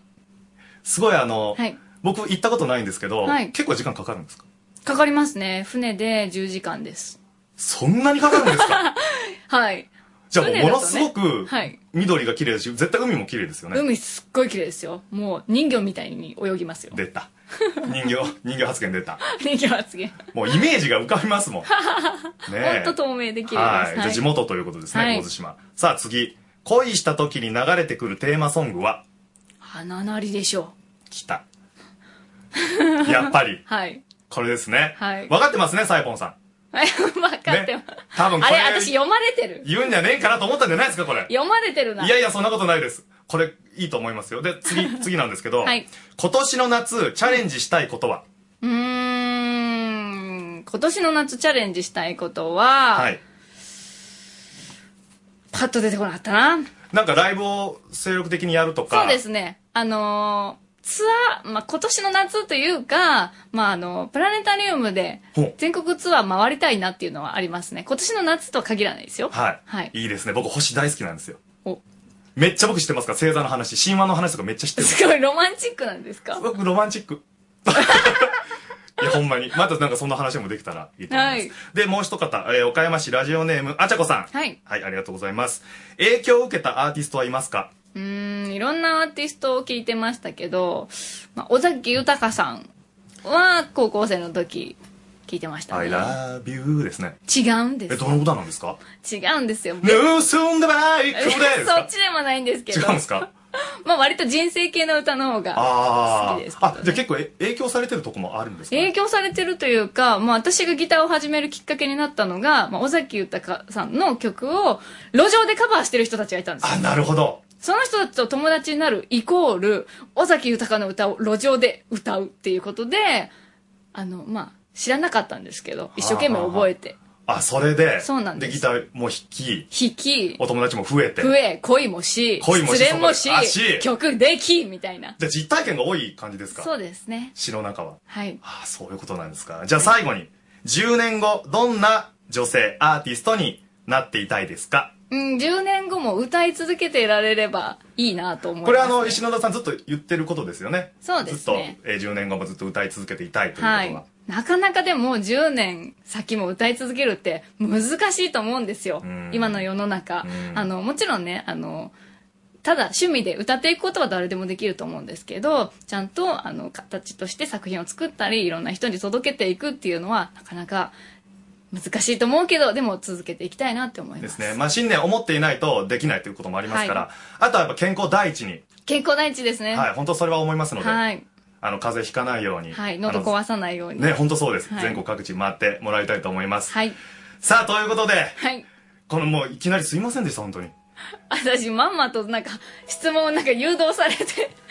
Speaker 20: すごいあの、
Speaker 5: はい
Speaker 20: 僕行ったことないんですけど、
Speaker 5: はい
Speaker 20: 結構時間かかるんですか
Speaker 5: かかりますね船で10時間です
Speaker 20: そんなに かかるんですか
Speaker 5: はい
Speaker 20: じゃあもう
Speaker 5: 船
Speaker 20: も
Speaker 5: だとね
Speaker 20: のすごく
Speaker 5: はい
Speaker 20: 緑が綺麗だし絶対海も綺麗ですよね
Speaker 5: 海すっごい綺麗ですよもう人魚みたいに泳ぎますよ
Speaker 20: 出た人形 人形発言出た
Speaker 5: 人魚発言
Speaker 20: もうイメージが浮かびま すもん
Speaker 5: 本当透明で綺麗で
Speaker 20: はい
Speaker 5: す
Speaker 20: じゃあ地元ということですね
Speaker 5: はい
Speaker 20: 神津島さあ次恋した時に流れてくるテーマソングは
Speaker 5: 花なりでしょ
Speaker 20: 来 たやっぱ
Speaker 5: う
Speaker 20: り
Speaker 5: はい
Speaker 20: これですね
Speaker 5: はい
Speaker 20: 分かってますねサイポンさん
Speaker 5: はい分かってます、
Speaker 20: 多分こ
Speaker 5: あ
Speaker 20: れ
Speaker 5: れ私読まれてる
Speaker 20: 言うんじゃねえかなと思ったんじゃないですかこれ
Speaker 5: 読まれてるないい
Speaker 20: やいやそんなことないですこれいいと思いますよで 次次なんですけど、
Speaker 5: はい
Speaker 20: 今年の夏チャレンジしたいことは
Speaker 5: うーん今年の夏チャレンジしたいことは、
Speaker 20: はい
Speaker 5: パッと出てこなかったな
Speaker 20: なんかライブを精力的にやるとか
Speaker 5: そうですね。あのーツアー、まあ、今年の夏というか、まあ、あの、プラネタリウムで全国ツアー回りたいなっていうのはありますね。今年の夏とは限らないですよ。
Speaker 20: はい、
Speaker 5: はい
Speaker 20: いですね僕星大好きなんですよ
Speaker 5: お
Speaker 20: めっちゃ僕知ってますから星座の話神話の話とかめっちゃ知って る
Speaker 5: すごいロマンチックなんですか
Speaker 20: 僕ロマンチック。 いやほんまにまたなんかそんな話もできたらいいと思います、
Speaker 5: はい。
Speaker 20: でもう一方、えー岡山市ラジオネームあちゃこさん
Speaker 5: はい。
Speaker 20: はいありがとうございます影響を受けたアーティストはいますか
Speaker 5: うーん、いろんなアーティストを聞いてましたけど、まあ、尾崎豊さんは高校生の時聞いてましたね。
Speaker 20: I love you ですね
Speaker 5: 違うんで
Speaker 20: え
Speaker 5: す
Speaker 20: ど。の歌なんですか
Speaker 5: 違うんですよ。
Speaker 20: 盗んだバイクで
Speaker 5: そっちでもないんですけ
Speaker 20: 違
Speaker 5: ど。
Speaker 20: うんですか
Speaker 5: まあ割と人生系の歌の方が
Speaker 20: あ
Speaker 5: 好
Speaker 20: ー
Speaker 5: きです。
Speaker 20: あじゃあ結構え影響されてるとこもあるんですか
Speaker 5: 影響されてるというか、まあ、私がギターを始めるきっかけになったのが、まあ、尾崎豊さんの曲を路上でカバーしてる人たちがいたんですよ
Speaker 20: なるほど
Speaker 5: その人たちと友達になるイコール尾崎豊の歌を路上で歌うっていうことであのまあ知らなかったんですけど一生懸命覚えて
Speaker 20: あそれで
Speaker 5: そうなんです
Speaker 20: ギターも弾き
Speaker 5: 弾き
Speaker 20: お友達も増えて
Speaker 5: 増え恋もし
Speaker 20: 恋もし
Speaker 5: 失恋もし
Speaker 20: そこであし
Speaker 5: 曲できみたいな
Speaker 20: じゃあ実体験が多い感じですか
Speaker 5: そうですね
Speaker 20: 詩の中は
Speaker 5: はい
Speaker 20: ああそういうことなんですかじゃあ最後に10年後どんな女性アーティストになっていたいですか
Speaker 5: うん、10年後も歌い続けていられればいいなと思います、
Speaker 20: これあの石野田さんずっと言ってることですよね
Speaker 5: そうですね
Speaker 20: ずっと、えー10年後もずっと歌い続けていたいということは、
Speaker 5: はい。なかなかでも10年先も歌い続けるって難しいと思うんですよ。今の世の中。あの、もちろんね、あの、ただ趣味で歌っていくことは誰でもできると思うんですけど、ちゃんとあの形として作品を作ったり、いろんな人に届けていくっていうのはなかなか難しいと思うけど、でも続けていきたいなって思い
Speaker 20: で
Speaker 5: ます。
Speaker 20: すねまあ信念を持っていないとできないということもありますから、
Speaker 5: はい
Speaker 20: あとはやっぱ健康第一に、
Speaker 5: 健康第一ですね。
Speaker 20: はい、本当それは思いますので、
Speaker 5: はい。
Speaker 20: あの風邪ひかないように、
Speaker 5: はい。
Speaker 20: あ
Speaker 5: 喉
Speaker 20: の
Speaker 5: 壊さないように。
Speaker 20: ね、本当そうです、
Speaker 5: はい
Speaker 20: 全国各地回ってもらいたいと思います。
Speaker 5: はい。
Speaker 20: さあ、ということで、
Speaker 5: はい。
Speaker 20: このもういきなりすいませんでした、本当に。
Speaker 5: 私まんまとなんか質問をなんか誘導されて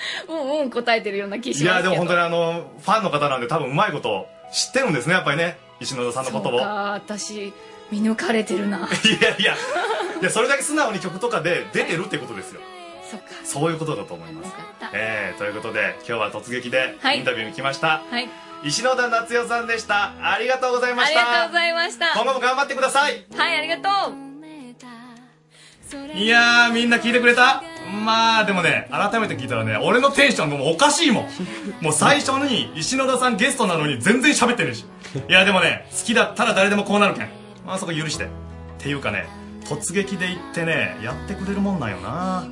Speaker 5: うんうん答えてるような気し
Speaker 20: い
Speaker 5: ますけ
Speaker 20: や、で
Speaker 5: ど
Speaker 20: も本当にあの、ファンの方なんで多分うまいこと知ってるんですね、やっぱりね、石野田さんのこと
Speaker 5: そう
Speaker 20: を。
Speaker 5: か私見抜かれてる な
Speaker 20: いや、それだけ素直に曲とかで出てるってことですよ。
Speaker 5: そっか
Speaker 20: そういうことだと思います。
Speaker 5: た
Speaker 20: ええということで、今日は突撃で
Speaker 5: はい
Speaker 20: インタビューに来ました。
Speaker 5: はい
Speaker 20: 石野田夏代さんでした。ありがとうございました。
Speaker 5: ありがとうございました
Speaker 20: 今後も頑張ってください。
Speaker 5: はいありがとう
Speaker 20: いやーみんな聞いてくれたまあでもね改めて聞いたらね俺のテンションがもうおかしいもんもう最初に石野田さんゲストなのに全然喋ってるしいやでもね好きだったら誰でもこうなるけんまあそこ許してっていうかね突撃で行ってねやってくれるもんなんよな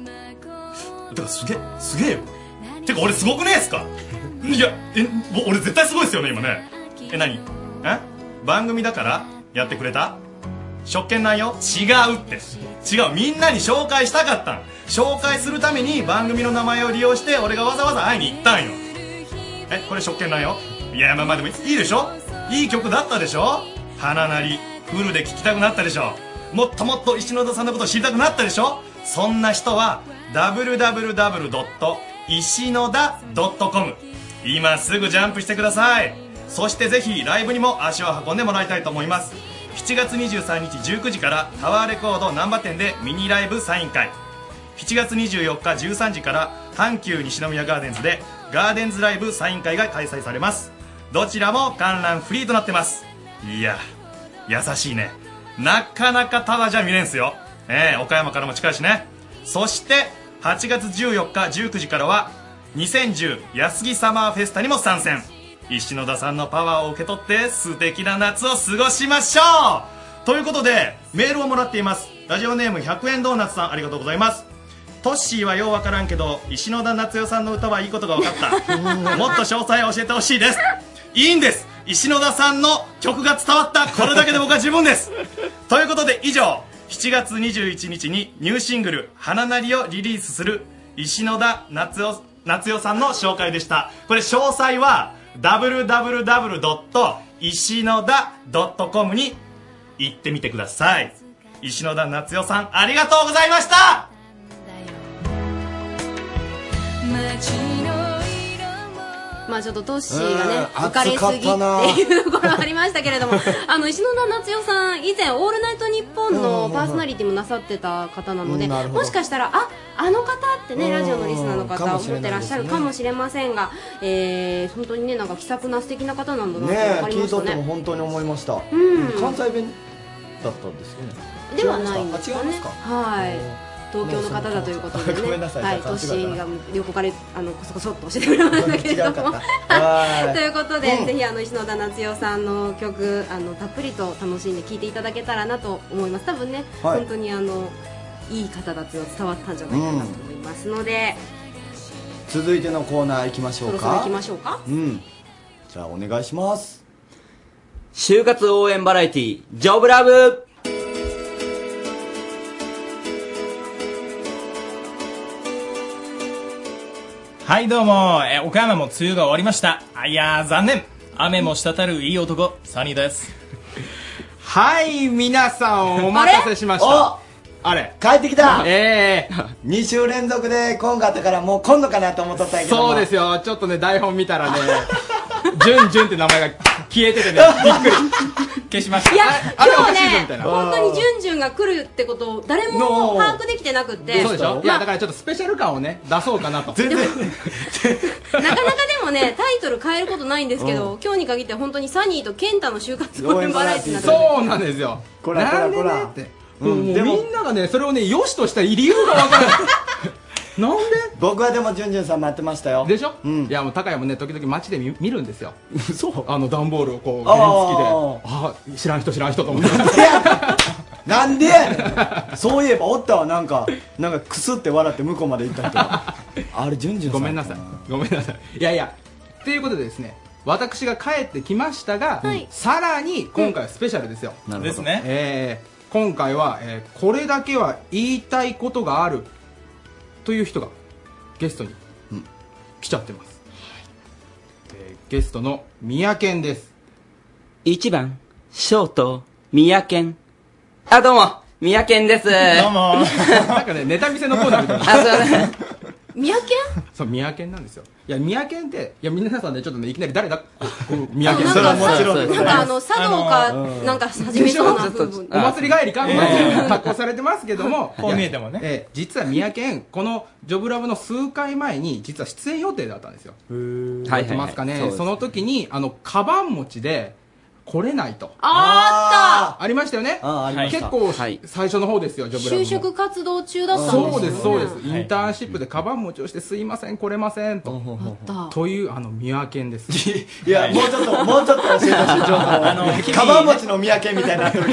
Speaker 20: てかすげえすげえよてか俺すごくねえっすかいやえお俺絶対すごいっすよね今ねえ何え番組だからやってくれた職権ないよ違うって違うみんなに紹介したかったん紹介するために番組の名前を利用して俺がわざわざ会いに行ったんよえこれ職権ないよいやまあまあでもいいでしょいい曲だったでしょ花なりフルで聴きたくなったでしょもっともっと石野田さんのことを知りたくなったでしょそんな人は www. 石野田 .com 今すぐジャンプしてくださいそしてぜひライブにも足を運んでもらいたいと思います7月23日19時からタワーレコード難波店でミニライブサイン会7月24日13時から阪急西宮ガーデンズでガーデンズライブサイン会が開催されますどちらも観覧フリーとなってますいや優しいねなかなかタワーじゃ見れんすよええ岡山からも近いしねそして8月14日19時からは2010安木サマーフェスタにも参戦石野田さんのパワーを受け取って素敵な夏を過ごしましょうということでメールをもらっていますラジオネーム100円ドーナツさんありがとうございますトッシーはようわからんけど石野田夏代さんの歌はいいことが分かったもっと詳細を教えてほしいですいいんです石野田さんの曲が伝わったこれだけで僕は十分ですということで以上7月21日にニューシングル「花なり」をリリースする石野田夏代夏代さんの紹介でしたこれ詳細は www. 石野田 .com に行ってみてください石野田夏代さんありがとうございました
Speaker 3: まあちょっとトッシーがね、
Speaker 2: うん
Speaker 3: 浮かれすぎ
Speaker 2: 暑かったな
Speaker 3: っていうところありましたけれ どもあの石野田夏代さん以前「オールナイトニッポン」のパーソナリティもなさってた方なので、
Speaker 2: うんなるほど
Speaker 3: もしかしたらああの方ってねラジオのリスナーの
Speaker 2: うんか
Speaker 3: 方
Speaker 2: もしれ
Speaker 3: 思
Speaker 2: な
Speaker 3: っ
Speaker 2: い
Speaker 3: てらっしゃるかもしれませんが、えー本当にねなんか気さくな素敵な方なんだなって
Speaker 2: ね
Speaker 3: 分
Speaker 2: え
Speaker 3: かり
Speaker 2: 聞
Speaker 3: ま
Speaker 2: い
Speaker 3: した
Speaker 2: とっても
Speaker 3: ね。
Speaker 2: 本当に思いました、
Speaker 3: ん
Speaker 2: 関西弁だったんですよね
Speaker 3: ではないんです
Speaker 2: 違い
Speaker 3: か
Speaker 2: ま
Speaker 3: ね
Speaker 2: すか
Speaker 3: はい東京の方だということでね
Speaker 2: ごめんなさい
Speaker 3: はい
Speaker 2: 勘
Speaker 3: ト
Speaker 2: 違い
Speaker 3: ッシ
Speaker 2: だな
Speaker 3: ーが横からあのこそこそっと教えてくれましたけれども
Speaker 2: は
Speaker 3: ということで、
Speaker 2: うん
Speaker 3: ぜひあの石野田夏代さんの曲あのたっぷりと楽しんで聴いていただけたらなと思います多分ね、
Speaker 2: はい
Speaker 3: 本当にあのいい方だっていうのが伝わったんじゃないかなと思いますので、
Speaker 2: 続いてのコーナー行きましょ
Speaker 3: そうろそろ行
Speaker 2: か
Speaker 3: きましょうか
Speaker 2: うんじゃあお願いします
Speaker 7: 就活応援バラエティジョブラブ
Speaker 8: はいどうも、えー岡山も梅雨が終わりましたあいやー残念雨も滴るいい男サニーです
Speaker 23: はい、皆さんお待たせしました。あれ
Speaker 2: 帰ってきた
Speaker 23: ええ
Speaker 2: 2週連続で今があったからもう今度かなと思っとったんやけども
Speaker 23: そうですよ、ちょっとね、台本見たらね、ジュンジュンって名前が消えててね、びっくり。消しました。
Speaker 3: いや
Speaker 23: あれお
Speaker 3: 今
Speaker 23: かしいぞ
Speaker 3: 日
Speaker 23: みたい
Speaker 3: ね
Speaker 23: な。
Speaker 3: 本当にジュンジュンが来るってことを誰も
Speaker 23: の
Speaker 3: 把握できてなくって
Speaker 23: そうでしょい
Speaker 3: まあ
Speaker 23: や、だからちょっとスペシャル感をね、出そうかなと。全然。
Speaker 3: なかなかでもねタイトル変えることないんですけど、今日に限って本当にサニーとケンタの就活応援バラエティになってます
Speaker 23: そうなんですよ。こ
Speaker 2: らこら
Speaker 23: こら。って
Speaker 2: うん
Speaker 23: もう
Speaker 2: でも
Speaker 23: みんながね、それをね、良しとした理由がわ からない。なんで
Speaker 2: 僕はでもジュンジュンさん待ってましたよ
Speaker 23: でしょ、いやもう高谷もね時々街で見見るんです よそうあの段ボールをこう
Speaker 2: あー
Speaker 23: 原付きであー知らん人知らん人と思って
Speaker 2: なんでやねんそういえばおったわなんかなんかクスって笑って向こうまで行 った人あれジュンジュンさんごめんなさい
Speaker 23: ごめんなさいいやいやということでですね私が帰ってきましたが、さらに今回はスペシャルですよ、
Speaker 2: なるほどです
Speaker 23: ね、えー今回は、えーこれだけは言いたいことがあるという人がゲストに来ちゃってます、えーゲストの三宅です
Speaker 7: 1番、ショート、三宅。あ、どうも、三宅です。
Speaker 23: どうもなんかねネタ見せのコーナーみたいな
Speaker 3: 三宅
Speaker 23: そう、三宅なんですよ。いや、三宅って、いや、皆さんね、ちょっとね、いきなり誰だ、こう三
Speaker 3: あ
Speaker 23: 宅
Speaker 3: なんかなんかあの茶道かなんか始めそうな
Speaker 23: でしょ
Speaker 3: 部分
Speaker 23: お祭り帰りか、
Speaker 3: ええ
Speaker 23: みたいな格好されてますけども、
Speaker 8: こう見えて
Speaker 23: もね。ええ実は三宅、このジョブラブの数回前に、実は出演予定だったんですよ。
Speaker 7: は
Speaker 23: 覚
Speaker 7: いはいはい
Speaker 23: えてますか
Speaker 7: そう
Speaker 23: ね
Speaker 7: で。す
Speaker 23: その時に、あの、カバン持ちで、来れないと。
Speaker 3: あ
Speaker 23: ありましたよね。
Speaker 2: りました
Speaker 23: 結構、最初の方ですよ、ジョ
Speaker 3: ー
Speaker 23: ブ
Speaker 3: った
Speaker 23: ラブ
Speaker 3: 就
Speaker 23: も。
Speaker 3: 職活動中だったんで
Speaker 23: そ
Speaker 3: すよ
Speaker 23: うです、
Speaker 3: ね
Speaker 23: そうです。インターンシップでカバン持ちをして、すいません、来れません、と。
Speaker 3: た
Speaker 23: という、あの、三輪県です。
Speaker 2: いや、もうちょっと、もうちょっと 教えてほしい、情報。あの、カバン持ちの三宅みたいになってる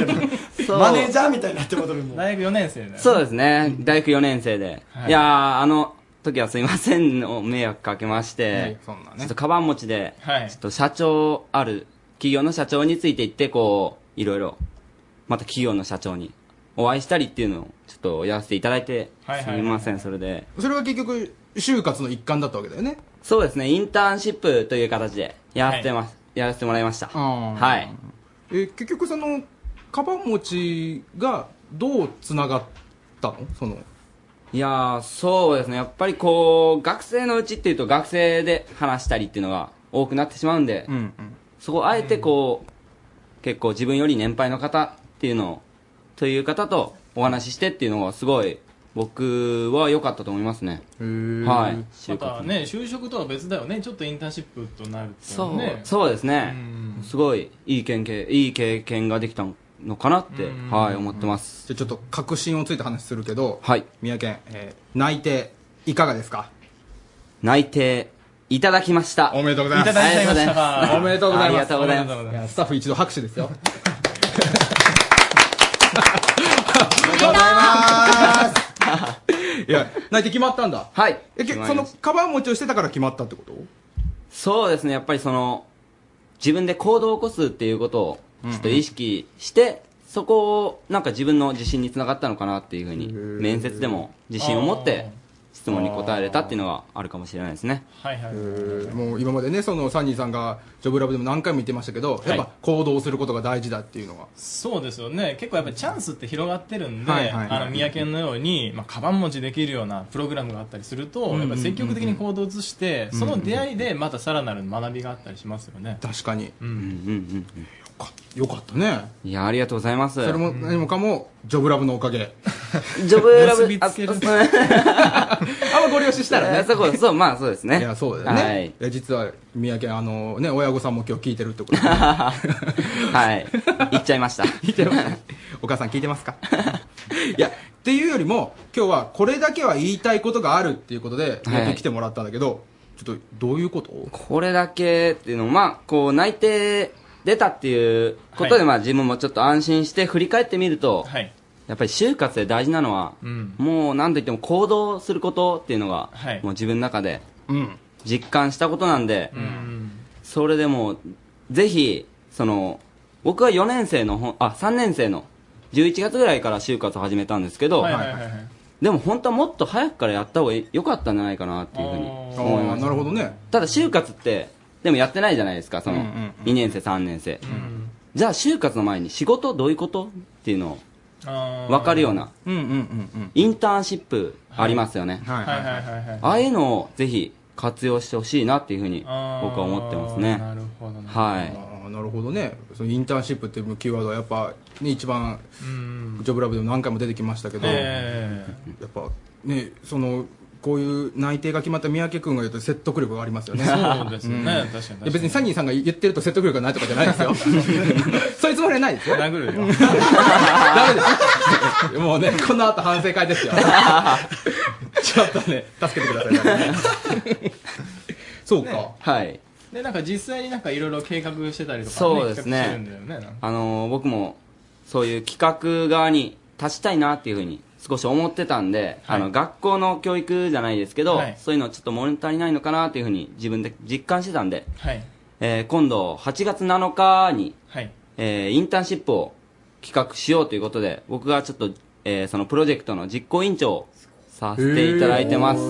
Speaker 2: けど、マネージャーみたいになって戻るもん。
Speaker 8: 大学4年生 だよ。
Speaker 7: そうですね、大学4年生で、
Speaker 8: はい
Speaker 7: い、やーあの時はすいませんを迷惑かけまして、
Speaker 8: はいそんなね
Speaker 7: ちょっとカバン持ちで、
Speaker 8: はい
Speaker 7: ちょっと社長ある企業の社長について行ってこういろいろまた企業の社長にお会いしたりっていうのをちょっとやらせていただいて、
Speaker 23: はいはいはい
Speaker 7: すみませんそれで
Speaker 23: それは結局、就活の一環だったわけだよね。
Speaker 7: そうですねインターンシップという形でやらせてます、やらせてもらいましたはい
Speaker 23: え結局そのカバン持ちがどうつながったのその
Speaker 7: いやーそうですねやっぱりこう学生のうちっていうと学生で話したりっていうのが多くなってしまうんで、そこをあえてこう、結構自分より年配の方っていうのをという方とお話ししてっていうのがすごい僕は良かったと思いますねはい
Speaker 8: またね、就職とは別だよね。ちょっとインターンシップとなると
Speaker 7: そう,、
Speaker 8: ね。
Speaker 7: そうですねすごいいい経験いい経験ができたのかなって、はい思ってます
Speaker 23: じゃあちょっと確信をついた話するけど、
Speaker 7: はい、
Speaker 23: 三宅、えー内定いかがですか
Speaker 7: 内定いただきました
Speaker 23: おめでとうございますおめでとうございます
Speaker 7: ありがとうございます
Speaker 23: いやスタッフ一度拍手ですよ
Speaker 2: おめでとうございます
Speaker 23: いや内定決まったんだ
Speaker 7: はい
Speaker 23: えけ
Speaker 7: 決ま
Speaker 23: そ
Speaker 7: り
Speaker 23: の
Speaker 7: まし
Speaker 23: カバン持ちをしてたから決まったってこと
Speaker 7: そうですね、やっぱりその、自分で行動を起こすっていうことを、ちょっと意識して、そこを、なんか自分の自信につながったのかなっていうふうに、面接でも自信を持って、質問に答えれたっていうのはあるかもしれないですね。
Speaker 8: はいはい
Speaker 23: もう今までねそのサニーさんが「ジョブラブ」でも何回も言ってましたけど、やっぱ行動することが大事だっていうのは
Speaker 8: そうですよね結構やっぱチャンスって広がってるんで、
Speaker 23: はいはいはい
Speaker 8: あの三宅のように、まあ、カバン持ちできるようなプログラムがあったりすると、
Speaker 23: うんうんうんうん
Speaker 8: やっぱ積極的に行動を移して、その出会いでまたさらなる学びがあったりしますよね
Speaker 23: 確かに、
Speaker 8: うん
Speaker 7: うん
Speaker 23: よかったね
Speaker 7: いや、ありがとうございます。
Speaker 23: それも何もかもジョブラブのおかげ
Speaker 7: ジ ョブラ
Speaker 23: 結
Speaker 7: ブ、
Speaker 23: びつける あんまご了承したらね
Speaker 7: そうそうそう、まあそうですね。
Speaker 23: いやそうだよね、
Speaker 7: はい
Speaker 23: い、や実は三宅あのね親御さんも今日聞いてるってことで
Speaker 7: はい言っちゃい ました
Speaker 23: 言っちゃいましたお母さん聞いてますかいやっていうよりも今日はこれだけは言いたいことがあるっていうことで
Speaker 7: はい
Speaker 23: 三宅来てもらったんだけど、ちょっとどういうこと
Speaker 7: これだけっていうのもまあこう内定出たっていうことで、
Speaker 8: はい
Speaker 7: まあ自分もちょっと安心して振り返ってみると、
Speaker 8: はい
Speaker 7: やっぱり就活で大事なのは、
Speaker 8: うん
Speaker 7: もう何といっても行動することっていうのが、
Speaker 8: はい
Speaker 7: もう自分の中で
Speaker 23: うん
Speaker 7: 実感したことなんで、
Speaker 8: うん
Speaker 7: それでもうぜひその僕は4年生のほんあ3年生の11月ぐらいから就活を始めたんですけど、
Speaker 8: はいはいはいはい
Speaker 7: でも本当はもっと早くからやった方が良かったんじゃないかなっていうふうに思いま
Speaker 23: あー
Speaker 7: す
Speaker 23: なるほどね
Speaker 7: ただ就活ってでもやってないじゃないですかその
Speaker 23: うんうんうん
Speaker 7: 2年生3年生、じゃあ就活の前に仕事どういうことっていうのを分かるような
Speaker 23: うんうんうんうん
Speaker 7: インターンシップありますよね、
Speaker 23: はい
Speaker 8: はいはいはいはい
Speaker 7: ああいうのをぜひ活用してほしいなっていうふうに僕は思ってますね
Speaker 8: なるほど
Speaker 7: はい
Speaker 23: あーなるほどねそのインターンシップっていうキーワードはやっぱ、ね、一番「ジョブラブ」でも何回も出てきましたけど、
Speaker 8: え
Speaker 23: やっぱねそのこういう内定が決まった三宅君が言うと説得力がありますよね
Speaker 8: そうですよね確かに確かに
Speaker 23: いや別にサニーさんが言ってると説得力がないとかじゃない ですよそういうつもりはないですよ
Speaker 8: 殴 るよ
Speaker 23: ダメですもうねこの後反省会ですよ ちょっとね助けてくださいねそうか、
Speaker 8: ね
Speaker 7: はい
Speaker 8: でなんか実際になんかいろいろ計画してたりとか、ね、
Speaker 7: そうです
Speaker 8: 企画してる
Speaker 7: ね
Speaker 8: んだよねなんか
Speaker 7: あのー僕もそういう企画側に立ちたいなっていうふうに少し思ってたんで、
Speaker 8: はい
Speaker 7: あの学校の教育じゃないですけど、
Speaker 8: はい
Speaker 7: そういうのちょっと物足りないのかなっていうふうに自分で実感してたんで、
Speaker 8: はい
Speaker 7: えー今度8月7日に、
Speaker 8: はい
Speaker 7: えーインターンシップを企画しようということで僕がちょっと、えーそのプロジェクトの実行委員長をさせていただいてます、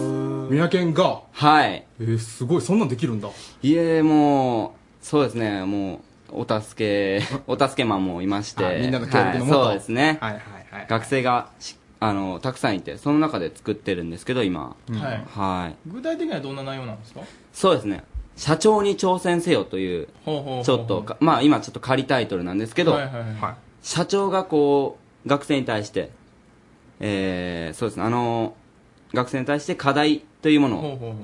Speaker 23: 三宅が
Speaker 7: はい
Speaker 23: えー、すごいそんなんできるんだ
Speaker 7: いえもうそうですねもうお 助けお助けマンもいまして
Speaker 23: あみんなの協力のもと
Speaker 7: はいそうですね、
Speaker 23: はいはいはい
Speaker 7: 学生がしあのたくさんいてその中で作ってるんですけど今
Speaker 8: うんはい
Speaker 7: はい
Speaker 8: 具体的にはどんな内容なんですか
Speaker 7: そうですね社長に挑戦せよという
Speaker 8: ほうほうほうほう
Speaker 7: ちょっとかまあ今ちょっと仮タイトルなんですけど、
Speaker 8: はいはいはい
Speaker 23: は
Speaker 7: 社長がこう学生に対して、えーそうですねあの学生に対して課題というもの
Speaker 8: ほうほ
Speaker 7: を、
Speaker 8: うほう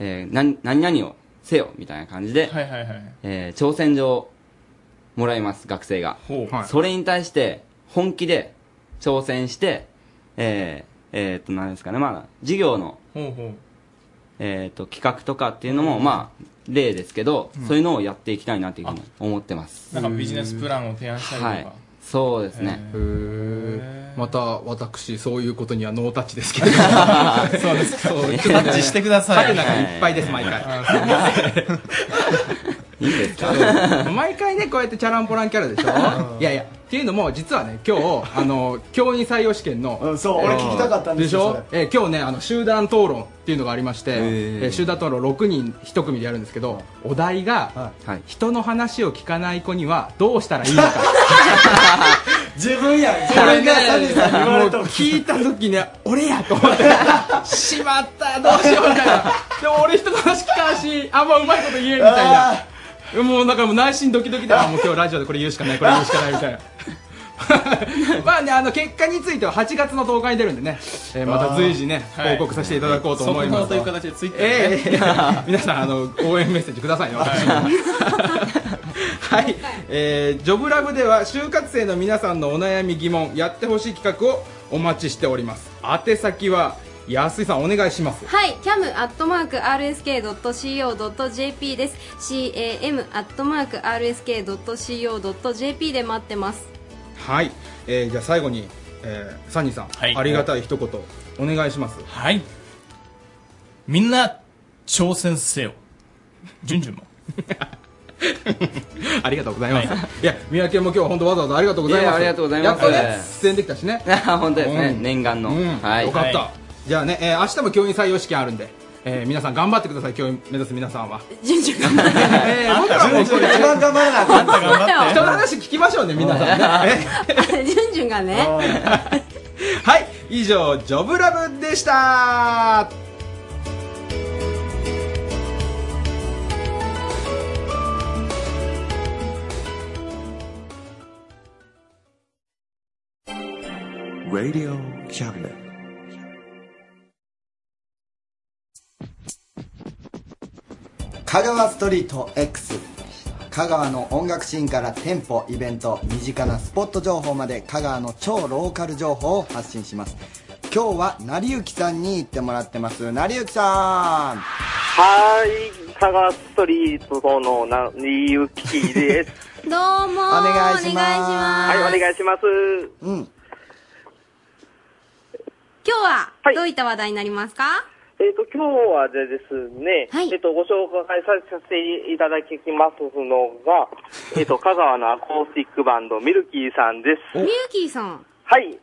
Speaker 7: えー何何々をせよみたいな感じで、
Speaker 8: はいはいはい
Speaker 7: えー挑戦状もらいます、学生が
Speaker 24: ほうはい。
Speaker 7: それに対して、本気で挑戦して、えー、えーっと、何ですかね、まあ、授業の、
Speaker 25: ほうほう
Speaker 7: えーっと、企画とかっていうのも、まあ、例ですけど、
Speaker 25: うん
Speaker 7: そういうのをやっていきたいなというふうに思ってます。
Speaker 25: なんかビジネスプランを提案したりとか、
Speaker 7: はい。そうですね。
Speaker 23: また私そういうことにはノータッチですけ ど
Speaker 25: そうですかタッチしてください
Speaker 23: ハテナがいっぱいです毎回
Speaker 25: はい
Speaker 7: いいですか
Speaker 23: 毎回ねこうやってチャランポランキャラでしょいやいやっていうのも実はね今日あの教員採用試験の、そう
Speaker 13: 俺聞きたかったんですよ
Speaker 23: でしょ、えー今日ねあの集団討論っていうのがありまして、えー集団討論6人1組でやるんですけどお題が、人の話を聞かない子にはどうしたらいい のか
Speaker 13: 自分やん自
Speaker 23: これ
Speaker 13: 分
Speaker 23: ね
Speaker 13: がサンデさんに言われた
Speaker 23: もう聞いた時ね俺やと思ってしまったどうしようみたいな でも俺人の話聞かんしあんまうまいこと言えんみたいなもうなんかもう内心ドキドキであもう今日ラジオでこれ言うしかない これ言うしかない みたいなまあねあの結果については8月の10日に出るんでね、えーまた随時ね
Speaker 25: はい
Speaker 23: 報告させていただこうと思いま
Speaker 25: 速報と
Speaker 23: す、
Speaker 25: いう形でツイッターで
Speaker 23: ええええ 皆さんあの応援メッセージくださいね私にもはい、えージョブラブでは就活生の皆さんのお悩み疑問やってほしい企画をお待ちしております宛先は安井さんお願いします
Speaker 3: はい、cam.rsk.co.jp です。cam.rsk.co.jp で待ってます。
Speaker 23: はい、えーじゃあ最後に、えーサニーさん、ありがたい一言お願いします
Speaker 25: はいみんな挑戦せよジュンジュンも
Speaker 23: ありがとうございます、い、や三宅も今日本当わざわざありがとうござい
Speaker 7: い
Speaker 23: ます
Speaker 7: やありがとうござい
Speaker 23: や
Speaker 7: ます
Speaker 23: っとね出演できたしね
Speaker 7: 本当ですね
Speaker 23: うん
Speaker 7: 念願の
Speaker 23: うん
Speaker 7: はい
Speaker 23: よかった、
Speaker 7: はい
Speaker 23: じゃあね、えー明日も教員採用試験あるんで、えー皆さん頑張ってください教員目指す皆さんは
Speaker 3: 順々
Speaker 23: 頑張って、 えー、僕らもこれ
Speaker 13: 一番頑張らなあかん
Speaker 23: 張人の話聞きましょうね皆 さんね
Speaker 3: ジュンジュンがね。
Speaker 23: はい以上ジョブラブでした
Speaker 2: 香川ストリート X 香川の音楽シーンから店舗イベント身近なスポット情報まで香川の超ローカル情報を発信します今日は成幸さんに行ってもらってます成幸さん
Speaker 26: はい、佐賀ストリートのな、にゆきです。
Speaker 3: どうもーお
Speaker 26: 願いします
Speaker 3: ます
Speaker 26: はい、お願いします。
Speaker 2: うん。
Speaker 3: 今日は、どういった話題になりますか
Speaker 26: えっ、と、今日はでですね、えっ、と、ご紹介させていただきますの が、えっ、と、香川のアコースティックバンド、ミルキーさんです。
Speaker 3: ミルキーさん。
Speaker 26: はい。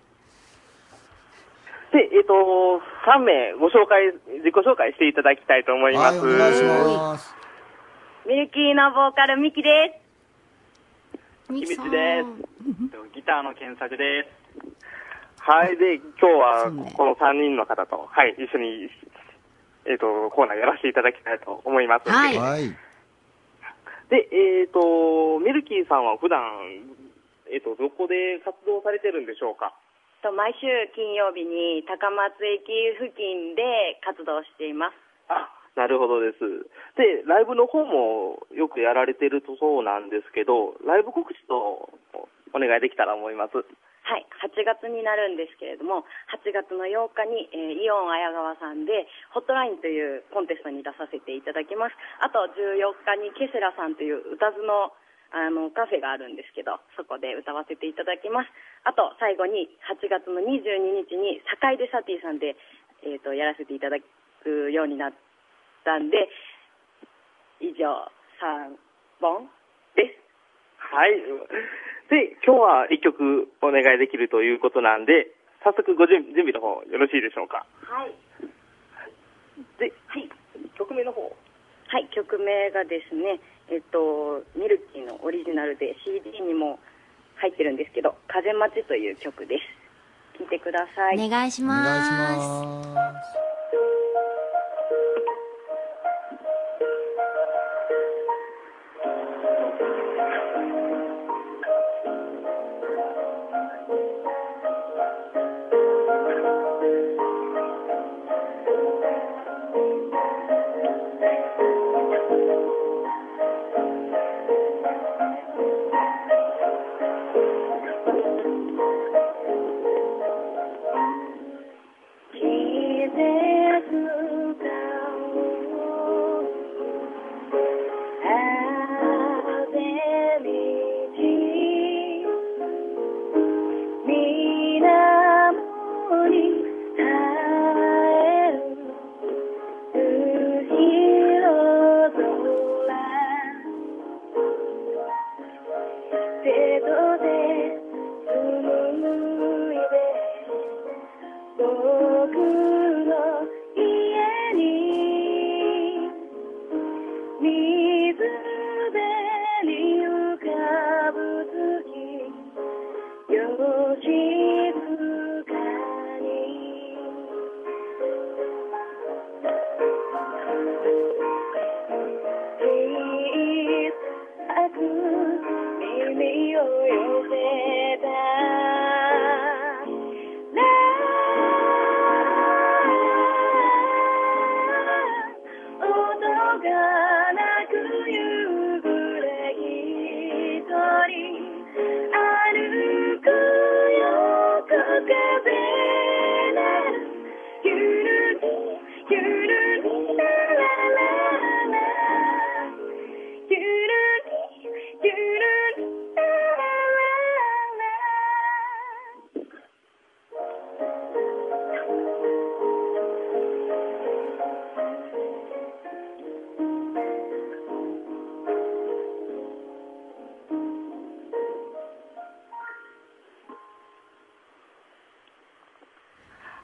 Speaker 26: で、えっ、と、3名ご紹介、自己紹介していただきたいと思います。
Speaker 2: お願いします
Speaker 27: ミルキーのボーカル、ミキで
Speaker 26: 秘密です。ギターの検索です。はい、で、今日はこの3人の方と、はい、一緒に、えっ、と、コーナーやらせていただきたいと思います。
Speaker 2: はい
Speaker 26: で、えっ、と、ミルキーさんは普段、えっ、と、どこで活動されてるんでしょうか
Speaker 27: す。と毎週金曜日に高松駅付近で活動しています。
Speaker 26: なるほどです。で、ライブの方もよくやられてるとそうなんですけど、ライブ告知とお願いできたら思います。
Speaker 27: はい、8月になるんですけれども、8月の8日に、えーイオン綾川さんで、ホットラインというコンテストに出させていただきます。あと14日にケセラさんという歌図のあのカフェがあるんですけど、そこで歌わせていただきます。あと最後に8月の22日に堺でサティさんで、えー、とやらせていただくようになったんで、以上3本
Speaker 26: はい。で、今日は一曲お願いできるということなんで、早速ご準準備の方よろしいでしょうか。
Speaker 27: はい。
Speaker 26: で、はい。曲名の方。
Speaker 27: はい、曲名がですね、えっと、ミルキーのオリジナルで CD にも入ってるんですけど、風待ちという曲です。聴いてください。。
Speaker 3: お願いします
Speaker 26: 「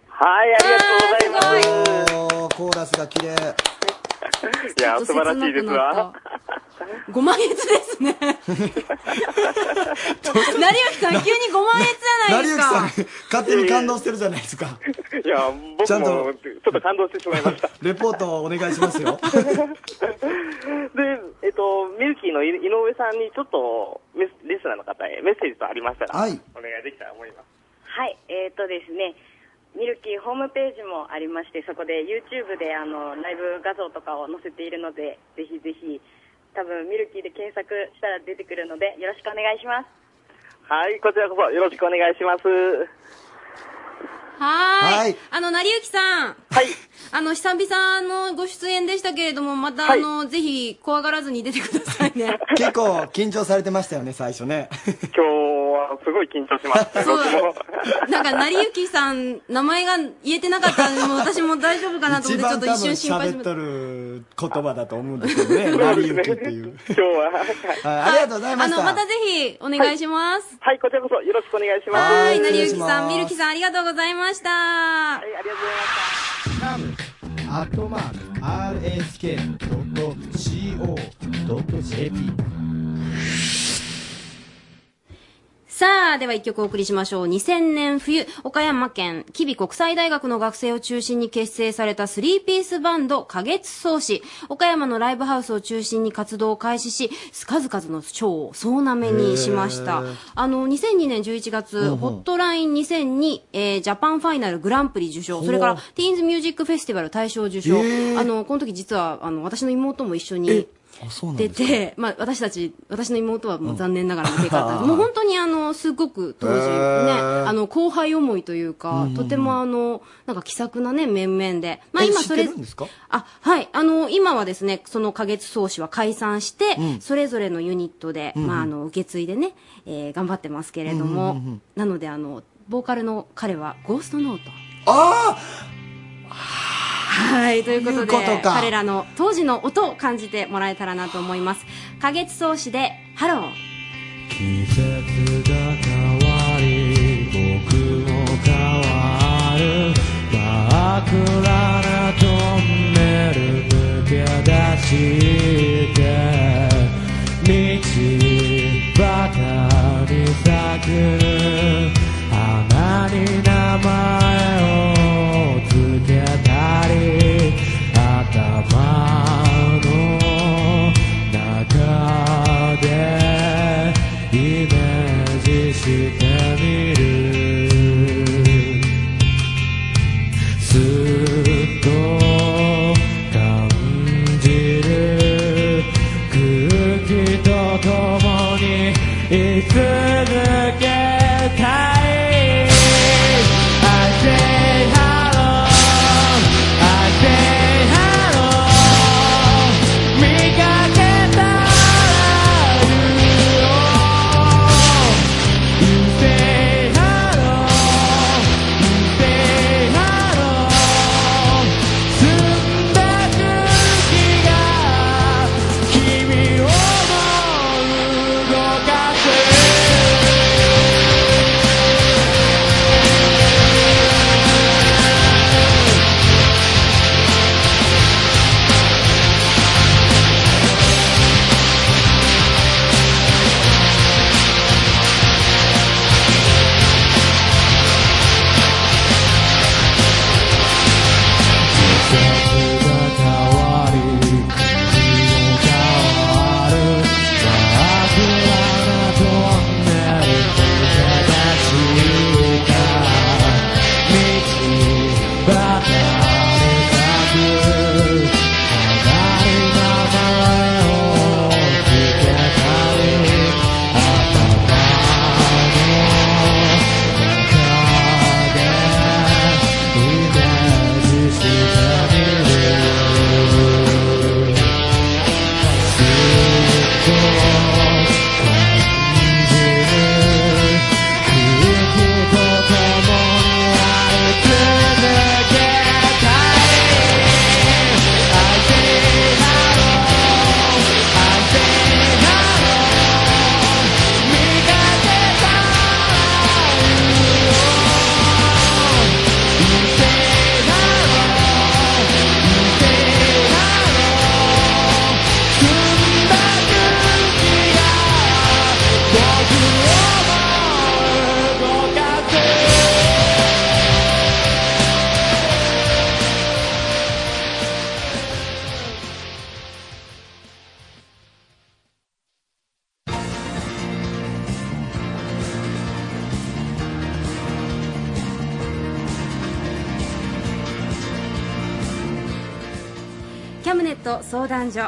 Speaker 26: はい、ありがとうございます。
Speaker 17: おーコーラスが綺
Speaker 26: い
Speaker 17: 麗
Speaker 26: や、素晴らしいですわ。
Speaker 1: 5万円ですね。成幸さん、急に5万円じゃないですか。
Speaker 17: 成幸さん、勝手に感動してるじゃないですか。
Speaker 26: いや、
Speaker 17: ちゃ
Speaker 26: 僕
Speaker 17: ん
Speaker 26: も
Speaker 17: と
Speaker 26: ちょっと感動してしまいました。
Speaker 17: レポートをお願いします よ。
Speaker 26: で、えっと、ミルキーの井井上さんにちょっとメス、リスナーの方へメッセージとありましたら、
Speaker 17: はい
Speaker 26: お願いできたら思います。
Speaker 27: はい、えっ、とですね、ミルキーホームページもありまして、そこで YouTube であのライブ画像とかを載せているので、ぜひぜひ、多分ミルキーで検索したら出てくるので、よろしくお願いします。
Speaker 26: はい、こちらこそよろしくお願いします。
Speaker 3: はー
Speaker 26: はいい。
Speaker 3: あの、成幸さん。
Speaker 26: はい。
Speaker 3: あの、久々のご出演でしたけれども、また、あの、ぜひ、怖がらずに出てください ね。
Speaker 17: 結構緊張されてましたよね、最初ね。
Speaker 26: 今日はすごい緊張しました。僕も。
Speaker 3: なんか、成幸さん、名前が言えてなかったんで、もう私も大丈夫かなと思
Speaker 17: 一
Speaker 3: って、ちょ
Speaker 17: 番
Speaker 3: っと
Speaker 17: 多
Speaker 3: 一
Speaker 17: 分
Speaker 3: 瞬心配
Speaker 17: 喋
Speaker 3: し
Speaker 17: っ
Speaker 3: ま
Speaker 17: と
Speaker 3: し
Speaker 17: る言葉だと思うんですけどね、 成り行きっていう。
Speaker 26: 今日は、はい
Speaker 17: ありがとうござい
Speaker 3: た。
Speaker 17: ま
Speaker 3: あ
Speaker 17: し
Speaker 3: の、ま
Speaker 17: た。
Speaker 3: たぜひ、お願いします。
Speaker 26: はい、こちらこそよろしくお願いし、
Speaker 3: ます。はい、
Speaker 17: はい
Speaker 3: 成幸さ
Speaker 17: お願いしま
Speaker 3: ん、
Speaker 17: す
Speaker 3: みるきさん、ありがとうございました。
Speaker 26: あ
Speaker 3: はい
Speaker 26: りがとうございました。
Speaker 2: アットマーク RSK.CO.JP
Speaker 3: さあ、では一曲お送りしましょう。2000年冬、岡山県、吉備国際大学の学生を中心に結成されたスリーピースバンド、花月草子。岡山のライブハウスを中心に活動を開始し、数々の賞を総なめにしました
Speaker 1: へー。
Speaker 3: あの、2002年11月、
Speaker 1: うんうん
Speaker 3: ホットライン2002、えージャパンファイナルグランプリ受賞、
Speaker 1: ほう
Speaker 3: それから、ティーンズミュージックフェスティバル大賞受賞。
Speaker 1: へー
Speaker 3: あの、この時実は、あの、私の妹も一緒に、
Speaker 17: あ、そ
Speaker 3: 出て、まあ、私たち、私の妹はもう残念ながら無経過だっ た、
Speaker 1: うん
Speaker 3: もう本当にあの、すごく当時、ね、
Speaker 1: へー
Speaker 3: あの、後輩思いというか、
Speaker 1: うん
Speaker 3: とてもあの、なんか気さくなね、面々で。まあ
Speaker 1: え
Speaker 3: 今それ
Speaker 1: 知ってるんですか、
Speaker 3: あ、はい、あの、今はですね、その花月草子は解散して、
Speaker 1: うん
Speaker 3: それぞれのユニットで、
Speaker 1: うんうん
Speaker 3: まああの、受け継いでね、えー頑張ってますけれども、
Speaker 1: うんうんうんうん
Speaker 3: なのであの、ボーカルの彼はゴーストノート。
Speaker 17: あ
Speaker 3: はい、ということで
Speaker 17: いうことか
Speaker 3: 彼らの当時の音を感じてもらえたらなと思います。花月草子で、ハロー。
Speaker 4: 季節が変わり僕も変わる真っ暗なトンネル抜け出して道端に咲く花に名前をつけたり頭の中でイメージしてみるずっと感じる空気と共に居続け
Speaker 3: キャムネット相談所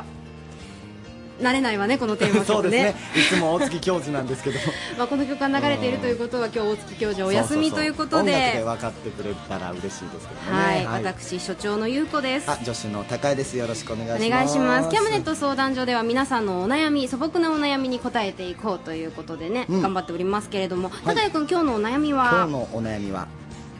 Speaker 3: 慣れないわねこのテーマ
Speaker 2: そうですね
Speaker 3: 曲
Speaker 2: いつも大月教授なんですけど
Speaker 3: まあ、この曲が流れているということは今日大月教授 お休みというこ
Speaker 2: そうそうそう
Speaker 3: とで
Speaker 2: 音楽で分かってくれたら嬉しいですけどね
Speaker 3: はい、私所長の優子です
Speaker 2: あ助手の高井ですよろしくお願いし
Speaker 3: お
Speaker 2: ます
Speaker 3: 願いしますキャムネット相談所では皆さんのお悩み素朴なお悩みに答えていこうということでね、
Speaker 2: うん
Speaker 3: 頑張っておりますけれども、高谷君今日のお悩み
Speaker 2: 今
Speaker 3: は
Speaker 2: 日のお悩みは、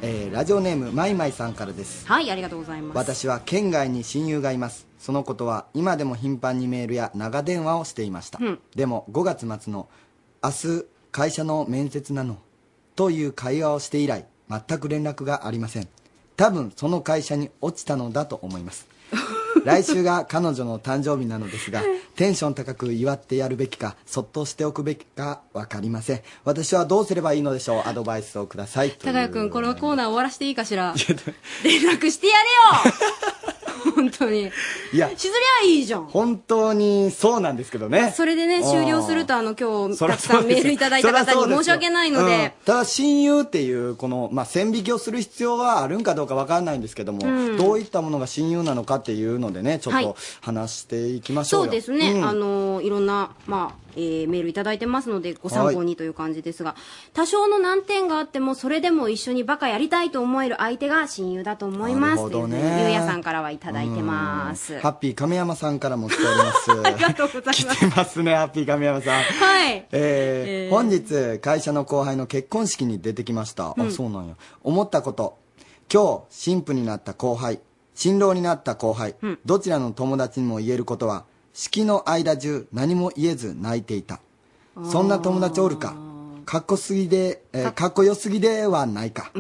Speaker 2: えーラジオネームまいまいさんからです
Speaker 3: はいありがとうございます
Speaker 2: 私は県外に親友がいますそのことは今でも頻繁にメールや長電話をしていました、
Speaker 3: うん
Speaker 2: でも5月末の「明日会社の面接なの」という会話をして以来全く連絡がありません多分その会社に落ちたのだと思います 来週が彼女の誕生日なのですがテンション高く祝ってやるべきかそっとしておくべきか分かりません私はどうすればいいのでしょうアドバイスをくださいという
Speaker 3: 高谷君このコーナー終わらせていいかしら連絡してやれよ 本当に
Speaker 2: いや
Speaker 3: しずりゃいいじゃん
Speaker 2: 本当にそうなんですけどね
Speaker 3: それでね終了するとあの今日たくさんメールいただいた方に申し訳ないので
Speaker 2: うんただ親友っていうこの、まあ、線引きをする必要はあるんかどうかわからないんですけども、
Speaker 3: うん
Speaker 2: どういったものが親友なのかっていうのでねちょっ
Speaker 3: はい
Speaker 2: と話していきましょう
Speaker 3: そ
Speaker 2: よ
Speaker 3: うですね、
Speaker 2: ん
Speaker 3: あのいろんな、まあえーメールいただいてますのでご参考にという感じですが、多少の難点があってもそれでも一緒にバカやりたいと思える相手が親友だと思い
Speaker 2: な
Speaker 3: ま
Speaker 2: る
Speaker 3: す
Speaker 2: ほ
Speaker 3: という
Speaker 2: ど
Speaker 3: ふう
Speaker 2: ね
Speaker 3: にゆうやさんからはいただいてます
Speaker 2: ハッピー亀山さんからも来ており ます。あ りが。
Speaker 3: とうございます
Speaker 2: 来てますね、ハッピー亀山さん。
Speaker 3: はい
Speaker 2: えー
Speaker 3: えー
Speaker 2: 本日、会社の後輩の結婚式に出てきました。
Speaker 3: うん
Speaker 2: あ、そうなんや。思ったこと。今日、新婦になった後輩、新郎になった後輩、どちらの友達にも言えることは、式の間中何も言えず泣いていた。そんな友達おるか。かっこすぎで、えーかっこよすぎではないか。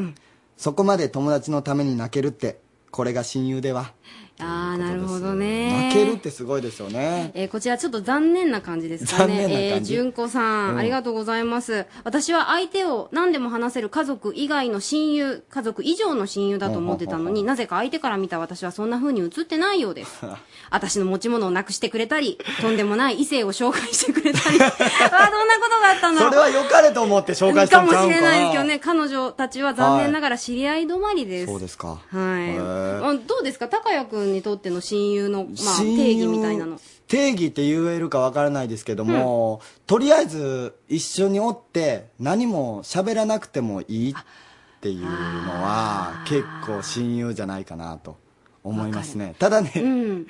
Speaker 2: そこまで友達のために泣けるって、これが親友では。
Speaker 3: ああなるほどね
Speaker 2: 泣けるってすごいですよね。
Speaker 3: えーこちらちょっと残念な感じですかね。
Speaker 2: 残念な感じ
Speaker 3: えー、純子さん、
Speaker 2: うん
Speaker 3: ありがとうございます。私は相手を何でも話せる家族以外の親友、家族以上の親友だと思ってたのに、なぜか相手から見た私はそんな風に映ってないようです。私の持ち物をなくしてくれたり、とんでもない異性を紹介してく れたり、ああ、どんなことがあったんだろ。
Speaker 2: そうれは良かれと思って紹介した
Speaker 3: か
Speaker 2: ん
Speaker 3: も
Speaker 2: ちゃうん
Speaker 3: し
Speaker 2: か
Speaker 3: れないですけどね、彼女たちは残念ながら知り合い止まりです。
Speaker 2: そうですか。
Speaker 3: はい。
Speaker 2: は
Speaker 3: あどうですか高谷君にとっての親友の、まあ、
Speaker 2: 親友
Speaker 3: 定義みたいなの。
Speaker 2: 定義って言えるかわからないですけども、とりあえず一緒におって何も喋らなくてもいいっていうのは結構親友じゃないかなと思いますね。ただね、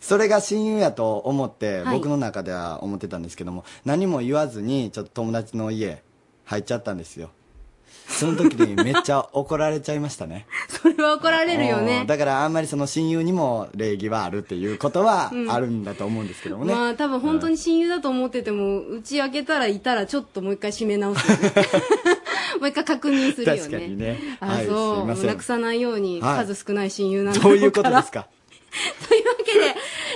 Speaker 2: それが親友やと思って、
Speaker 15: はい
Speaker 2: 僕の中では思ってたんですけども、何も言わずにちょっと友達の家入っちゃったんですよ。その時にめっちゃ怒られちゃいましたね。
Speaker 3: それは怒られるよ
Speaker 2: うん
Speaker 3: ね。
Speaker 2: だからあんまりその親友にも礼儀はあるっていうことは
Speaker 3: うん
Speaker 2: あるんだと思うんですけどもね。
Speaker 3: まあ多分本当に親友だと思ってても、打ち明けたらいたらちょっともう一回締め直 すよね、もう一回確認するよね。
Speaker 2: 確かにね。
Speaker 3: あ、
Speaker 2: はい、すい
Speaker 3: そう。
Speaker 2: ませ
Speaker 3: なく
Speaker 2: ん。
Speaker 3: さないように
Speaker 2: はい
Speaker 3: 数少ない親友なんだ
Speaker 2: どういう
Speaker 3: か
Speaker 2: こと
Speaker 3: ら
Speaker 2: ですか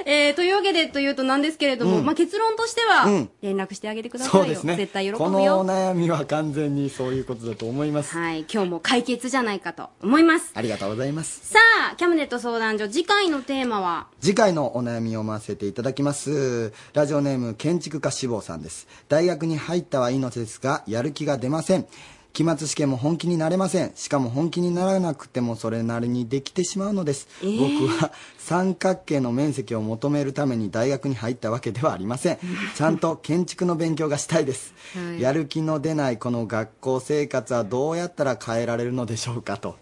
Speaker 3: えーというわけでというとなんですけれども、
Speaker 2: うん
Speaker 3: まあ結論としては
Speaker 2: うん、
Speaker 3: 連絡してあげてください
Speaker 2: そ
Speaker 3: よ。
Speaker 2: うですね。
Speaker 3: 絶対喜
Speaker 2: こ
Speaker 3: ぶ
Speaker 2: のお
Speaker 3: よ。
Speaker 2: 悩みは完全にそういうことだと思います。
Speaker 3: はい。今日も解決じゃないかと思います。
Speaker 2: ありがとうございます。
Speaker 3: さあ、キャムネット相談所、次回のテーマは、
Speaker 2: 次回のお悩みを回せていただきます。ラジオネーム建築家志望さんです。大学に入ったはいいのですが、やる気が出ません。期末試験も本気になれません。しかも本気にならなくてもそれなりにできてしまうのです。
Speaker 17: ー
Speaker 2: 僕は三角形の面積を求めるために大学に入ったわけではありません。ちゃんと建築の勉強がしたいです。
Speaker 17: はい
Speaker 2: やる気の出ないこの学校生活はどうやったら変えられるのでしょうかと。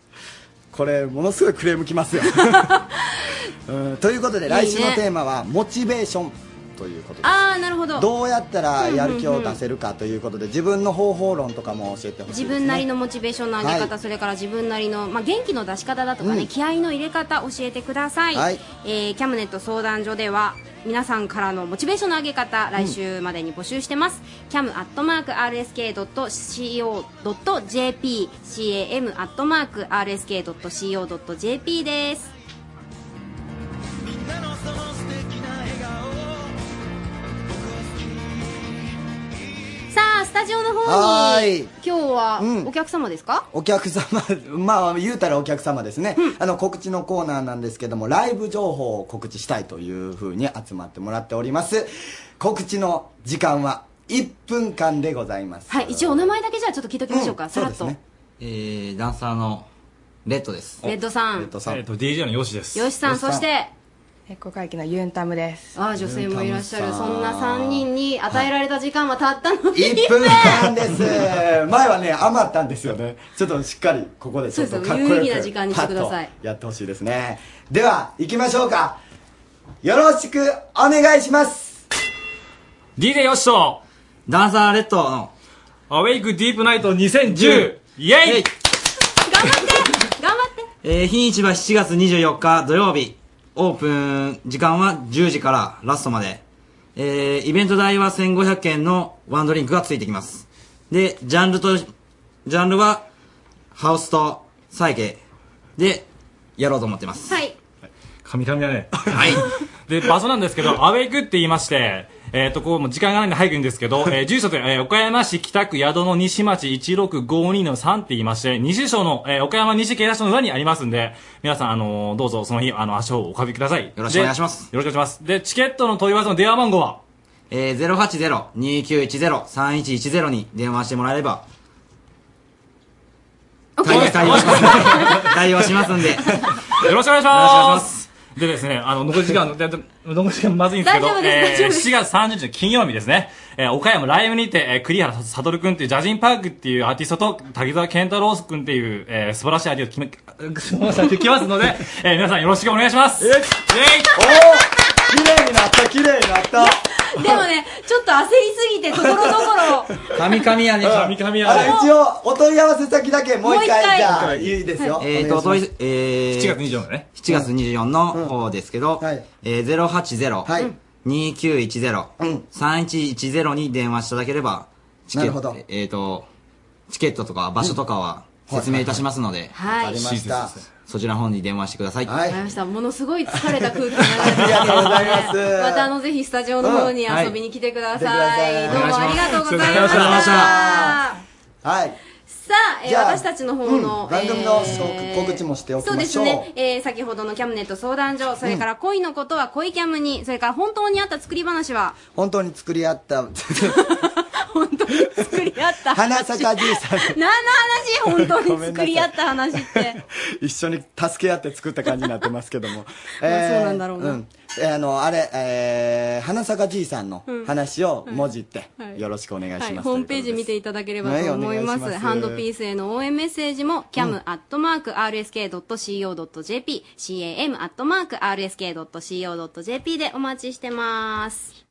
Speaker 2: これ、ものすごいクレームき ますよ。うんということで
Speaker 3: いいね
Speaker 2: 来週のテーマはモチベーションということです
Speaker 3: ああ、なるほど。
Speaker 2: どうやったらやる気を出せるかということで自分の方法論とかも教えてほしいです、
Speaker 3: 自
Speaker 2: ね、
Speaker 3: 分なりのモチベーションの上げ方、
Speaker 2: はい
Speaker 3: それから自分なりの、まあ、元気の出し方だとかね、
Speaker 2: うん
Speaker 3: 気合の入れ方教えてください、
Speaker 2: はい
Speaker 3: えーキャムネット相談所では皆さんからのモチベーションの上げ方来週までに募集してます、キャムアットマーク RSK.CO.JP CAM アットマーク RSK.CO.JP ですさあスタジオの
Speaker 2: は
Speaker 3: 方
Speaker 2: ー
Speaker 3: に
Speaker 2: い
Speaker 3: 今日はお客様ですか、
Speaker 2: お客様、 まあ、言うたらお客様ですね、あの告知のコーナーなんですけどもライブ情報を告知したいというふうに集まってもらっております告知の時間は1分間でございます
Speaker 3: はい、一応お名前だけじゃあちょっと聞いておきましょうか、さらっと、
Speaker 19: えー、ダンサーのレッドです
Speaker 3: レッドさんレッ
Speaker 19: ドさん、えっと DJ のヨシで
Speaker 3: よしさんそして
Speaker 27: 結構会期のユンタムです
Speaker 3: ああ女性もいらっしゃるそんな3人に与えられた時間はたったのに
Speaker 2: 1分 間です前はね余ったんですよねちょっとしっかりここでちょっとかっこよ
Speaker 3: そう
Speaker 2: く
Speaker 3: です有意義な時間にしてください
Speaker 2: パッとやってほしいですねでは行きましょうかよろしくお願いします
Speaker 19: DJ よしとダンサーレッドのアウェイクディープナイト2010イエイ
Speaker 3: 頑張って
Speaker 19: えー、日にちは7月24日土曜日オープン時間は10時からラストまでえー、イベント代は1500円のワンドリンクがついてきますでジャンルとジャンルはハウスとサイケでやろうと思ってます
Speaker 3: はい
Speaker 19: 神々だね。はい。で、場所なんですけど、アウェイクって言いまして、えっ、と、こう、もう時間がないんで早く言うんですけど、えー住所というのは、えー岡山市北区宿の西町1652の3って言いまして、西省の、えー岡山西警察署の裏にありますんで、皆さん、あのーどうぞその日、あの、足をおかびください。よろしくお願いします。よろしくお願いします。で、チケットの問い合わせの電話番号はえー、080-2910-3110に電話してもらえれば、対応対応し ます。対応しますんで。よろしくお願いしますでですね、あの、残り時 間、でで残り時間まずいんですけど
Speaker 16: 大丈、夫です
Speaker 19: え
Speaker 16: 大丈
Speaker 19: ー、
Speaker 16: 夫です
Speaker 19: 7月30日の金曜日ですね、えー、岡山ライブにて、えー、栗原悟くんっていう、ジャジンパークっていうアーティストと、滝沢健太郎くんっていう、えー、素晴らしいアーティストを決め、素晴らしいアーティスト来ますので、 えー、皆さんよろしくお願いします。イェイ
Speaker 2: 綺麗になった綺麗になった
Speaker 3: でもねちょっと焦りすぎてところどころ
Speaker 19: 神々やね。神々やね
Speaker 2: あ。一応お問い合わせ先だけもう一
Speaker 3: もう一回
Speaker 2: 回じゃあいいですよ
Speaker 19: えーと、
Speaker 2: お願い
Speaker 19: お問
Speaker 2: し
Speaker 19: いえー、
Speaker 2: 7月
Speaker 19: 24ね。7月24の方ですけど、えー、080、2910、3110に電話していただければ、チケ
Speaker 2: なるほ
Speaker 19: ット、えーと、チケットとか場所とかは説明いたしますので、
Speaker 3: はいはいはいわかりました
Speaker 19: 親切ですそちらの方に電話してください。
Speaker 3: わかりましたものすごい疲れた空気になっ
Speaker 19: あり
Speaker 3: ち
Speaker 19: が
Speaker 3: ゃ
Speaker 19: とうございま
Speaker 3: った
Speaker 19: す
Speaker 3: またあのぜひスタジオの方に遊びに来てください、
Speaker 2: うん
Speaker 3: どう
Speaker 2: はい
Speaker 3: もありがとうございまし
Speaker 2: お願い
Speaker 3: た
Speaker 2: しますはい
Speaker 3: さあ、えー
Speaker 2: じゃあ
Speaker 3: 私たちの方の、
Speaker 2: うん番組の
Speaker 3: えー
Speaker 2: 告知もしておき
Speaker 3: そう
Speaker 2: ま
Speaker 3: で
Speaker 2: し
Speaker 3: す
Speaker 2: ょう
Speaker 3: ね、えー先ほどのキャムネット相談所それから恋のことは恋キャムにそれから本当にあった作り話は
Speaker 2: 本当に作り合った 本当に作
Speaker 3: り合った
Speaker 2: 花坂じいさん
Speaker 3: 何の話本当に作り合った話って
Speaker 2: 一緒に助け合って作った感じになってますけども、
Speaker 3: まあそうなんだろうな
Speaker 2: うんえーあのあれ、えー花坂じいさんの
Speaker 3: うん
Speaker 2: 話をもじって
Speaker 3: はいはい
Speaker 2: よろしくお願いします、
Speaker 3: はい、ホームページ見ていただければ
Speaker 2: はい
Speaker 3: と
Speaker 2: お
Speaker 3: 思
Speaker 2: 願い
Speaker 3: い
Speaker 2: し
Speaker 3: ます,、
Speaker 2: ます
Speaker 3: ハンドピースへの応援メッセージも
Speaker 2: うん
Speaker 3: cam.rsk.co.jp、cam.rsk.co.jp でお待ちしてます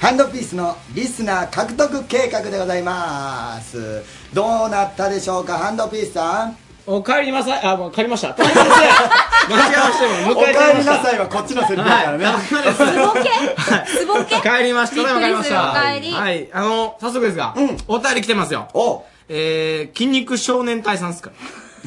Speaker 2: ハンドピースのリスナー獲得計画でございますどうなったでしょうかハンドピースさん
Speaker 25: お帰りなさいあもう帰りました
Speaker 2: お 帰りなさいはこっちのセリフだからね、
Speaker 3: すぼけ
Speaker 25: 帰りました。ただいま帰りました。
Speaker 3: びっくりするお帰り
Speaker 25: はい。あの、早速ですが、お便り来てますよ。
Speaker 2: お
Speaker 25: えー、筋肉少年隊さんですか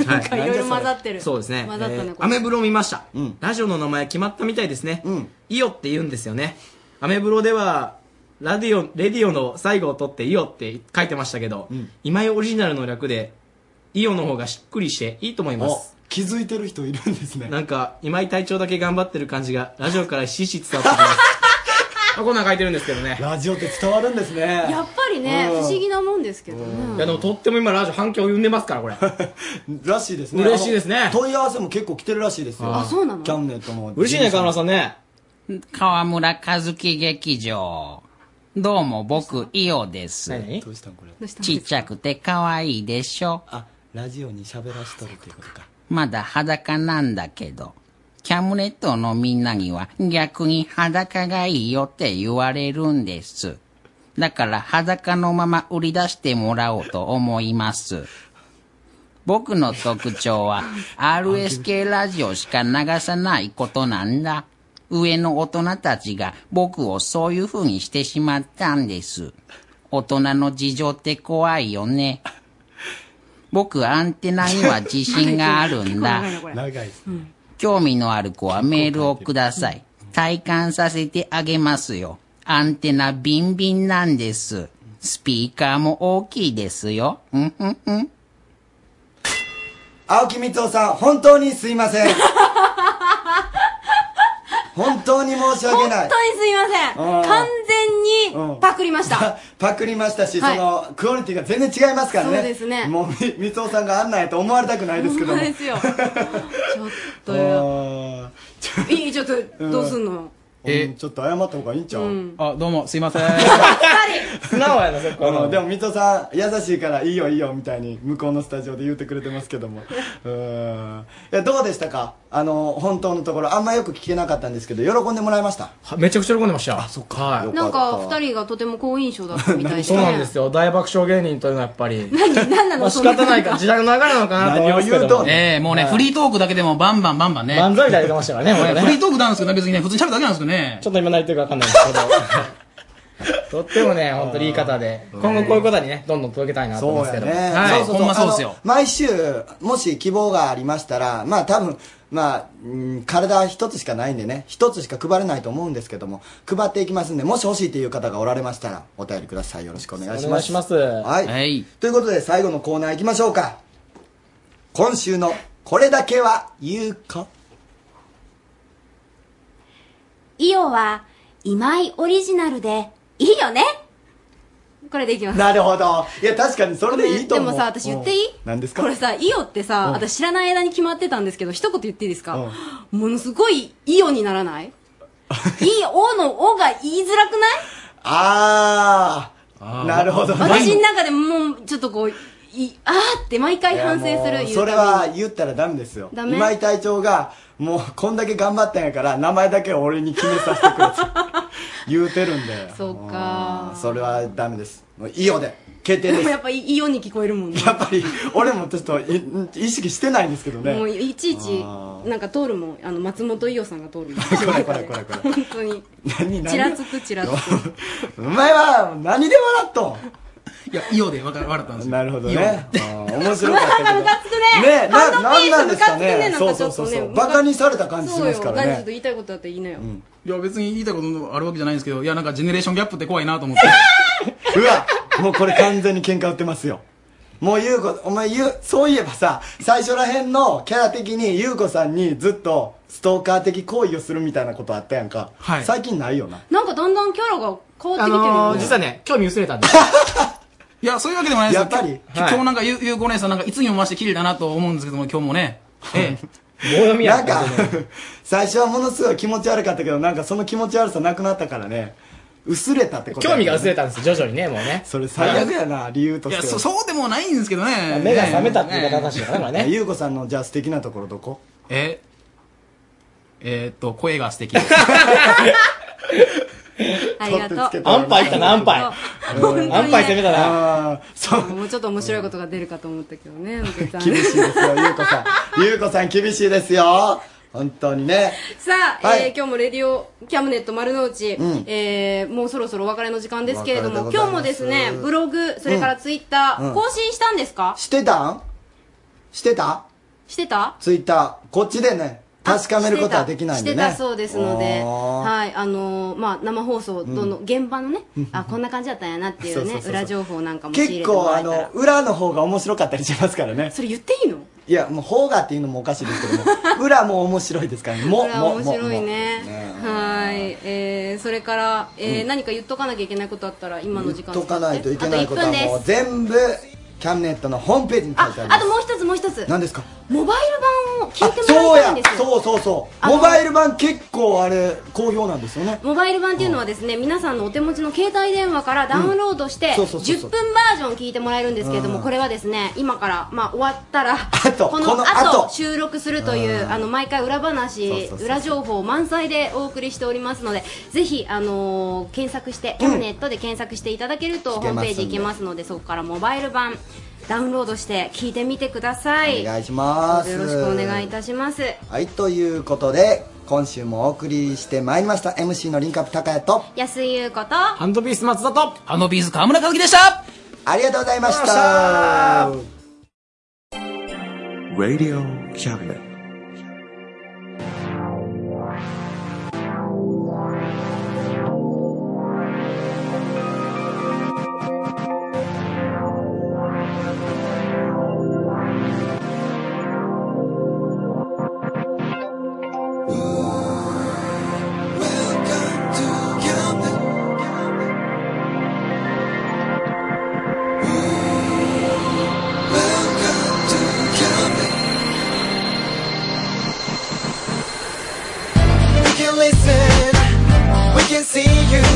Speaker 25: ら。はい
Speaker 3: いろいろ混ざってる
Speaker 25: そうですね。
Speaker 3: 混ざったね
Speaker 25: えー
Speaker 3: これ
Speaker 25: アメブロ見ました。ラジオの名前決まったみたいですね。イオって言うんですよね。アメブロでは、ラディオ、レディオの最後を取ってイオって書いてましたけど、今井オリジナルの略で、イオの方がしっくりしていいと思います。
Speaker 2: 気づいてる人いるんですね。
Speaker 25: なんか、今井隊長だけ頑張ってる感じが、ラジオからひしひし伝わってきます。 まあこんなん書いてるんですけどね。
Speaker 2: ラジオって伝わるんですね。
Speaker 3: やっぱりね
Speaker 25: う
Speaker 3: 不
Speaker 25: ん
Speaker 3: 思議なもんですけど
Speaker 25: い
Speaker 3: ね
Speaker 25: やでもとっても今ラジオ反響を呼んでますからこれ
Speaker 2: らしいですね
Speaker 25: 嬉しいです
Speaker 2: あ
Speaker 25: ね
Speaker 2: の問い合わせも結構来てるらしいですよ
Speaker 25: あそう
Speaker 3: なの
Speaker 2: キャムネットも
Speaker 25: 嬉しいね河村さんね
Speaker 28: 河村和樹劇場。どうも、僕、イオです。
Speaker 2: どうしたんこれ
Speaker 28: ちっちゃくて可愛いでしょ。
Speaker 2: あラジオに喋らしとるっていうことか
Speaker 28: まだ裸なんだけど。キャムネットのみんなには逆に裸がいいよって言われるんです。だから裸のまま売り出してもらおうと思います。僕の特徴は RSK ラジオしか流さないことなんだ。上の大人たちが僕をそういう風にしてしまったんです。大人の事情って怖いよね。僕アンテナには自信
Speaker 11: 啊
Speaker 28: があるん だ。
Speaker 2: 長いですね
Speaker 28: 興味のある子はメールをください。体感させてあげますよ。アンテナビンビンなんです。スピーカーも大きいですよ。うんうんうん。
Speaker 2: 青木光夫さん、本当にすいません。 本当に申し訳ない。
Speaker 3: 本当にすいません
Speaker 2: うん
Speaker 3: 完全にパクりました
Speaker 2: パクりましたし、
Speaker 3: はい
Speaker 2: そのクオリティが全然違いますからね
Speaker 3: そうですね
Speaker 2: もうみ光夫さんがあんなんやと思われたくないですけど
Speaker 3: ほん
Speaker 2: も
Speaker 3: まですよ
Speaker 2: あー
Speaker 3: いいちょっとどうすんの、
Speaker 2: えちょっと謝った方がいいんちゃう、
Speaker 3: うん
Speaker 2: あどうもすいません
Speaker 25: 素直やなそこは
Speaker 2: でも水戸さん優しいからいいよいいよみたいに向こうのスタジオで言ってくれてますけど もうーんいやどうでしたかあの本当のところあんまよく聞けなかったんですけど喜んでもらいました
Speaker 25: めちゃくちゃ喜んでましたあそっか
Speaker 3: なんか二人がとても好印象だったみたいです
Speaker 25: そうなんで
Speaker 3: ね
Speaker 25: すよ大爆笑芸人というのはやっぱり
Speaker 3: 何何な
Speaker 25: ま
Speaker 3: の
Speaker 25: あ仕方ない から時代の流れなのかなと思いますけども
Speaker 19: ええもうね、フリートークだけでもバンバンバンバンね。
Speaker 25: 漫才みたいに言ってましたからね
Speaker 19: これ
Speaker 25: 俺ね
Speaker 19: フリートークなんですけどね、別にね、普通に喋るだけなんですけどね。
Speaker 25: ちょっと今何言ってるか分かんないですけどとってもね本当にいい方で今後こういう方にねどんどん届けたいなと思うんですけども
Speaker 2: ね
Speaker 25: はいほんまそうです
Speaker 2: あの
Speaker 25: よ
Speaker 2: 毎週、もし希望がありましたら、まあ多分、まあ、うん体一つしかないんでね、一つしか配れないと思うんですけども、配っていきますんで、もし欲しいという方がおられましたら、お便りください。よろしくお願いします。
Speaker 25: お願いします
Speaker 2: はい。ということで、最後のコーナー行きましょうか。今週の、これだけは言うか
Speaker 3: イオは今井オリジナルでいいよねこれでいきます
Speaker 2: なるほど。いや、確かにそれでいいと思う。
Speaker 3: でもさ私言っていい
Speaker 2: うん何ですか
Speaker 3: これさイオってさ、
Speaker 2: うん
Speaker 3: 私知らない間に決まってたんですけど一言言っていいですか、ものすごいイオにな らないイオのオが言いづらくない
Speaker 2: あー、なるほど。
Speaker 3: 私の中でもうちょっとこういあーって毎回反省する
Speaker 2: いやもう
Speaker 3: 言う
Speaker 2: それ
Speaker 3: た
Speaker 2: は
Speaker 3: びに
Speaker 2: 言ったらダメですよ
Speaker 3: ダメ
Speaker 2: 今井隊長がもうこんだけ頑張ったんやから名前だけは俺に決めさせてくれと言うてるんで
Speaker 3: そうか
Speaker 2: それはダメですもういいよで決定
Speaker 3: で
Speaker 2: で
Speaker 3: もや
Speaker 2: す
Speaker 3: っぱイイオに聞こえるもんね
Speaker 2: やっぱり俺もちょっとい意識してないんですけどね
Speaker 3: もういちいち
Speaker 2: あ
Speaker 3: なんか通るもんあの松本伊代さんが通るもん
Speaker 2: ーこれこれこれこ
Speaker 3: 本当に
Speaker 2: れ
Speaker 3: ちらつくちらつく
Speaker 2: お前は何で笑っと
Speaker 19: いや、イオでわか笑ったんですよ。
Speaker 2: なるほど
Speaker 19: イオ
Speaker 2: ねあー面白かっ
Speaker 3: なん
Speaker 2: たけ
Speaker 3: かム
Speaker 2: ど
Speaker 3: カつく
Speaker 2: ね
Speaker 3: ね
Speaker 2: えな
Speaker 3: ハンドピ
Speaker 2: 何
Speaker 3: ー
Speaker 2: な
Speaker 3: ス
Speaker 2: ん
Speaker 3: ム
Speaker 2: です
Speaker 3: カ
Speaker 2: か
Speaker 3: つくね
Speaker 2: ね
Speaker 3: なん
Speaker 2: そう
Speaker 3: かち
Speaker 2: そ
Speaker 3: ょ
Speaker 2: う
Speaker 3: っ
Speaker 2: そ
Speaker 3: と
Speaker 2: う
Speaker 3: ね
Speaker 2: そうバカにされた感じし
Speaker 3: そう
Speaker 2: ま
Speaker 3: よ
Speaker 2: すから
Speaker 3: 何ちょっと
Speaker 2: ね
Speaker 3: 言いたいことあったら言いなよ
Speaker 19: いや、別に言いたいことあるわけじゃないんですけど、いや、なんかジェネレーションギャップって怖いなと思 って。
Speaker 2: うわ もうこれ完全に喧嘩売ってますよもう優子お前ゆそういえばさ最初らへんのキャラ的に優子さんにずっとストーカー的行為をするみたいなことあったやんか、最近ないよな
Speaker 3: なんかだんだんキャラが変わってきてる
Speaker 25: あ
Speaker 3: よ
Speaker 25: のー
Speaker 3: ね
Speaker 25: 実はね興味薄れたんで
Speaker 19: いや、そういうわけでもないですよ。
Speaker 25: やっぱり
Speaker 19: 今日
Speaker 25: はい
Speaker 19: なんか、ゆゆうこ姉さんなんか、いつにも増して綺麗だなと思うんですけども、今日もね。え
Speaker 2: なんか最初はものすごい気持ち悪かったけどなんかその気持ち悪さなくなったからね薄れたってことや
Speaker 25: 興味が薄れ
Speaker 2: た
Speaker 25: たんですよ徐々にねもうね
Speaker 2: それ最悪やな理由と
Speaker 19: え。い
Speaker 2: し
Speaker 19: や、
Speaker 2: て
Speaker 19: そ
Speaker 2: は
Speaker 19: そうでもないんですけどね。
Speaker 2: 目が覚
Speaker 19: 覚
Speaker 2: めたっていう
Speaker 19: か
Speaker 2: 言い方してたからね優子さんのじゃあ素敵なところどこ
Speaker 19: ええーっと、声が素敵。
Speaker 3: ありがとう
Speaker 19: 安牌いったな安牌
Speaker 3: 本当にね
Speaker 19: 安牌攻めた
Speaker 2: な
Speaker 3: もうちょっと面白いことが出るかと思ったけどね本当に残
Speaker 2: 厳
Speaker 3: 念
Speaker 2: しいですよ、ゆうこさん。ゆうこさん厳しいですよ。本当にね。
Speaker 3: さあ、
Speaker 2: はい
Speaker 3: えー今日もレディオキャムネット丸の内、
Speaker 2: うん
Speaker 3: えーもうそろそろお別れの時間ですけれど
Speaker 2: お
Speaker 3: も、
Speaker 2: 別れでござ
Speaker 3: 今日
Speaker 2: い
Speaker 3: も
Speaker 2: ます
Speaker 3: ですね、ブログ、それからツイッター、
Speaker 2: うん
Speaker 3: 更新したんですか
Speaker 2: してたんしてた
Speaker 3: してた
Speaker 2: ツイッター。こっちでね、確かめることはできないん
Speaker 3: して
Speaker 2: でね。
Speaker 3: たそうですので、
Speaker 2: おー
Speaker 3: はい、あのーまあ、生放送、どの、
Speaker 2: う
Speaker 3: 現場のね、あ、こんな感じだったんやなっていう
Speaker 2: そうそう
Speaker 3: ね
Speaker 2: そう、そう
Speaker 3: 裏情報なんかも仕入
Speaker 2: 結
Speaker 3: れても
Speaker 2: 構、
Speaker 3: ら
Speaker 2: あ
Speaker 3: えたら
Speaker 2: の、裏の方が面白かったりしますからね。
Speaker 3: それ言っていいの
Speaker 2: いや、もう、方がっていうのもおかしいですけども、 裏も面白いですからね。も、
Speaker 3: これは
Speaker 2: も、
Speaker 3: 面
Speaker 2: も。
Speaker 3: 白いね
Speaker 2: も
Speaker 3: はい、えー、それから、えー
Speaker 2: うん
Speaker 3: 何か言っとかなきゃいけないことあったら今の時間
Speaker 2: とかないといけないことは
Speaker 3: あと1
Speaker 2: も
Speaker 3: 分
Speaker 2: う
Speaker 3: です
Speaker 2: 全部、キャンネットのホームページに書いてあります。
Speaker 3: あともう一つもう一つ
Speaker 2: 何ですか
Speaker 3: モバイル版を聞いても
Speaker 2: そう
Speaker 3: らいたい
Speaker 2: や
Speaker 3: んですよ
Speaker 2: そうそうそう
Speaker 3: あの
Speaker 2: モバイル版結構あれ好評なんですよね
Speaker 3: モバイル版っていうのはですね皆さんのお手持ちの携帯電話からダウンロードして
Speaker 2: うんそうそうそう
Speaker 3: 10
Speaker 2: そう
Speaker 3: 分バージョン聞いてもらえるんですけれども
Speaker 2: うん
Speaker 3: これはですね今からまあ終わったら
Speaker 2: と
Speaker 3: こ
Speaker 2: こ
Speaker 3: の
Speaker 2: の
Speaker 3: 後
Speaker 2: 後
Speaker 3: 収録するといううんあの毎回裏
Speaker 2: そう
Speaker 3: 話
Speaker 2: そうそう
Speaker 3: 裏情報満載でお送りしておりますのでぜひあのー検索してキャムネットで検索していただけると
Speaker 2: 聞
Speaker 3: ホ
Speaker 2: けます
Speaker 3: ー
Speaker 2: んで
Speaker 3: ムページ行けますのでそこからモバイル版ダウンロードして聞いてみてください
Speaker 2: お願いします
Speaker 3: よろしくお願いいたします
Speaker 2: はいということで今週もお送りしてまいりました MC のリンクアップ高谷と
Speaker 3: 安井優子と
Speaker 2: ハンドピース松田と
Speaker 19: ハンドピース河村和樹でした
Speaker 2: ありがとうございました
Speaker 18: Radio Cabinet.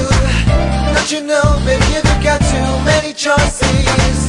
Speaker 4: Don't you know, baby, you could got too many choices.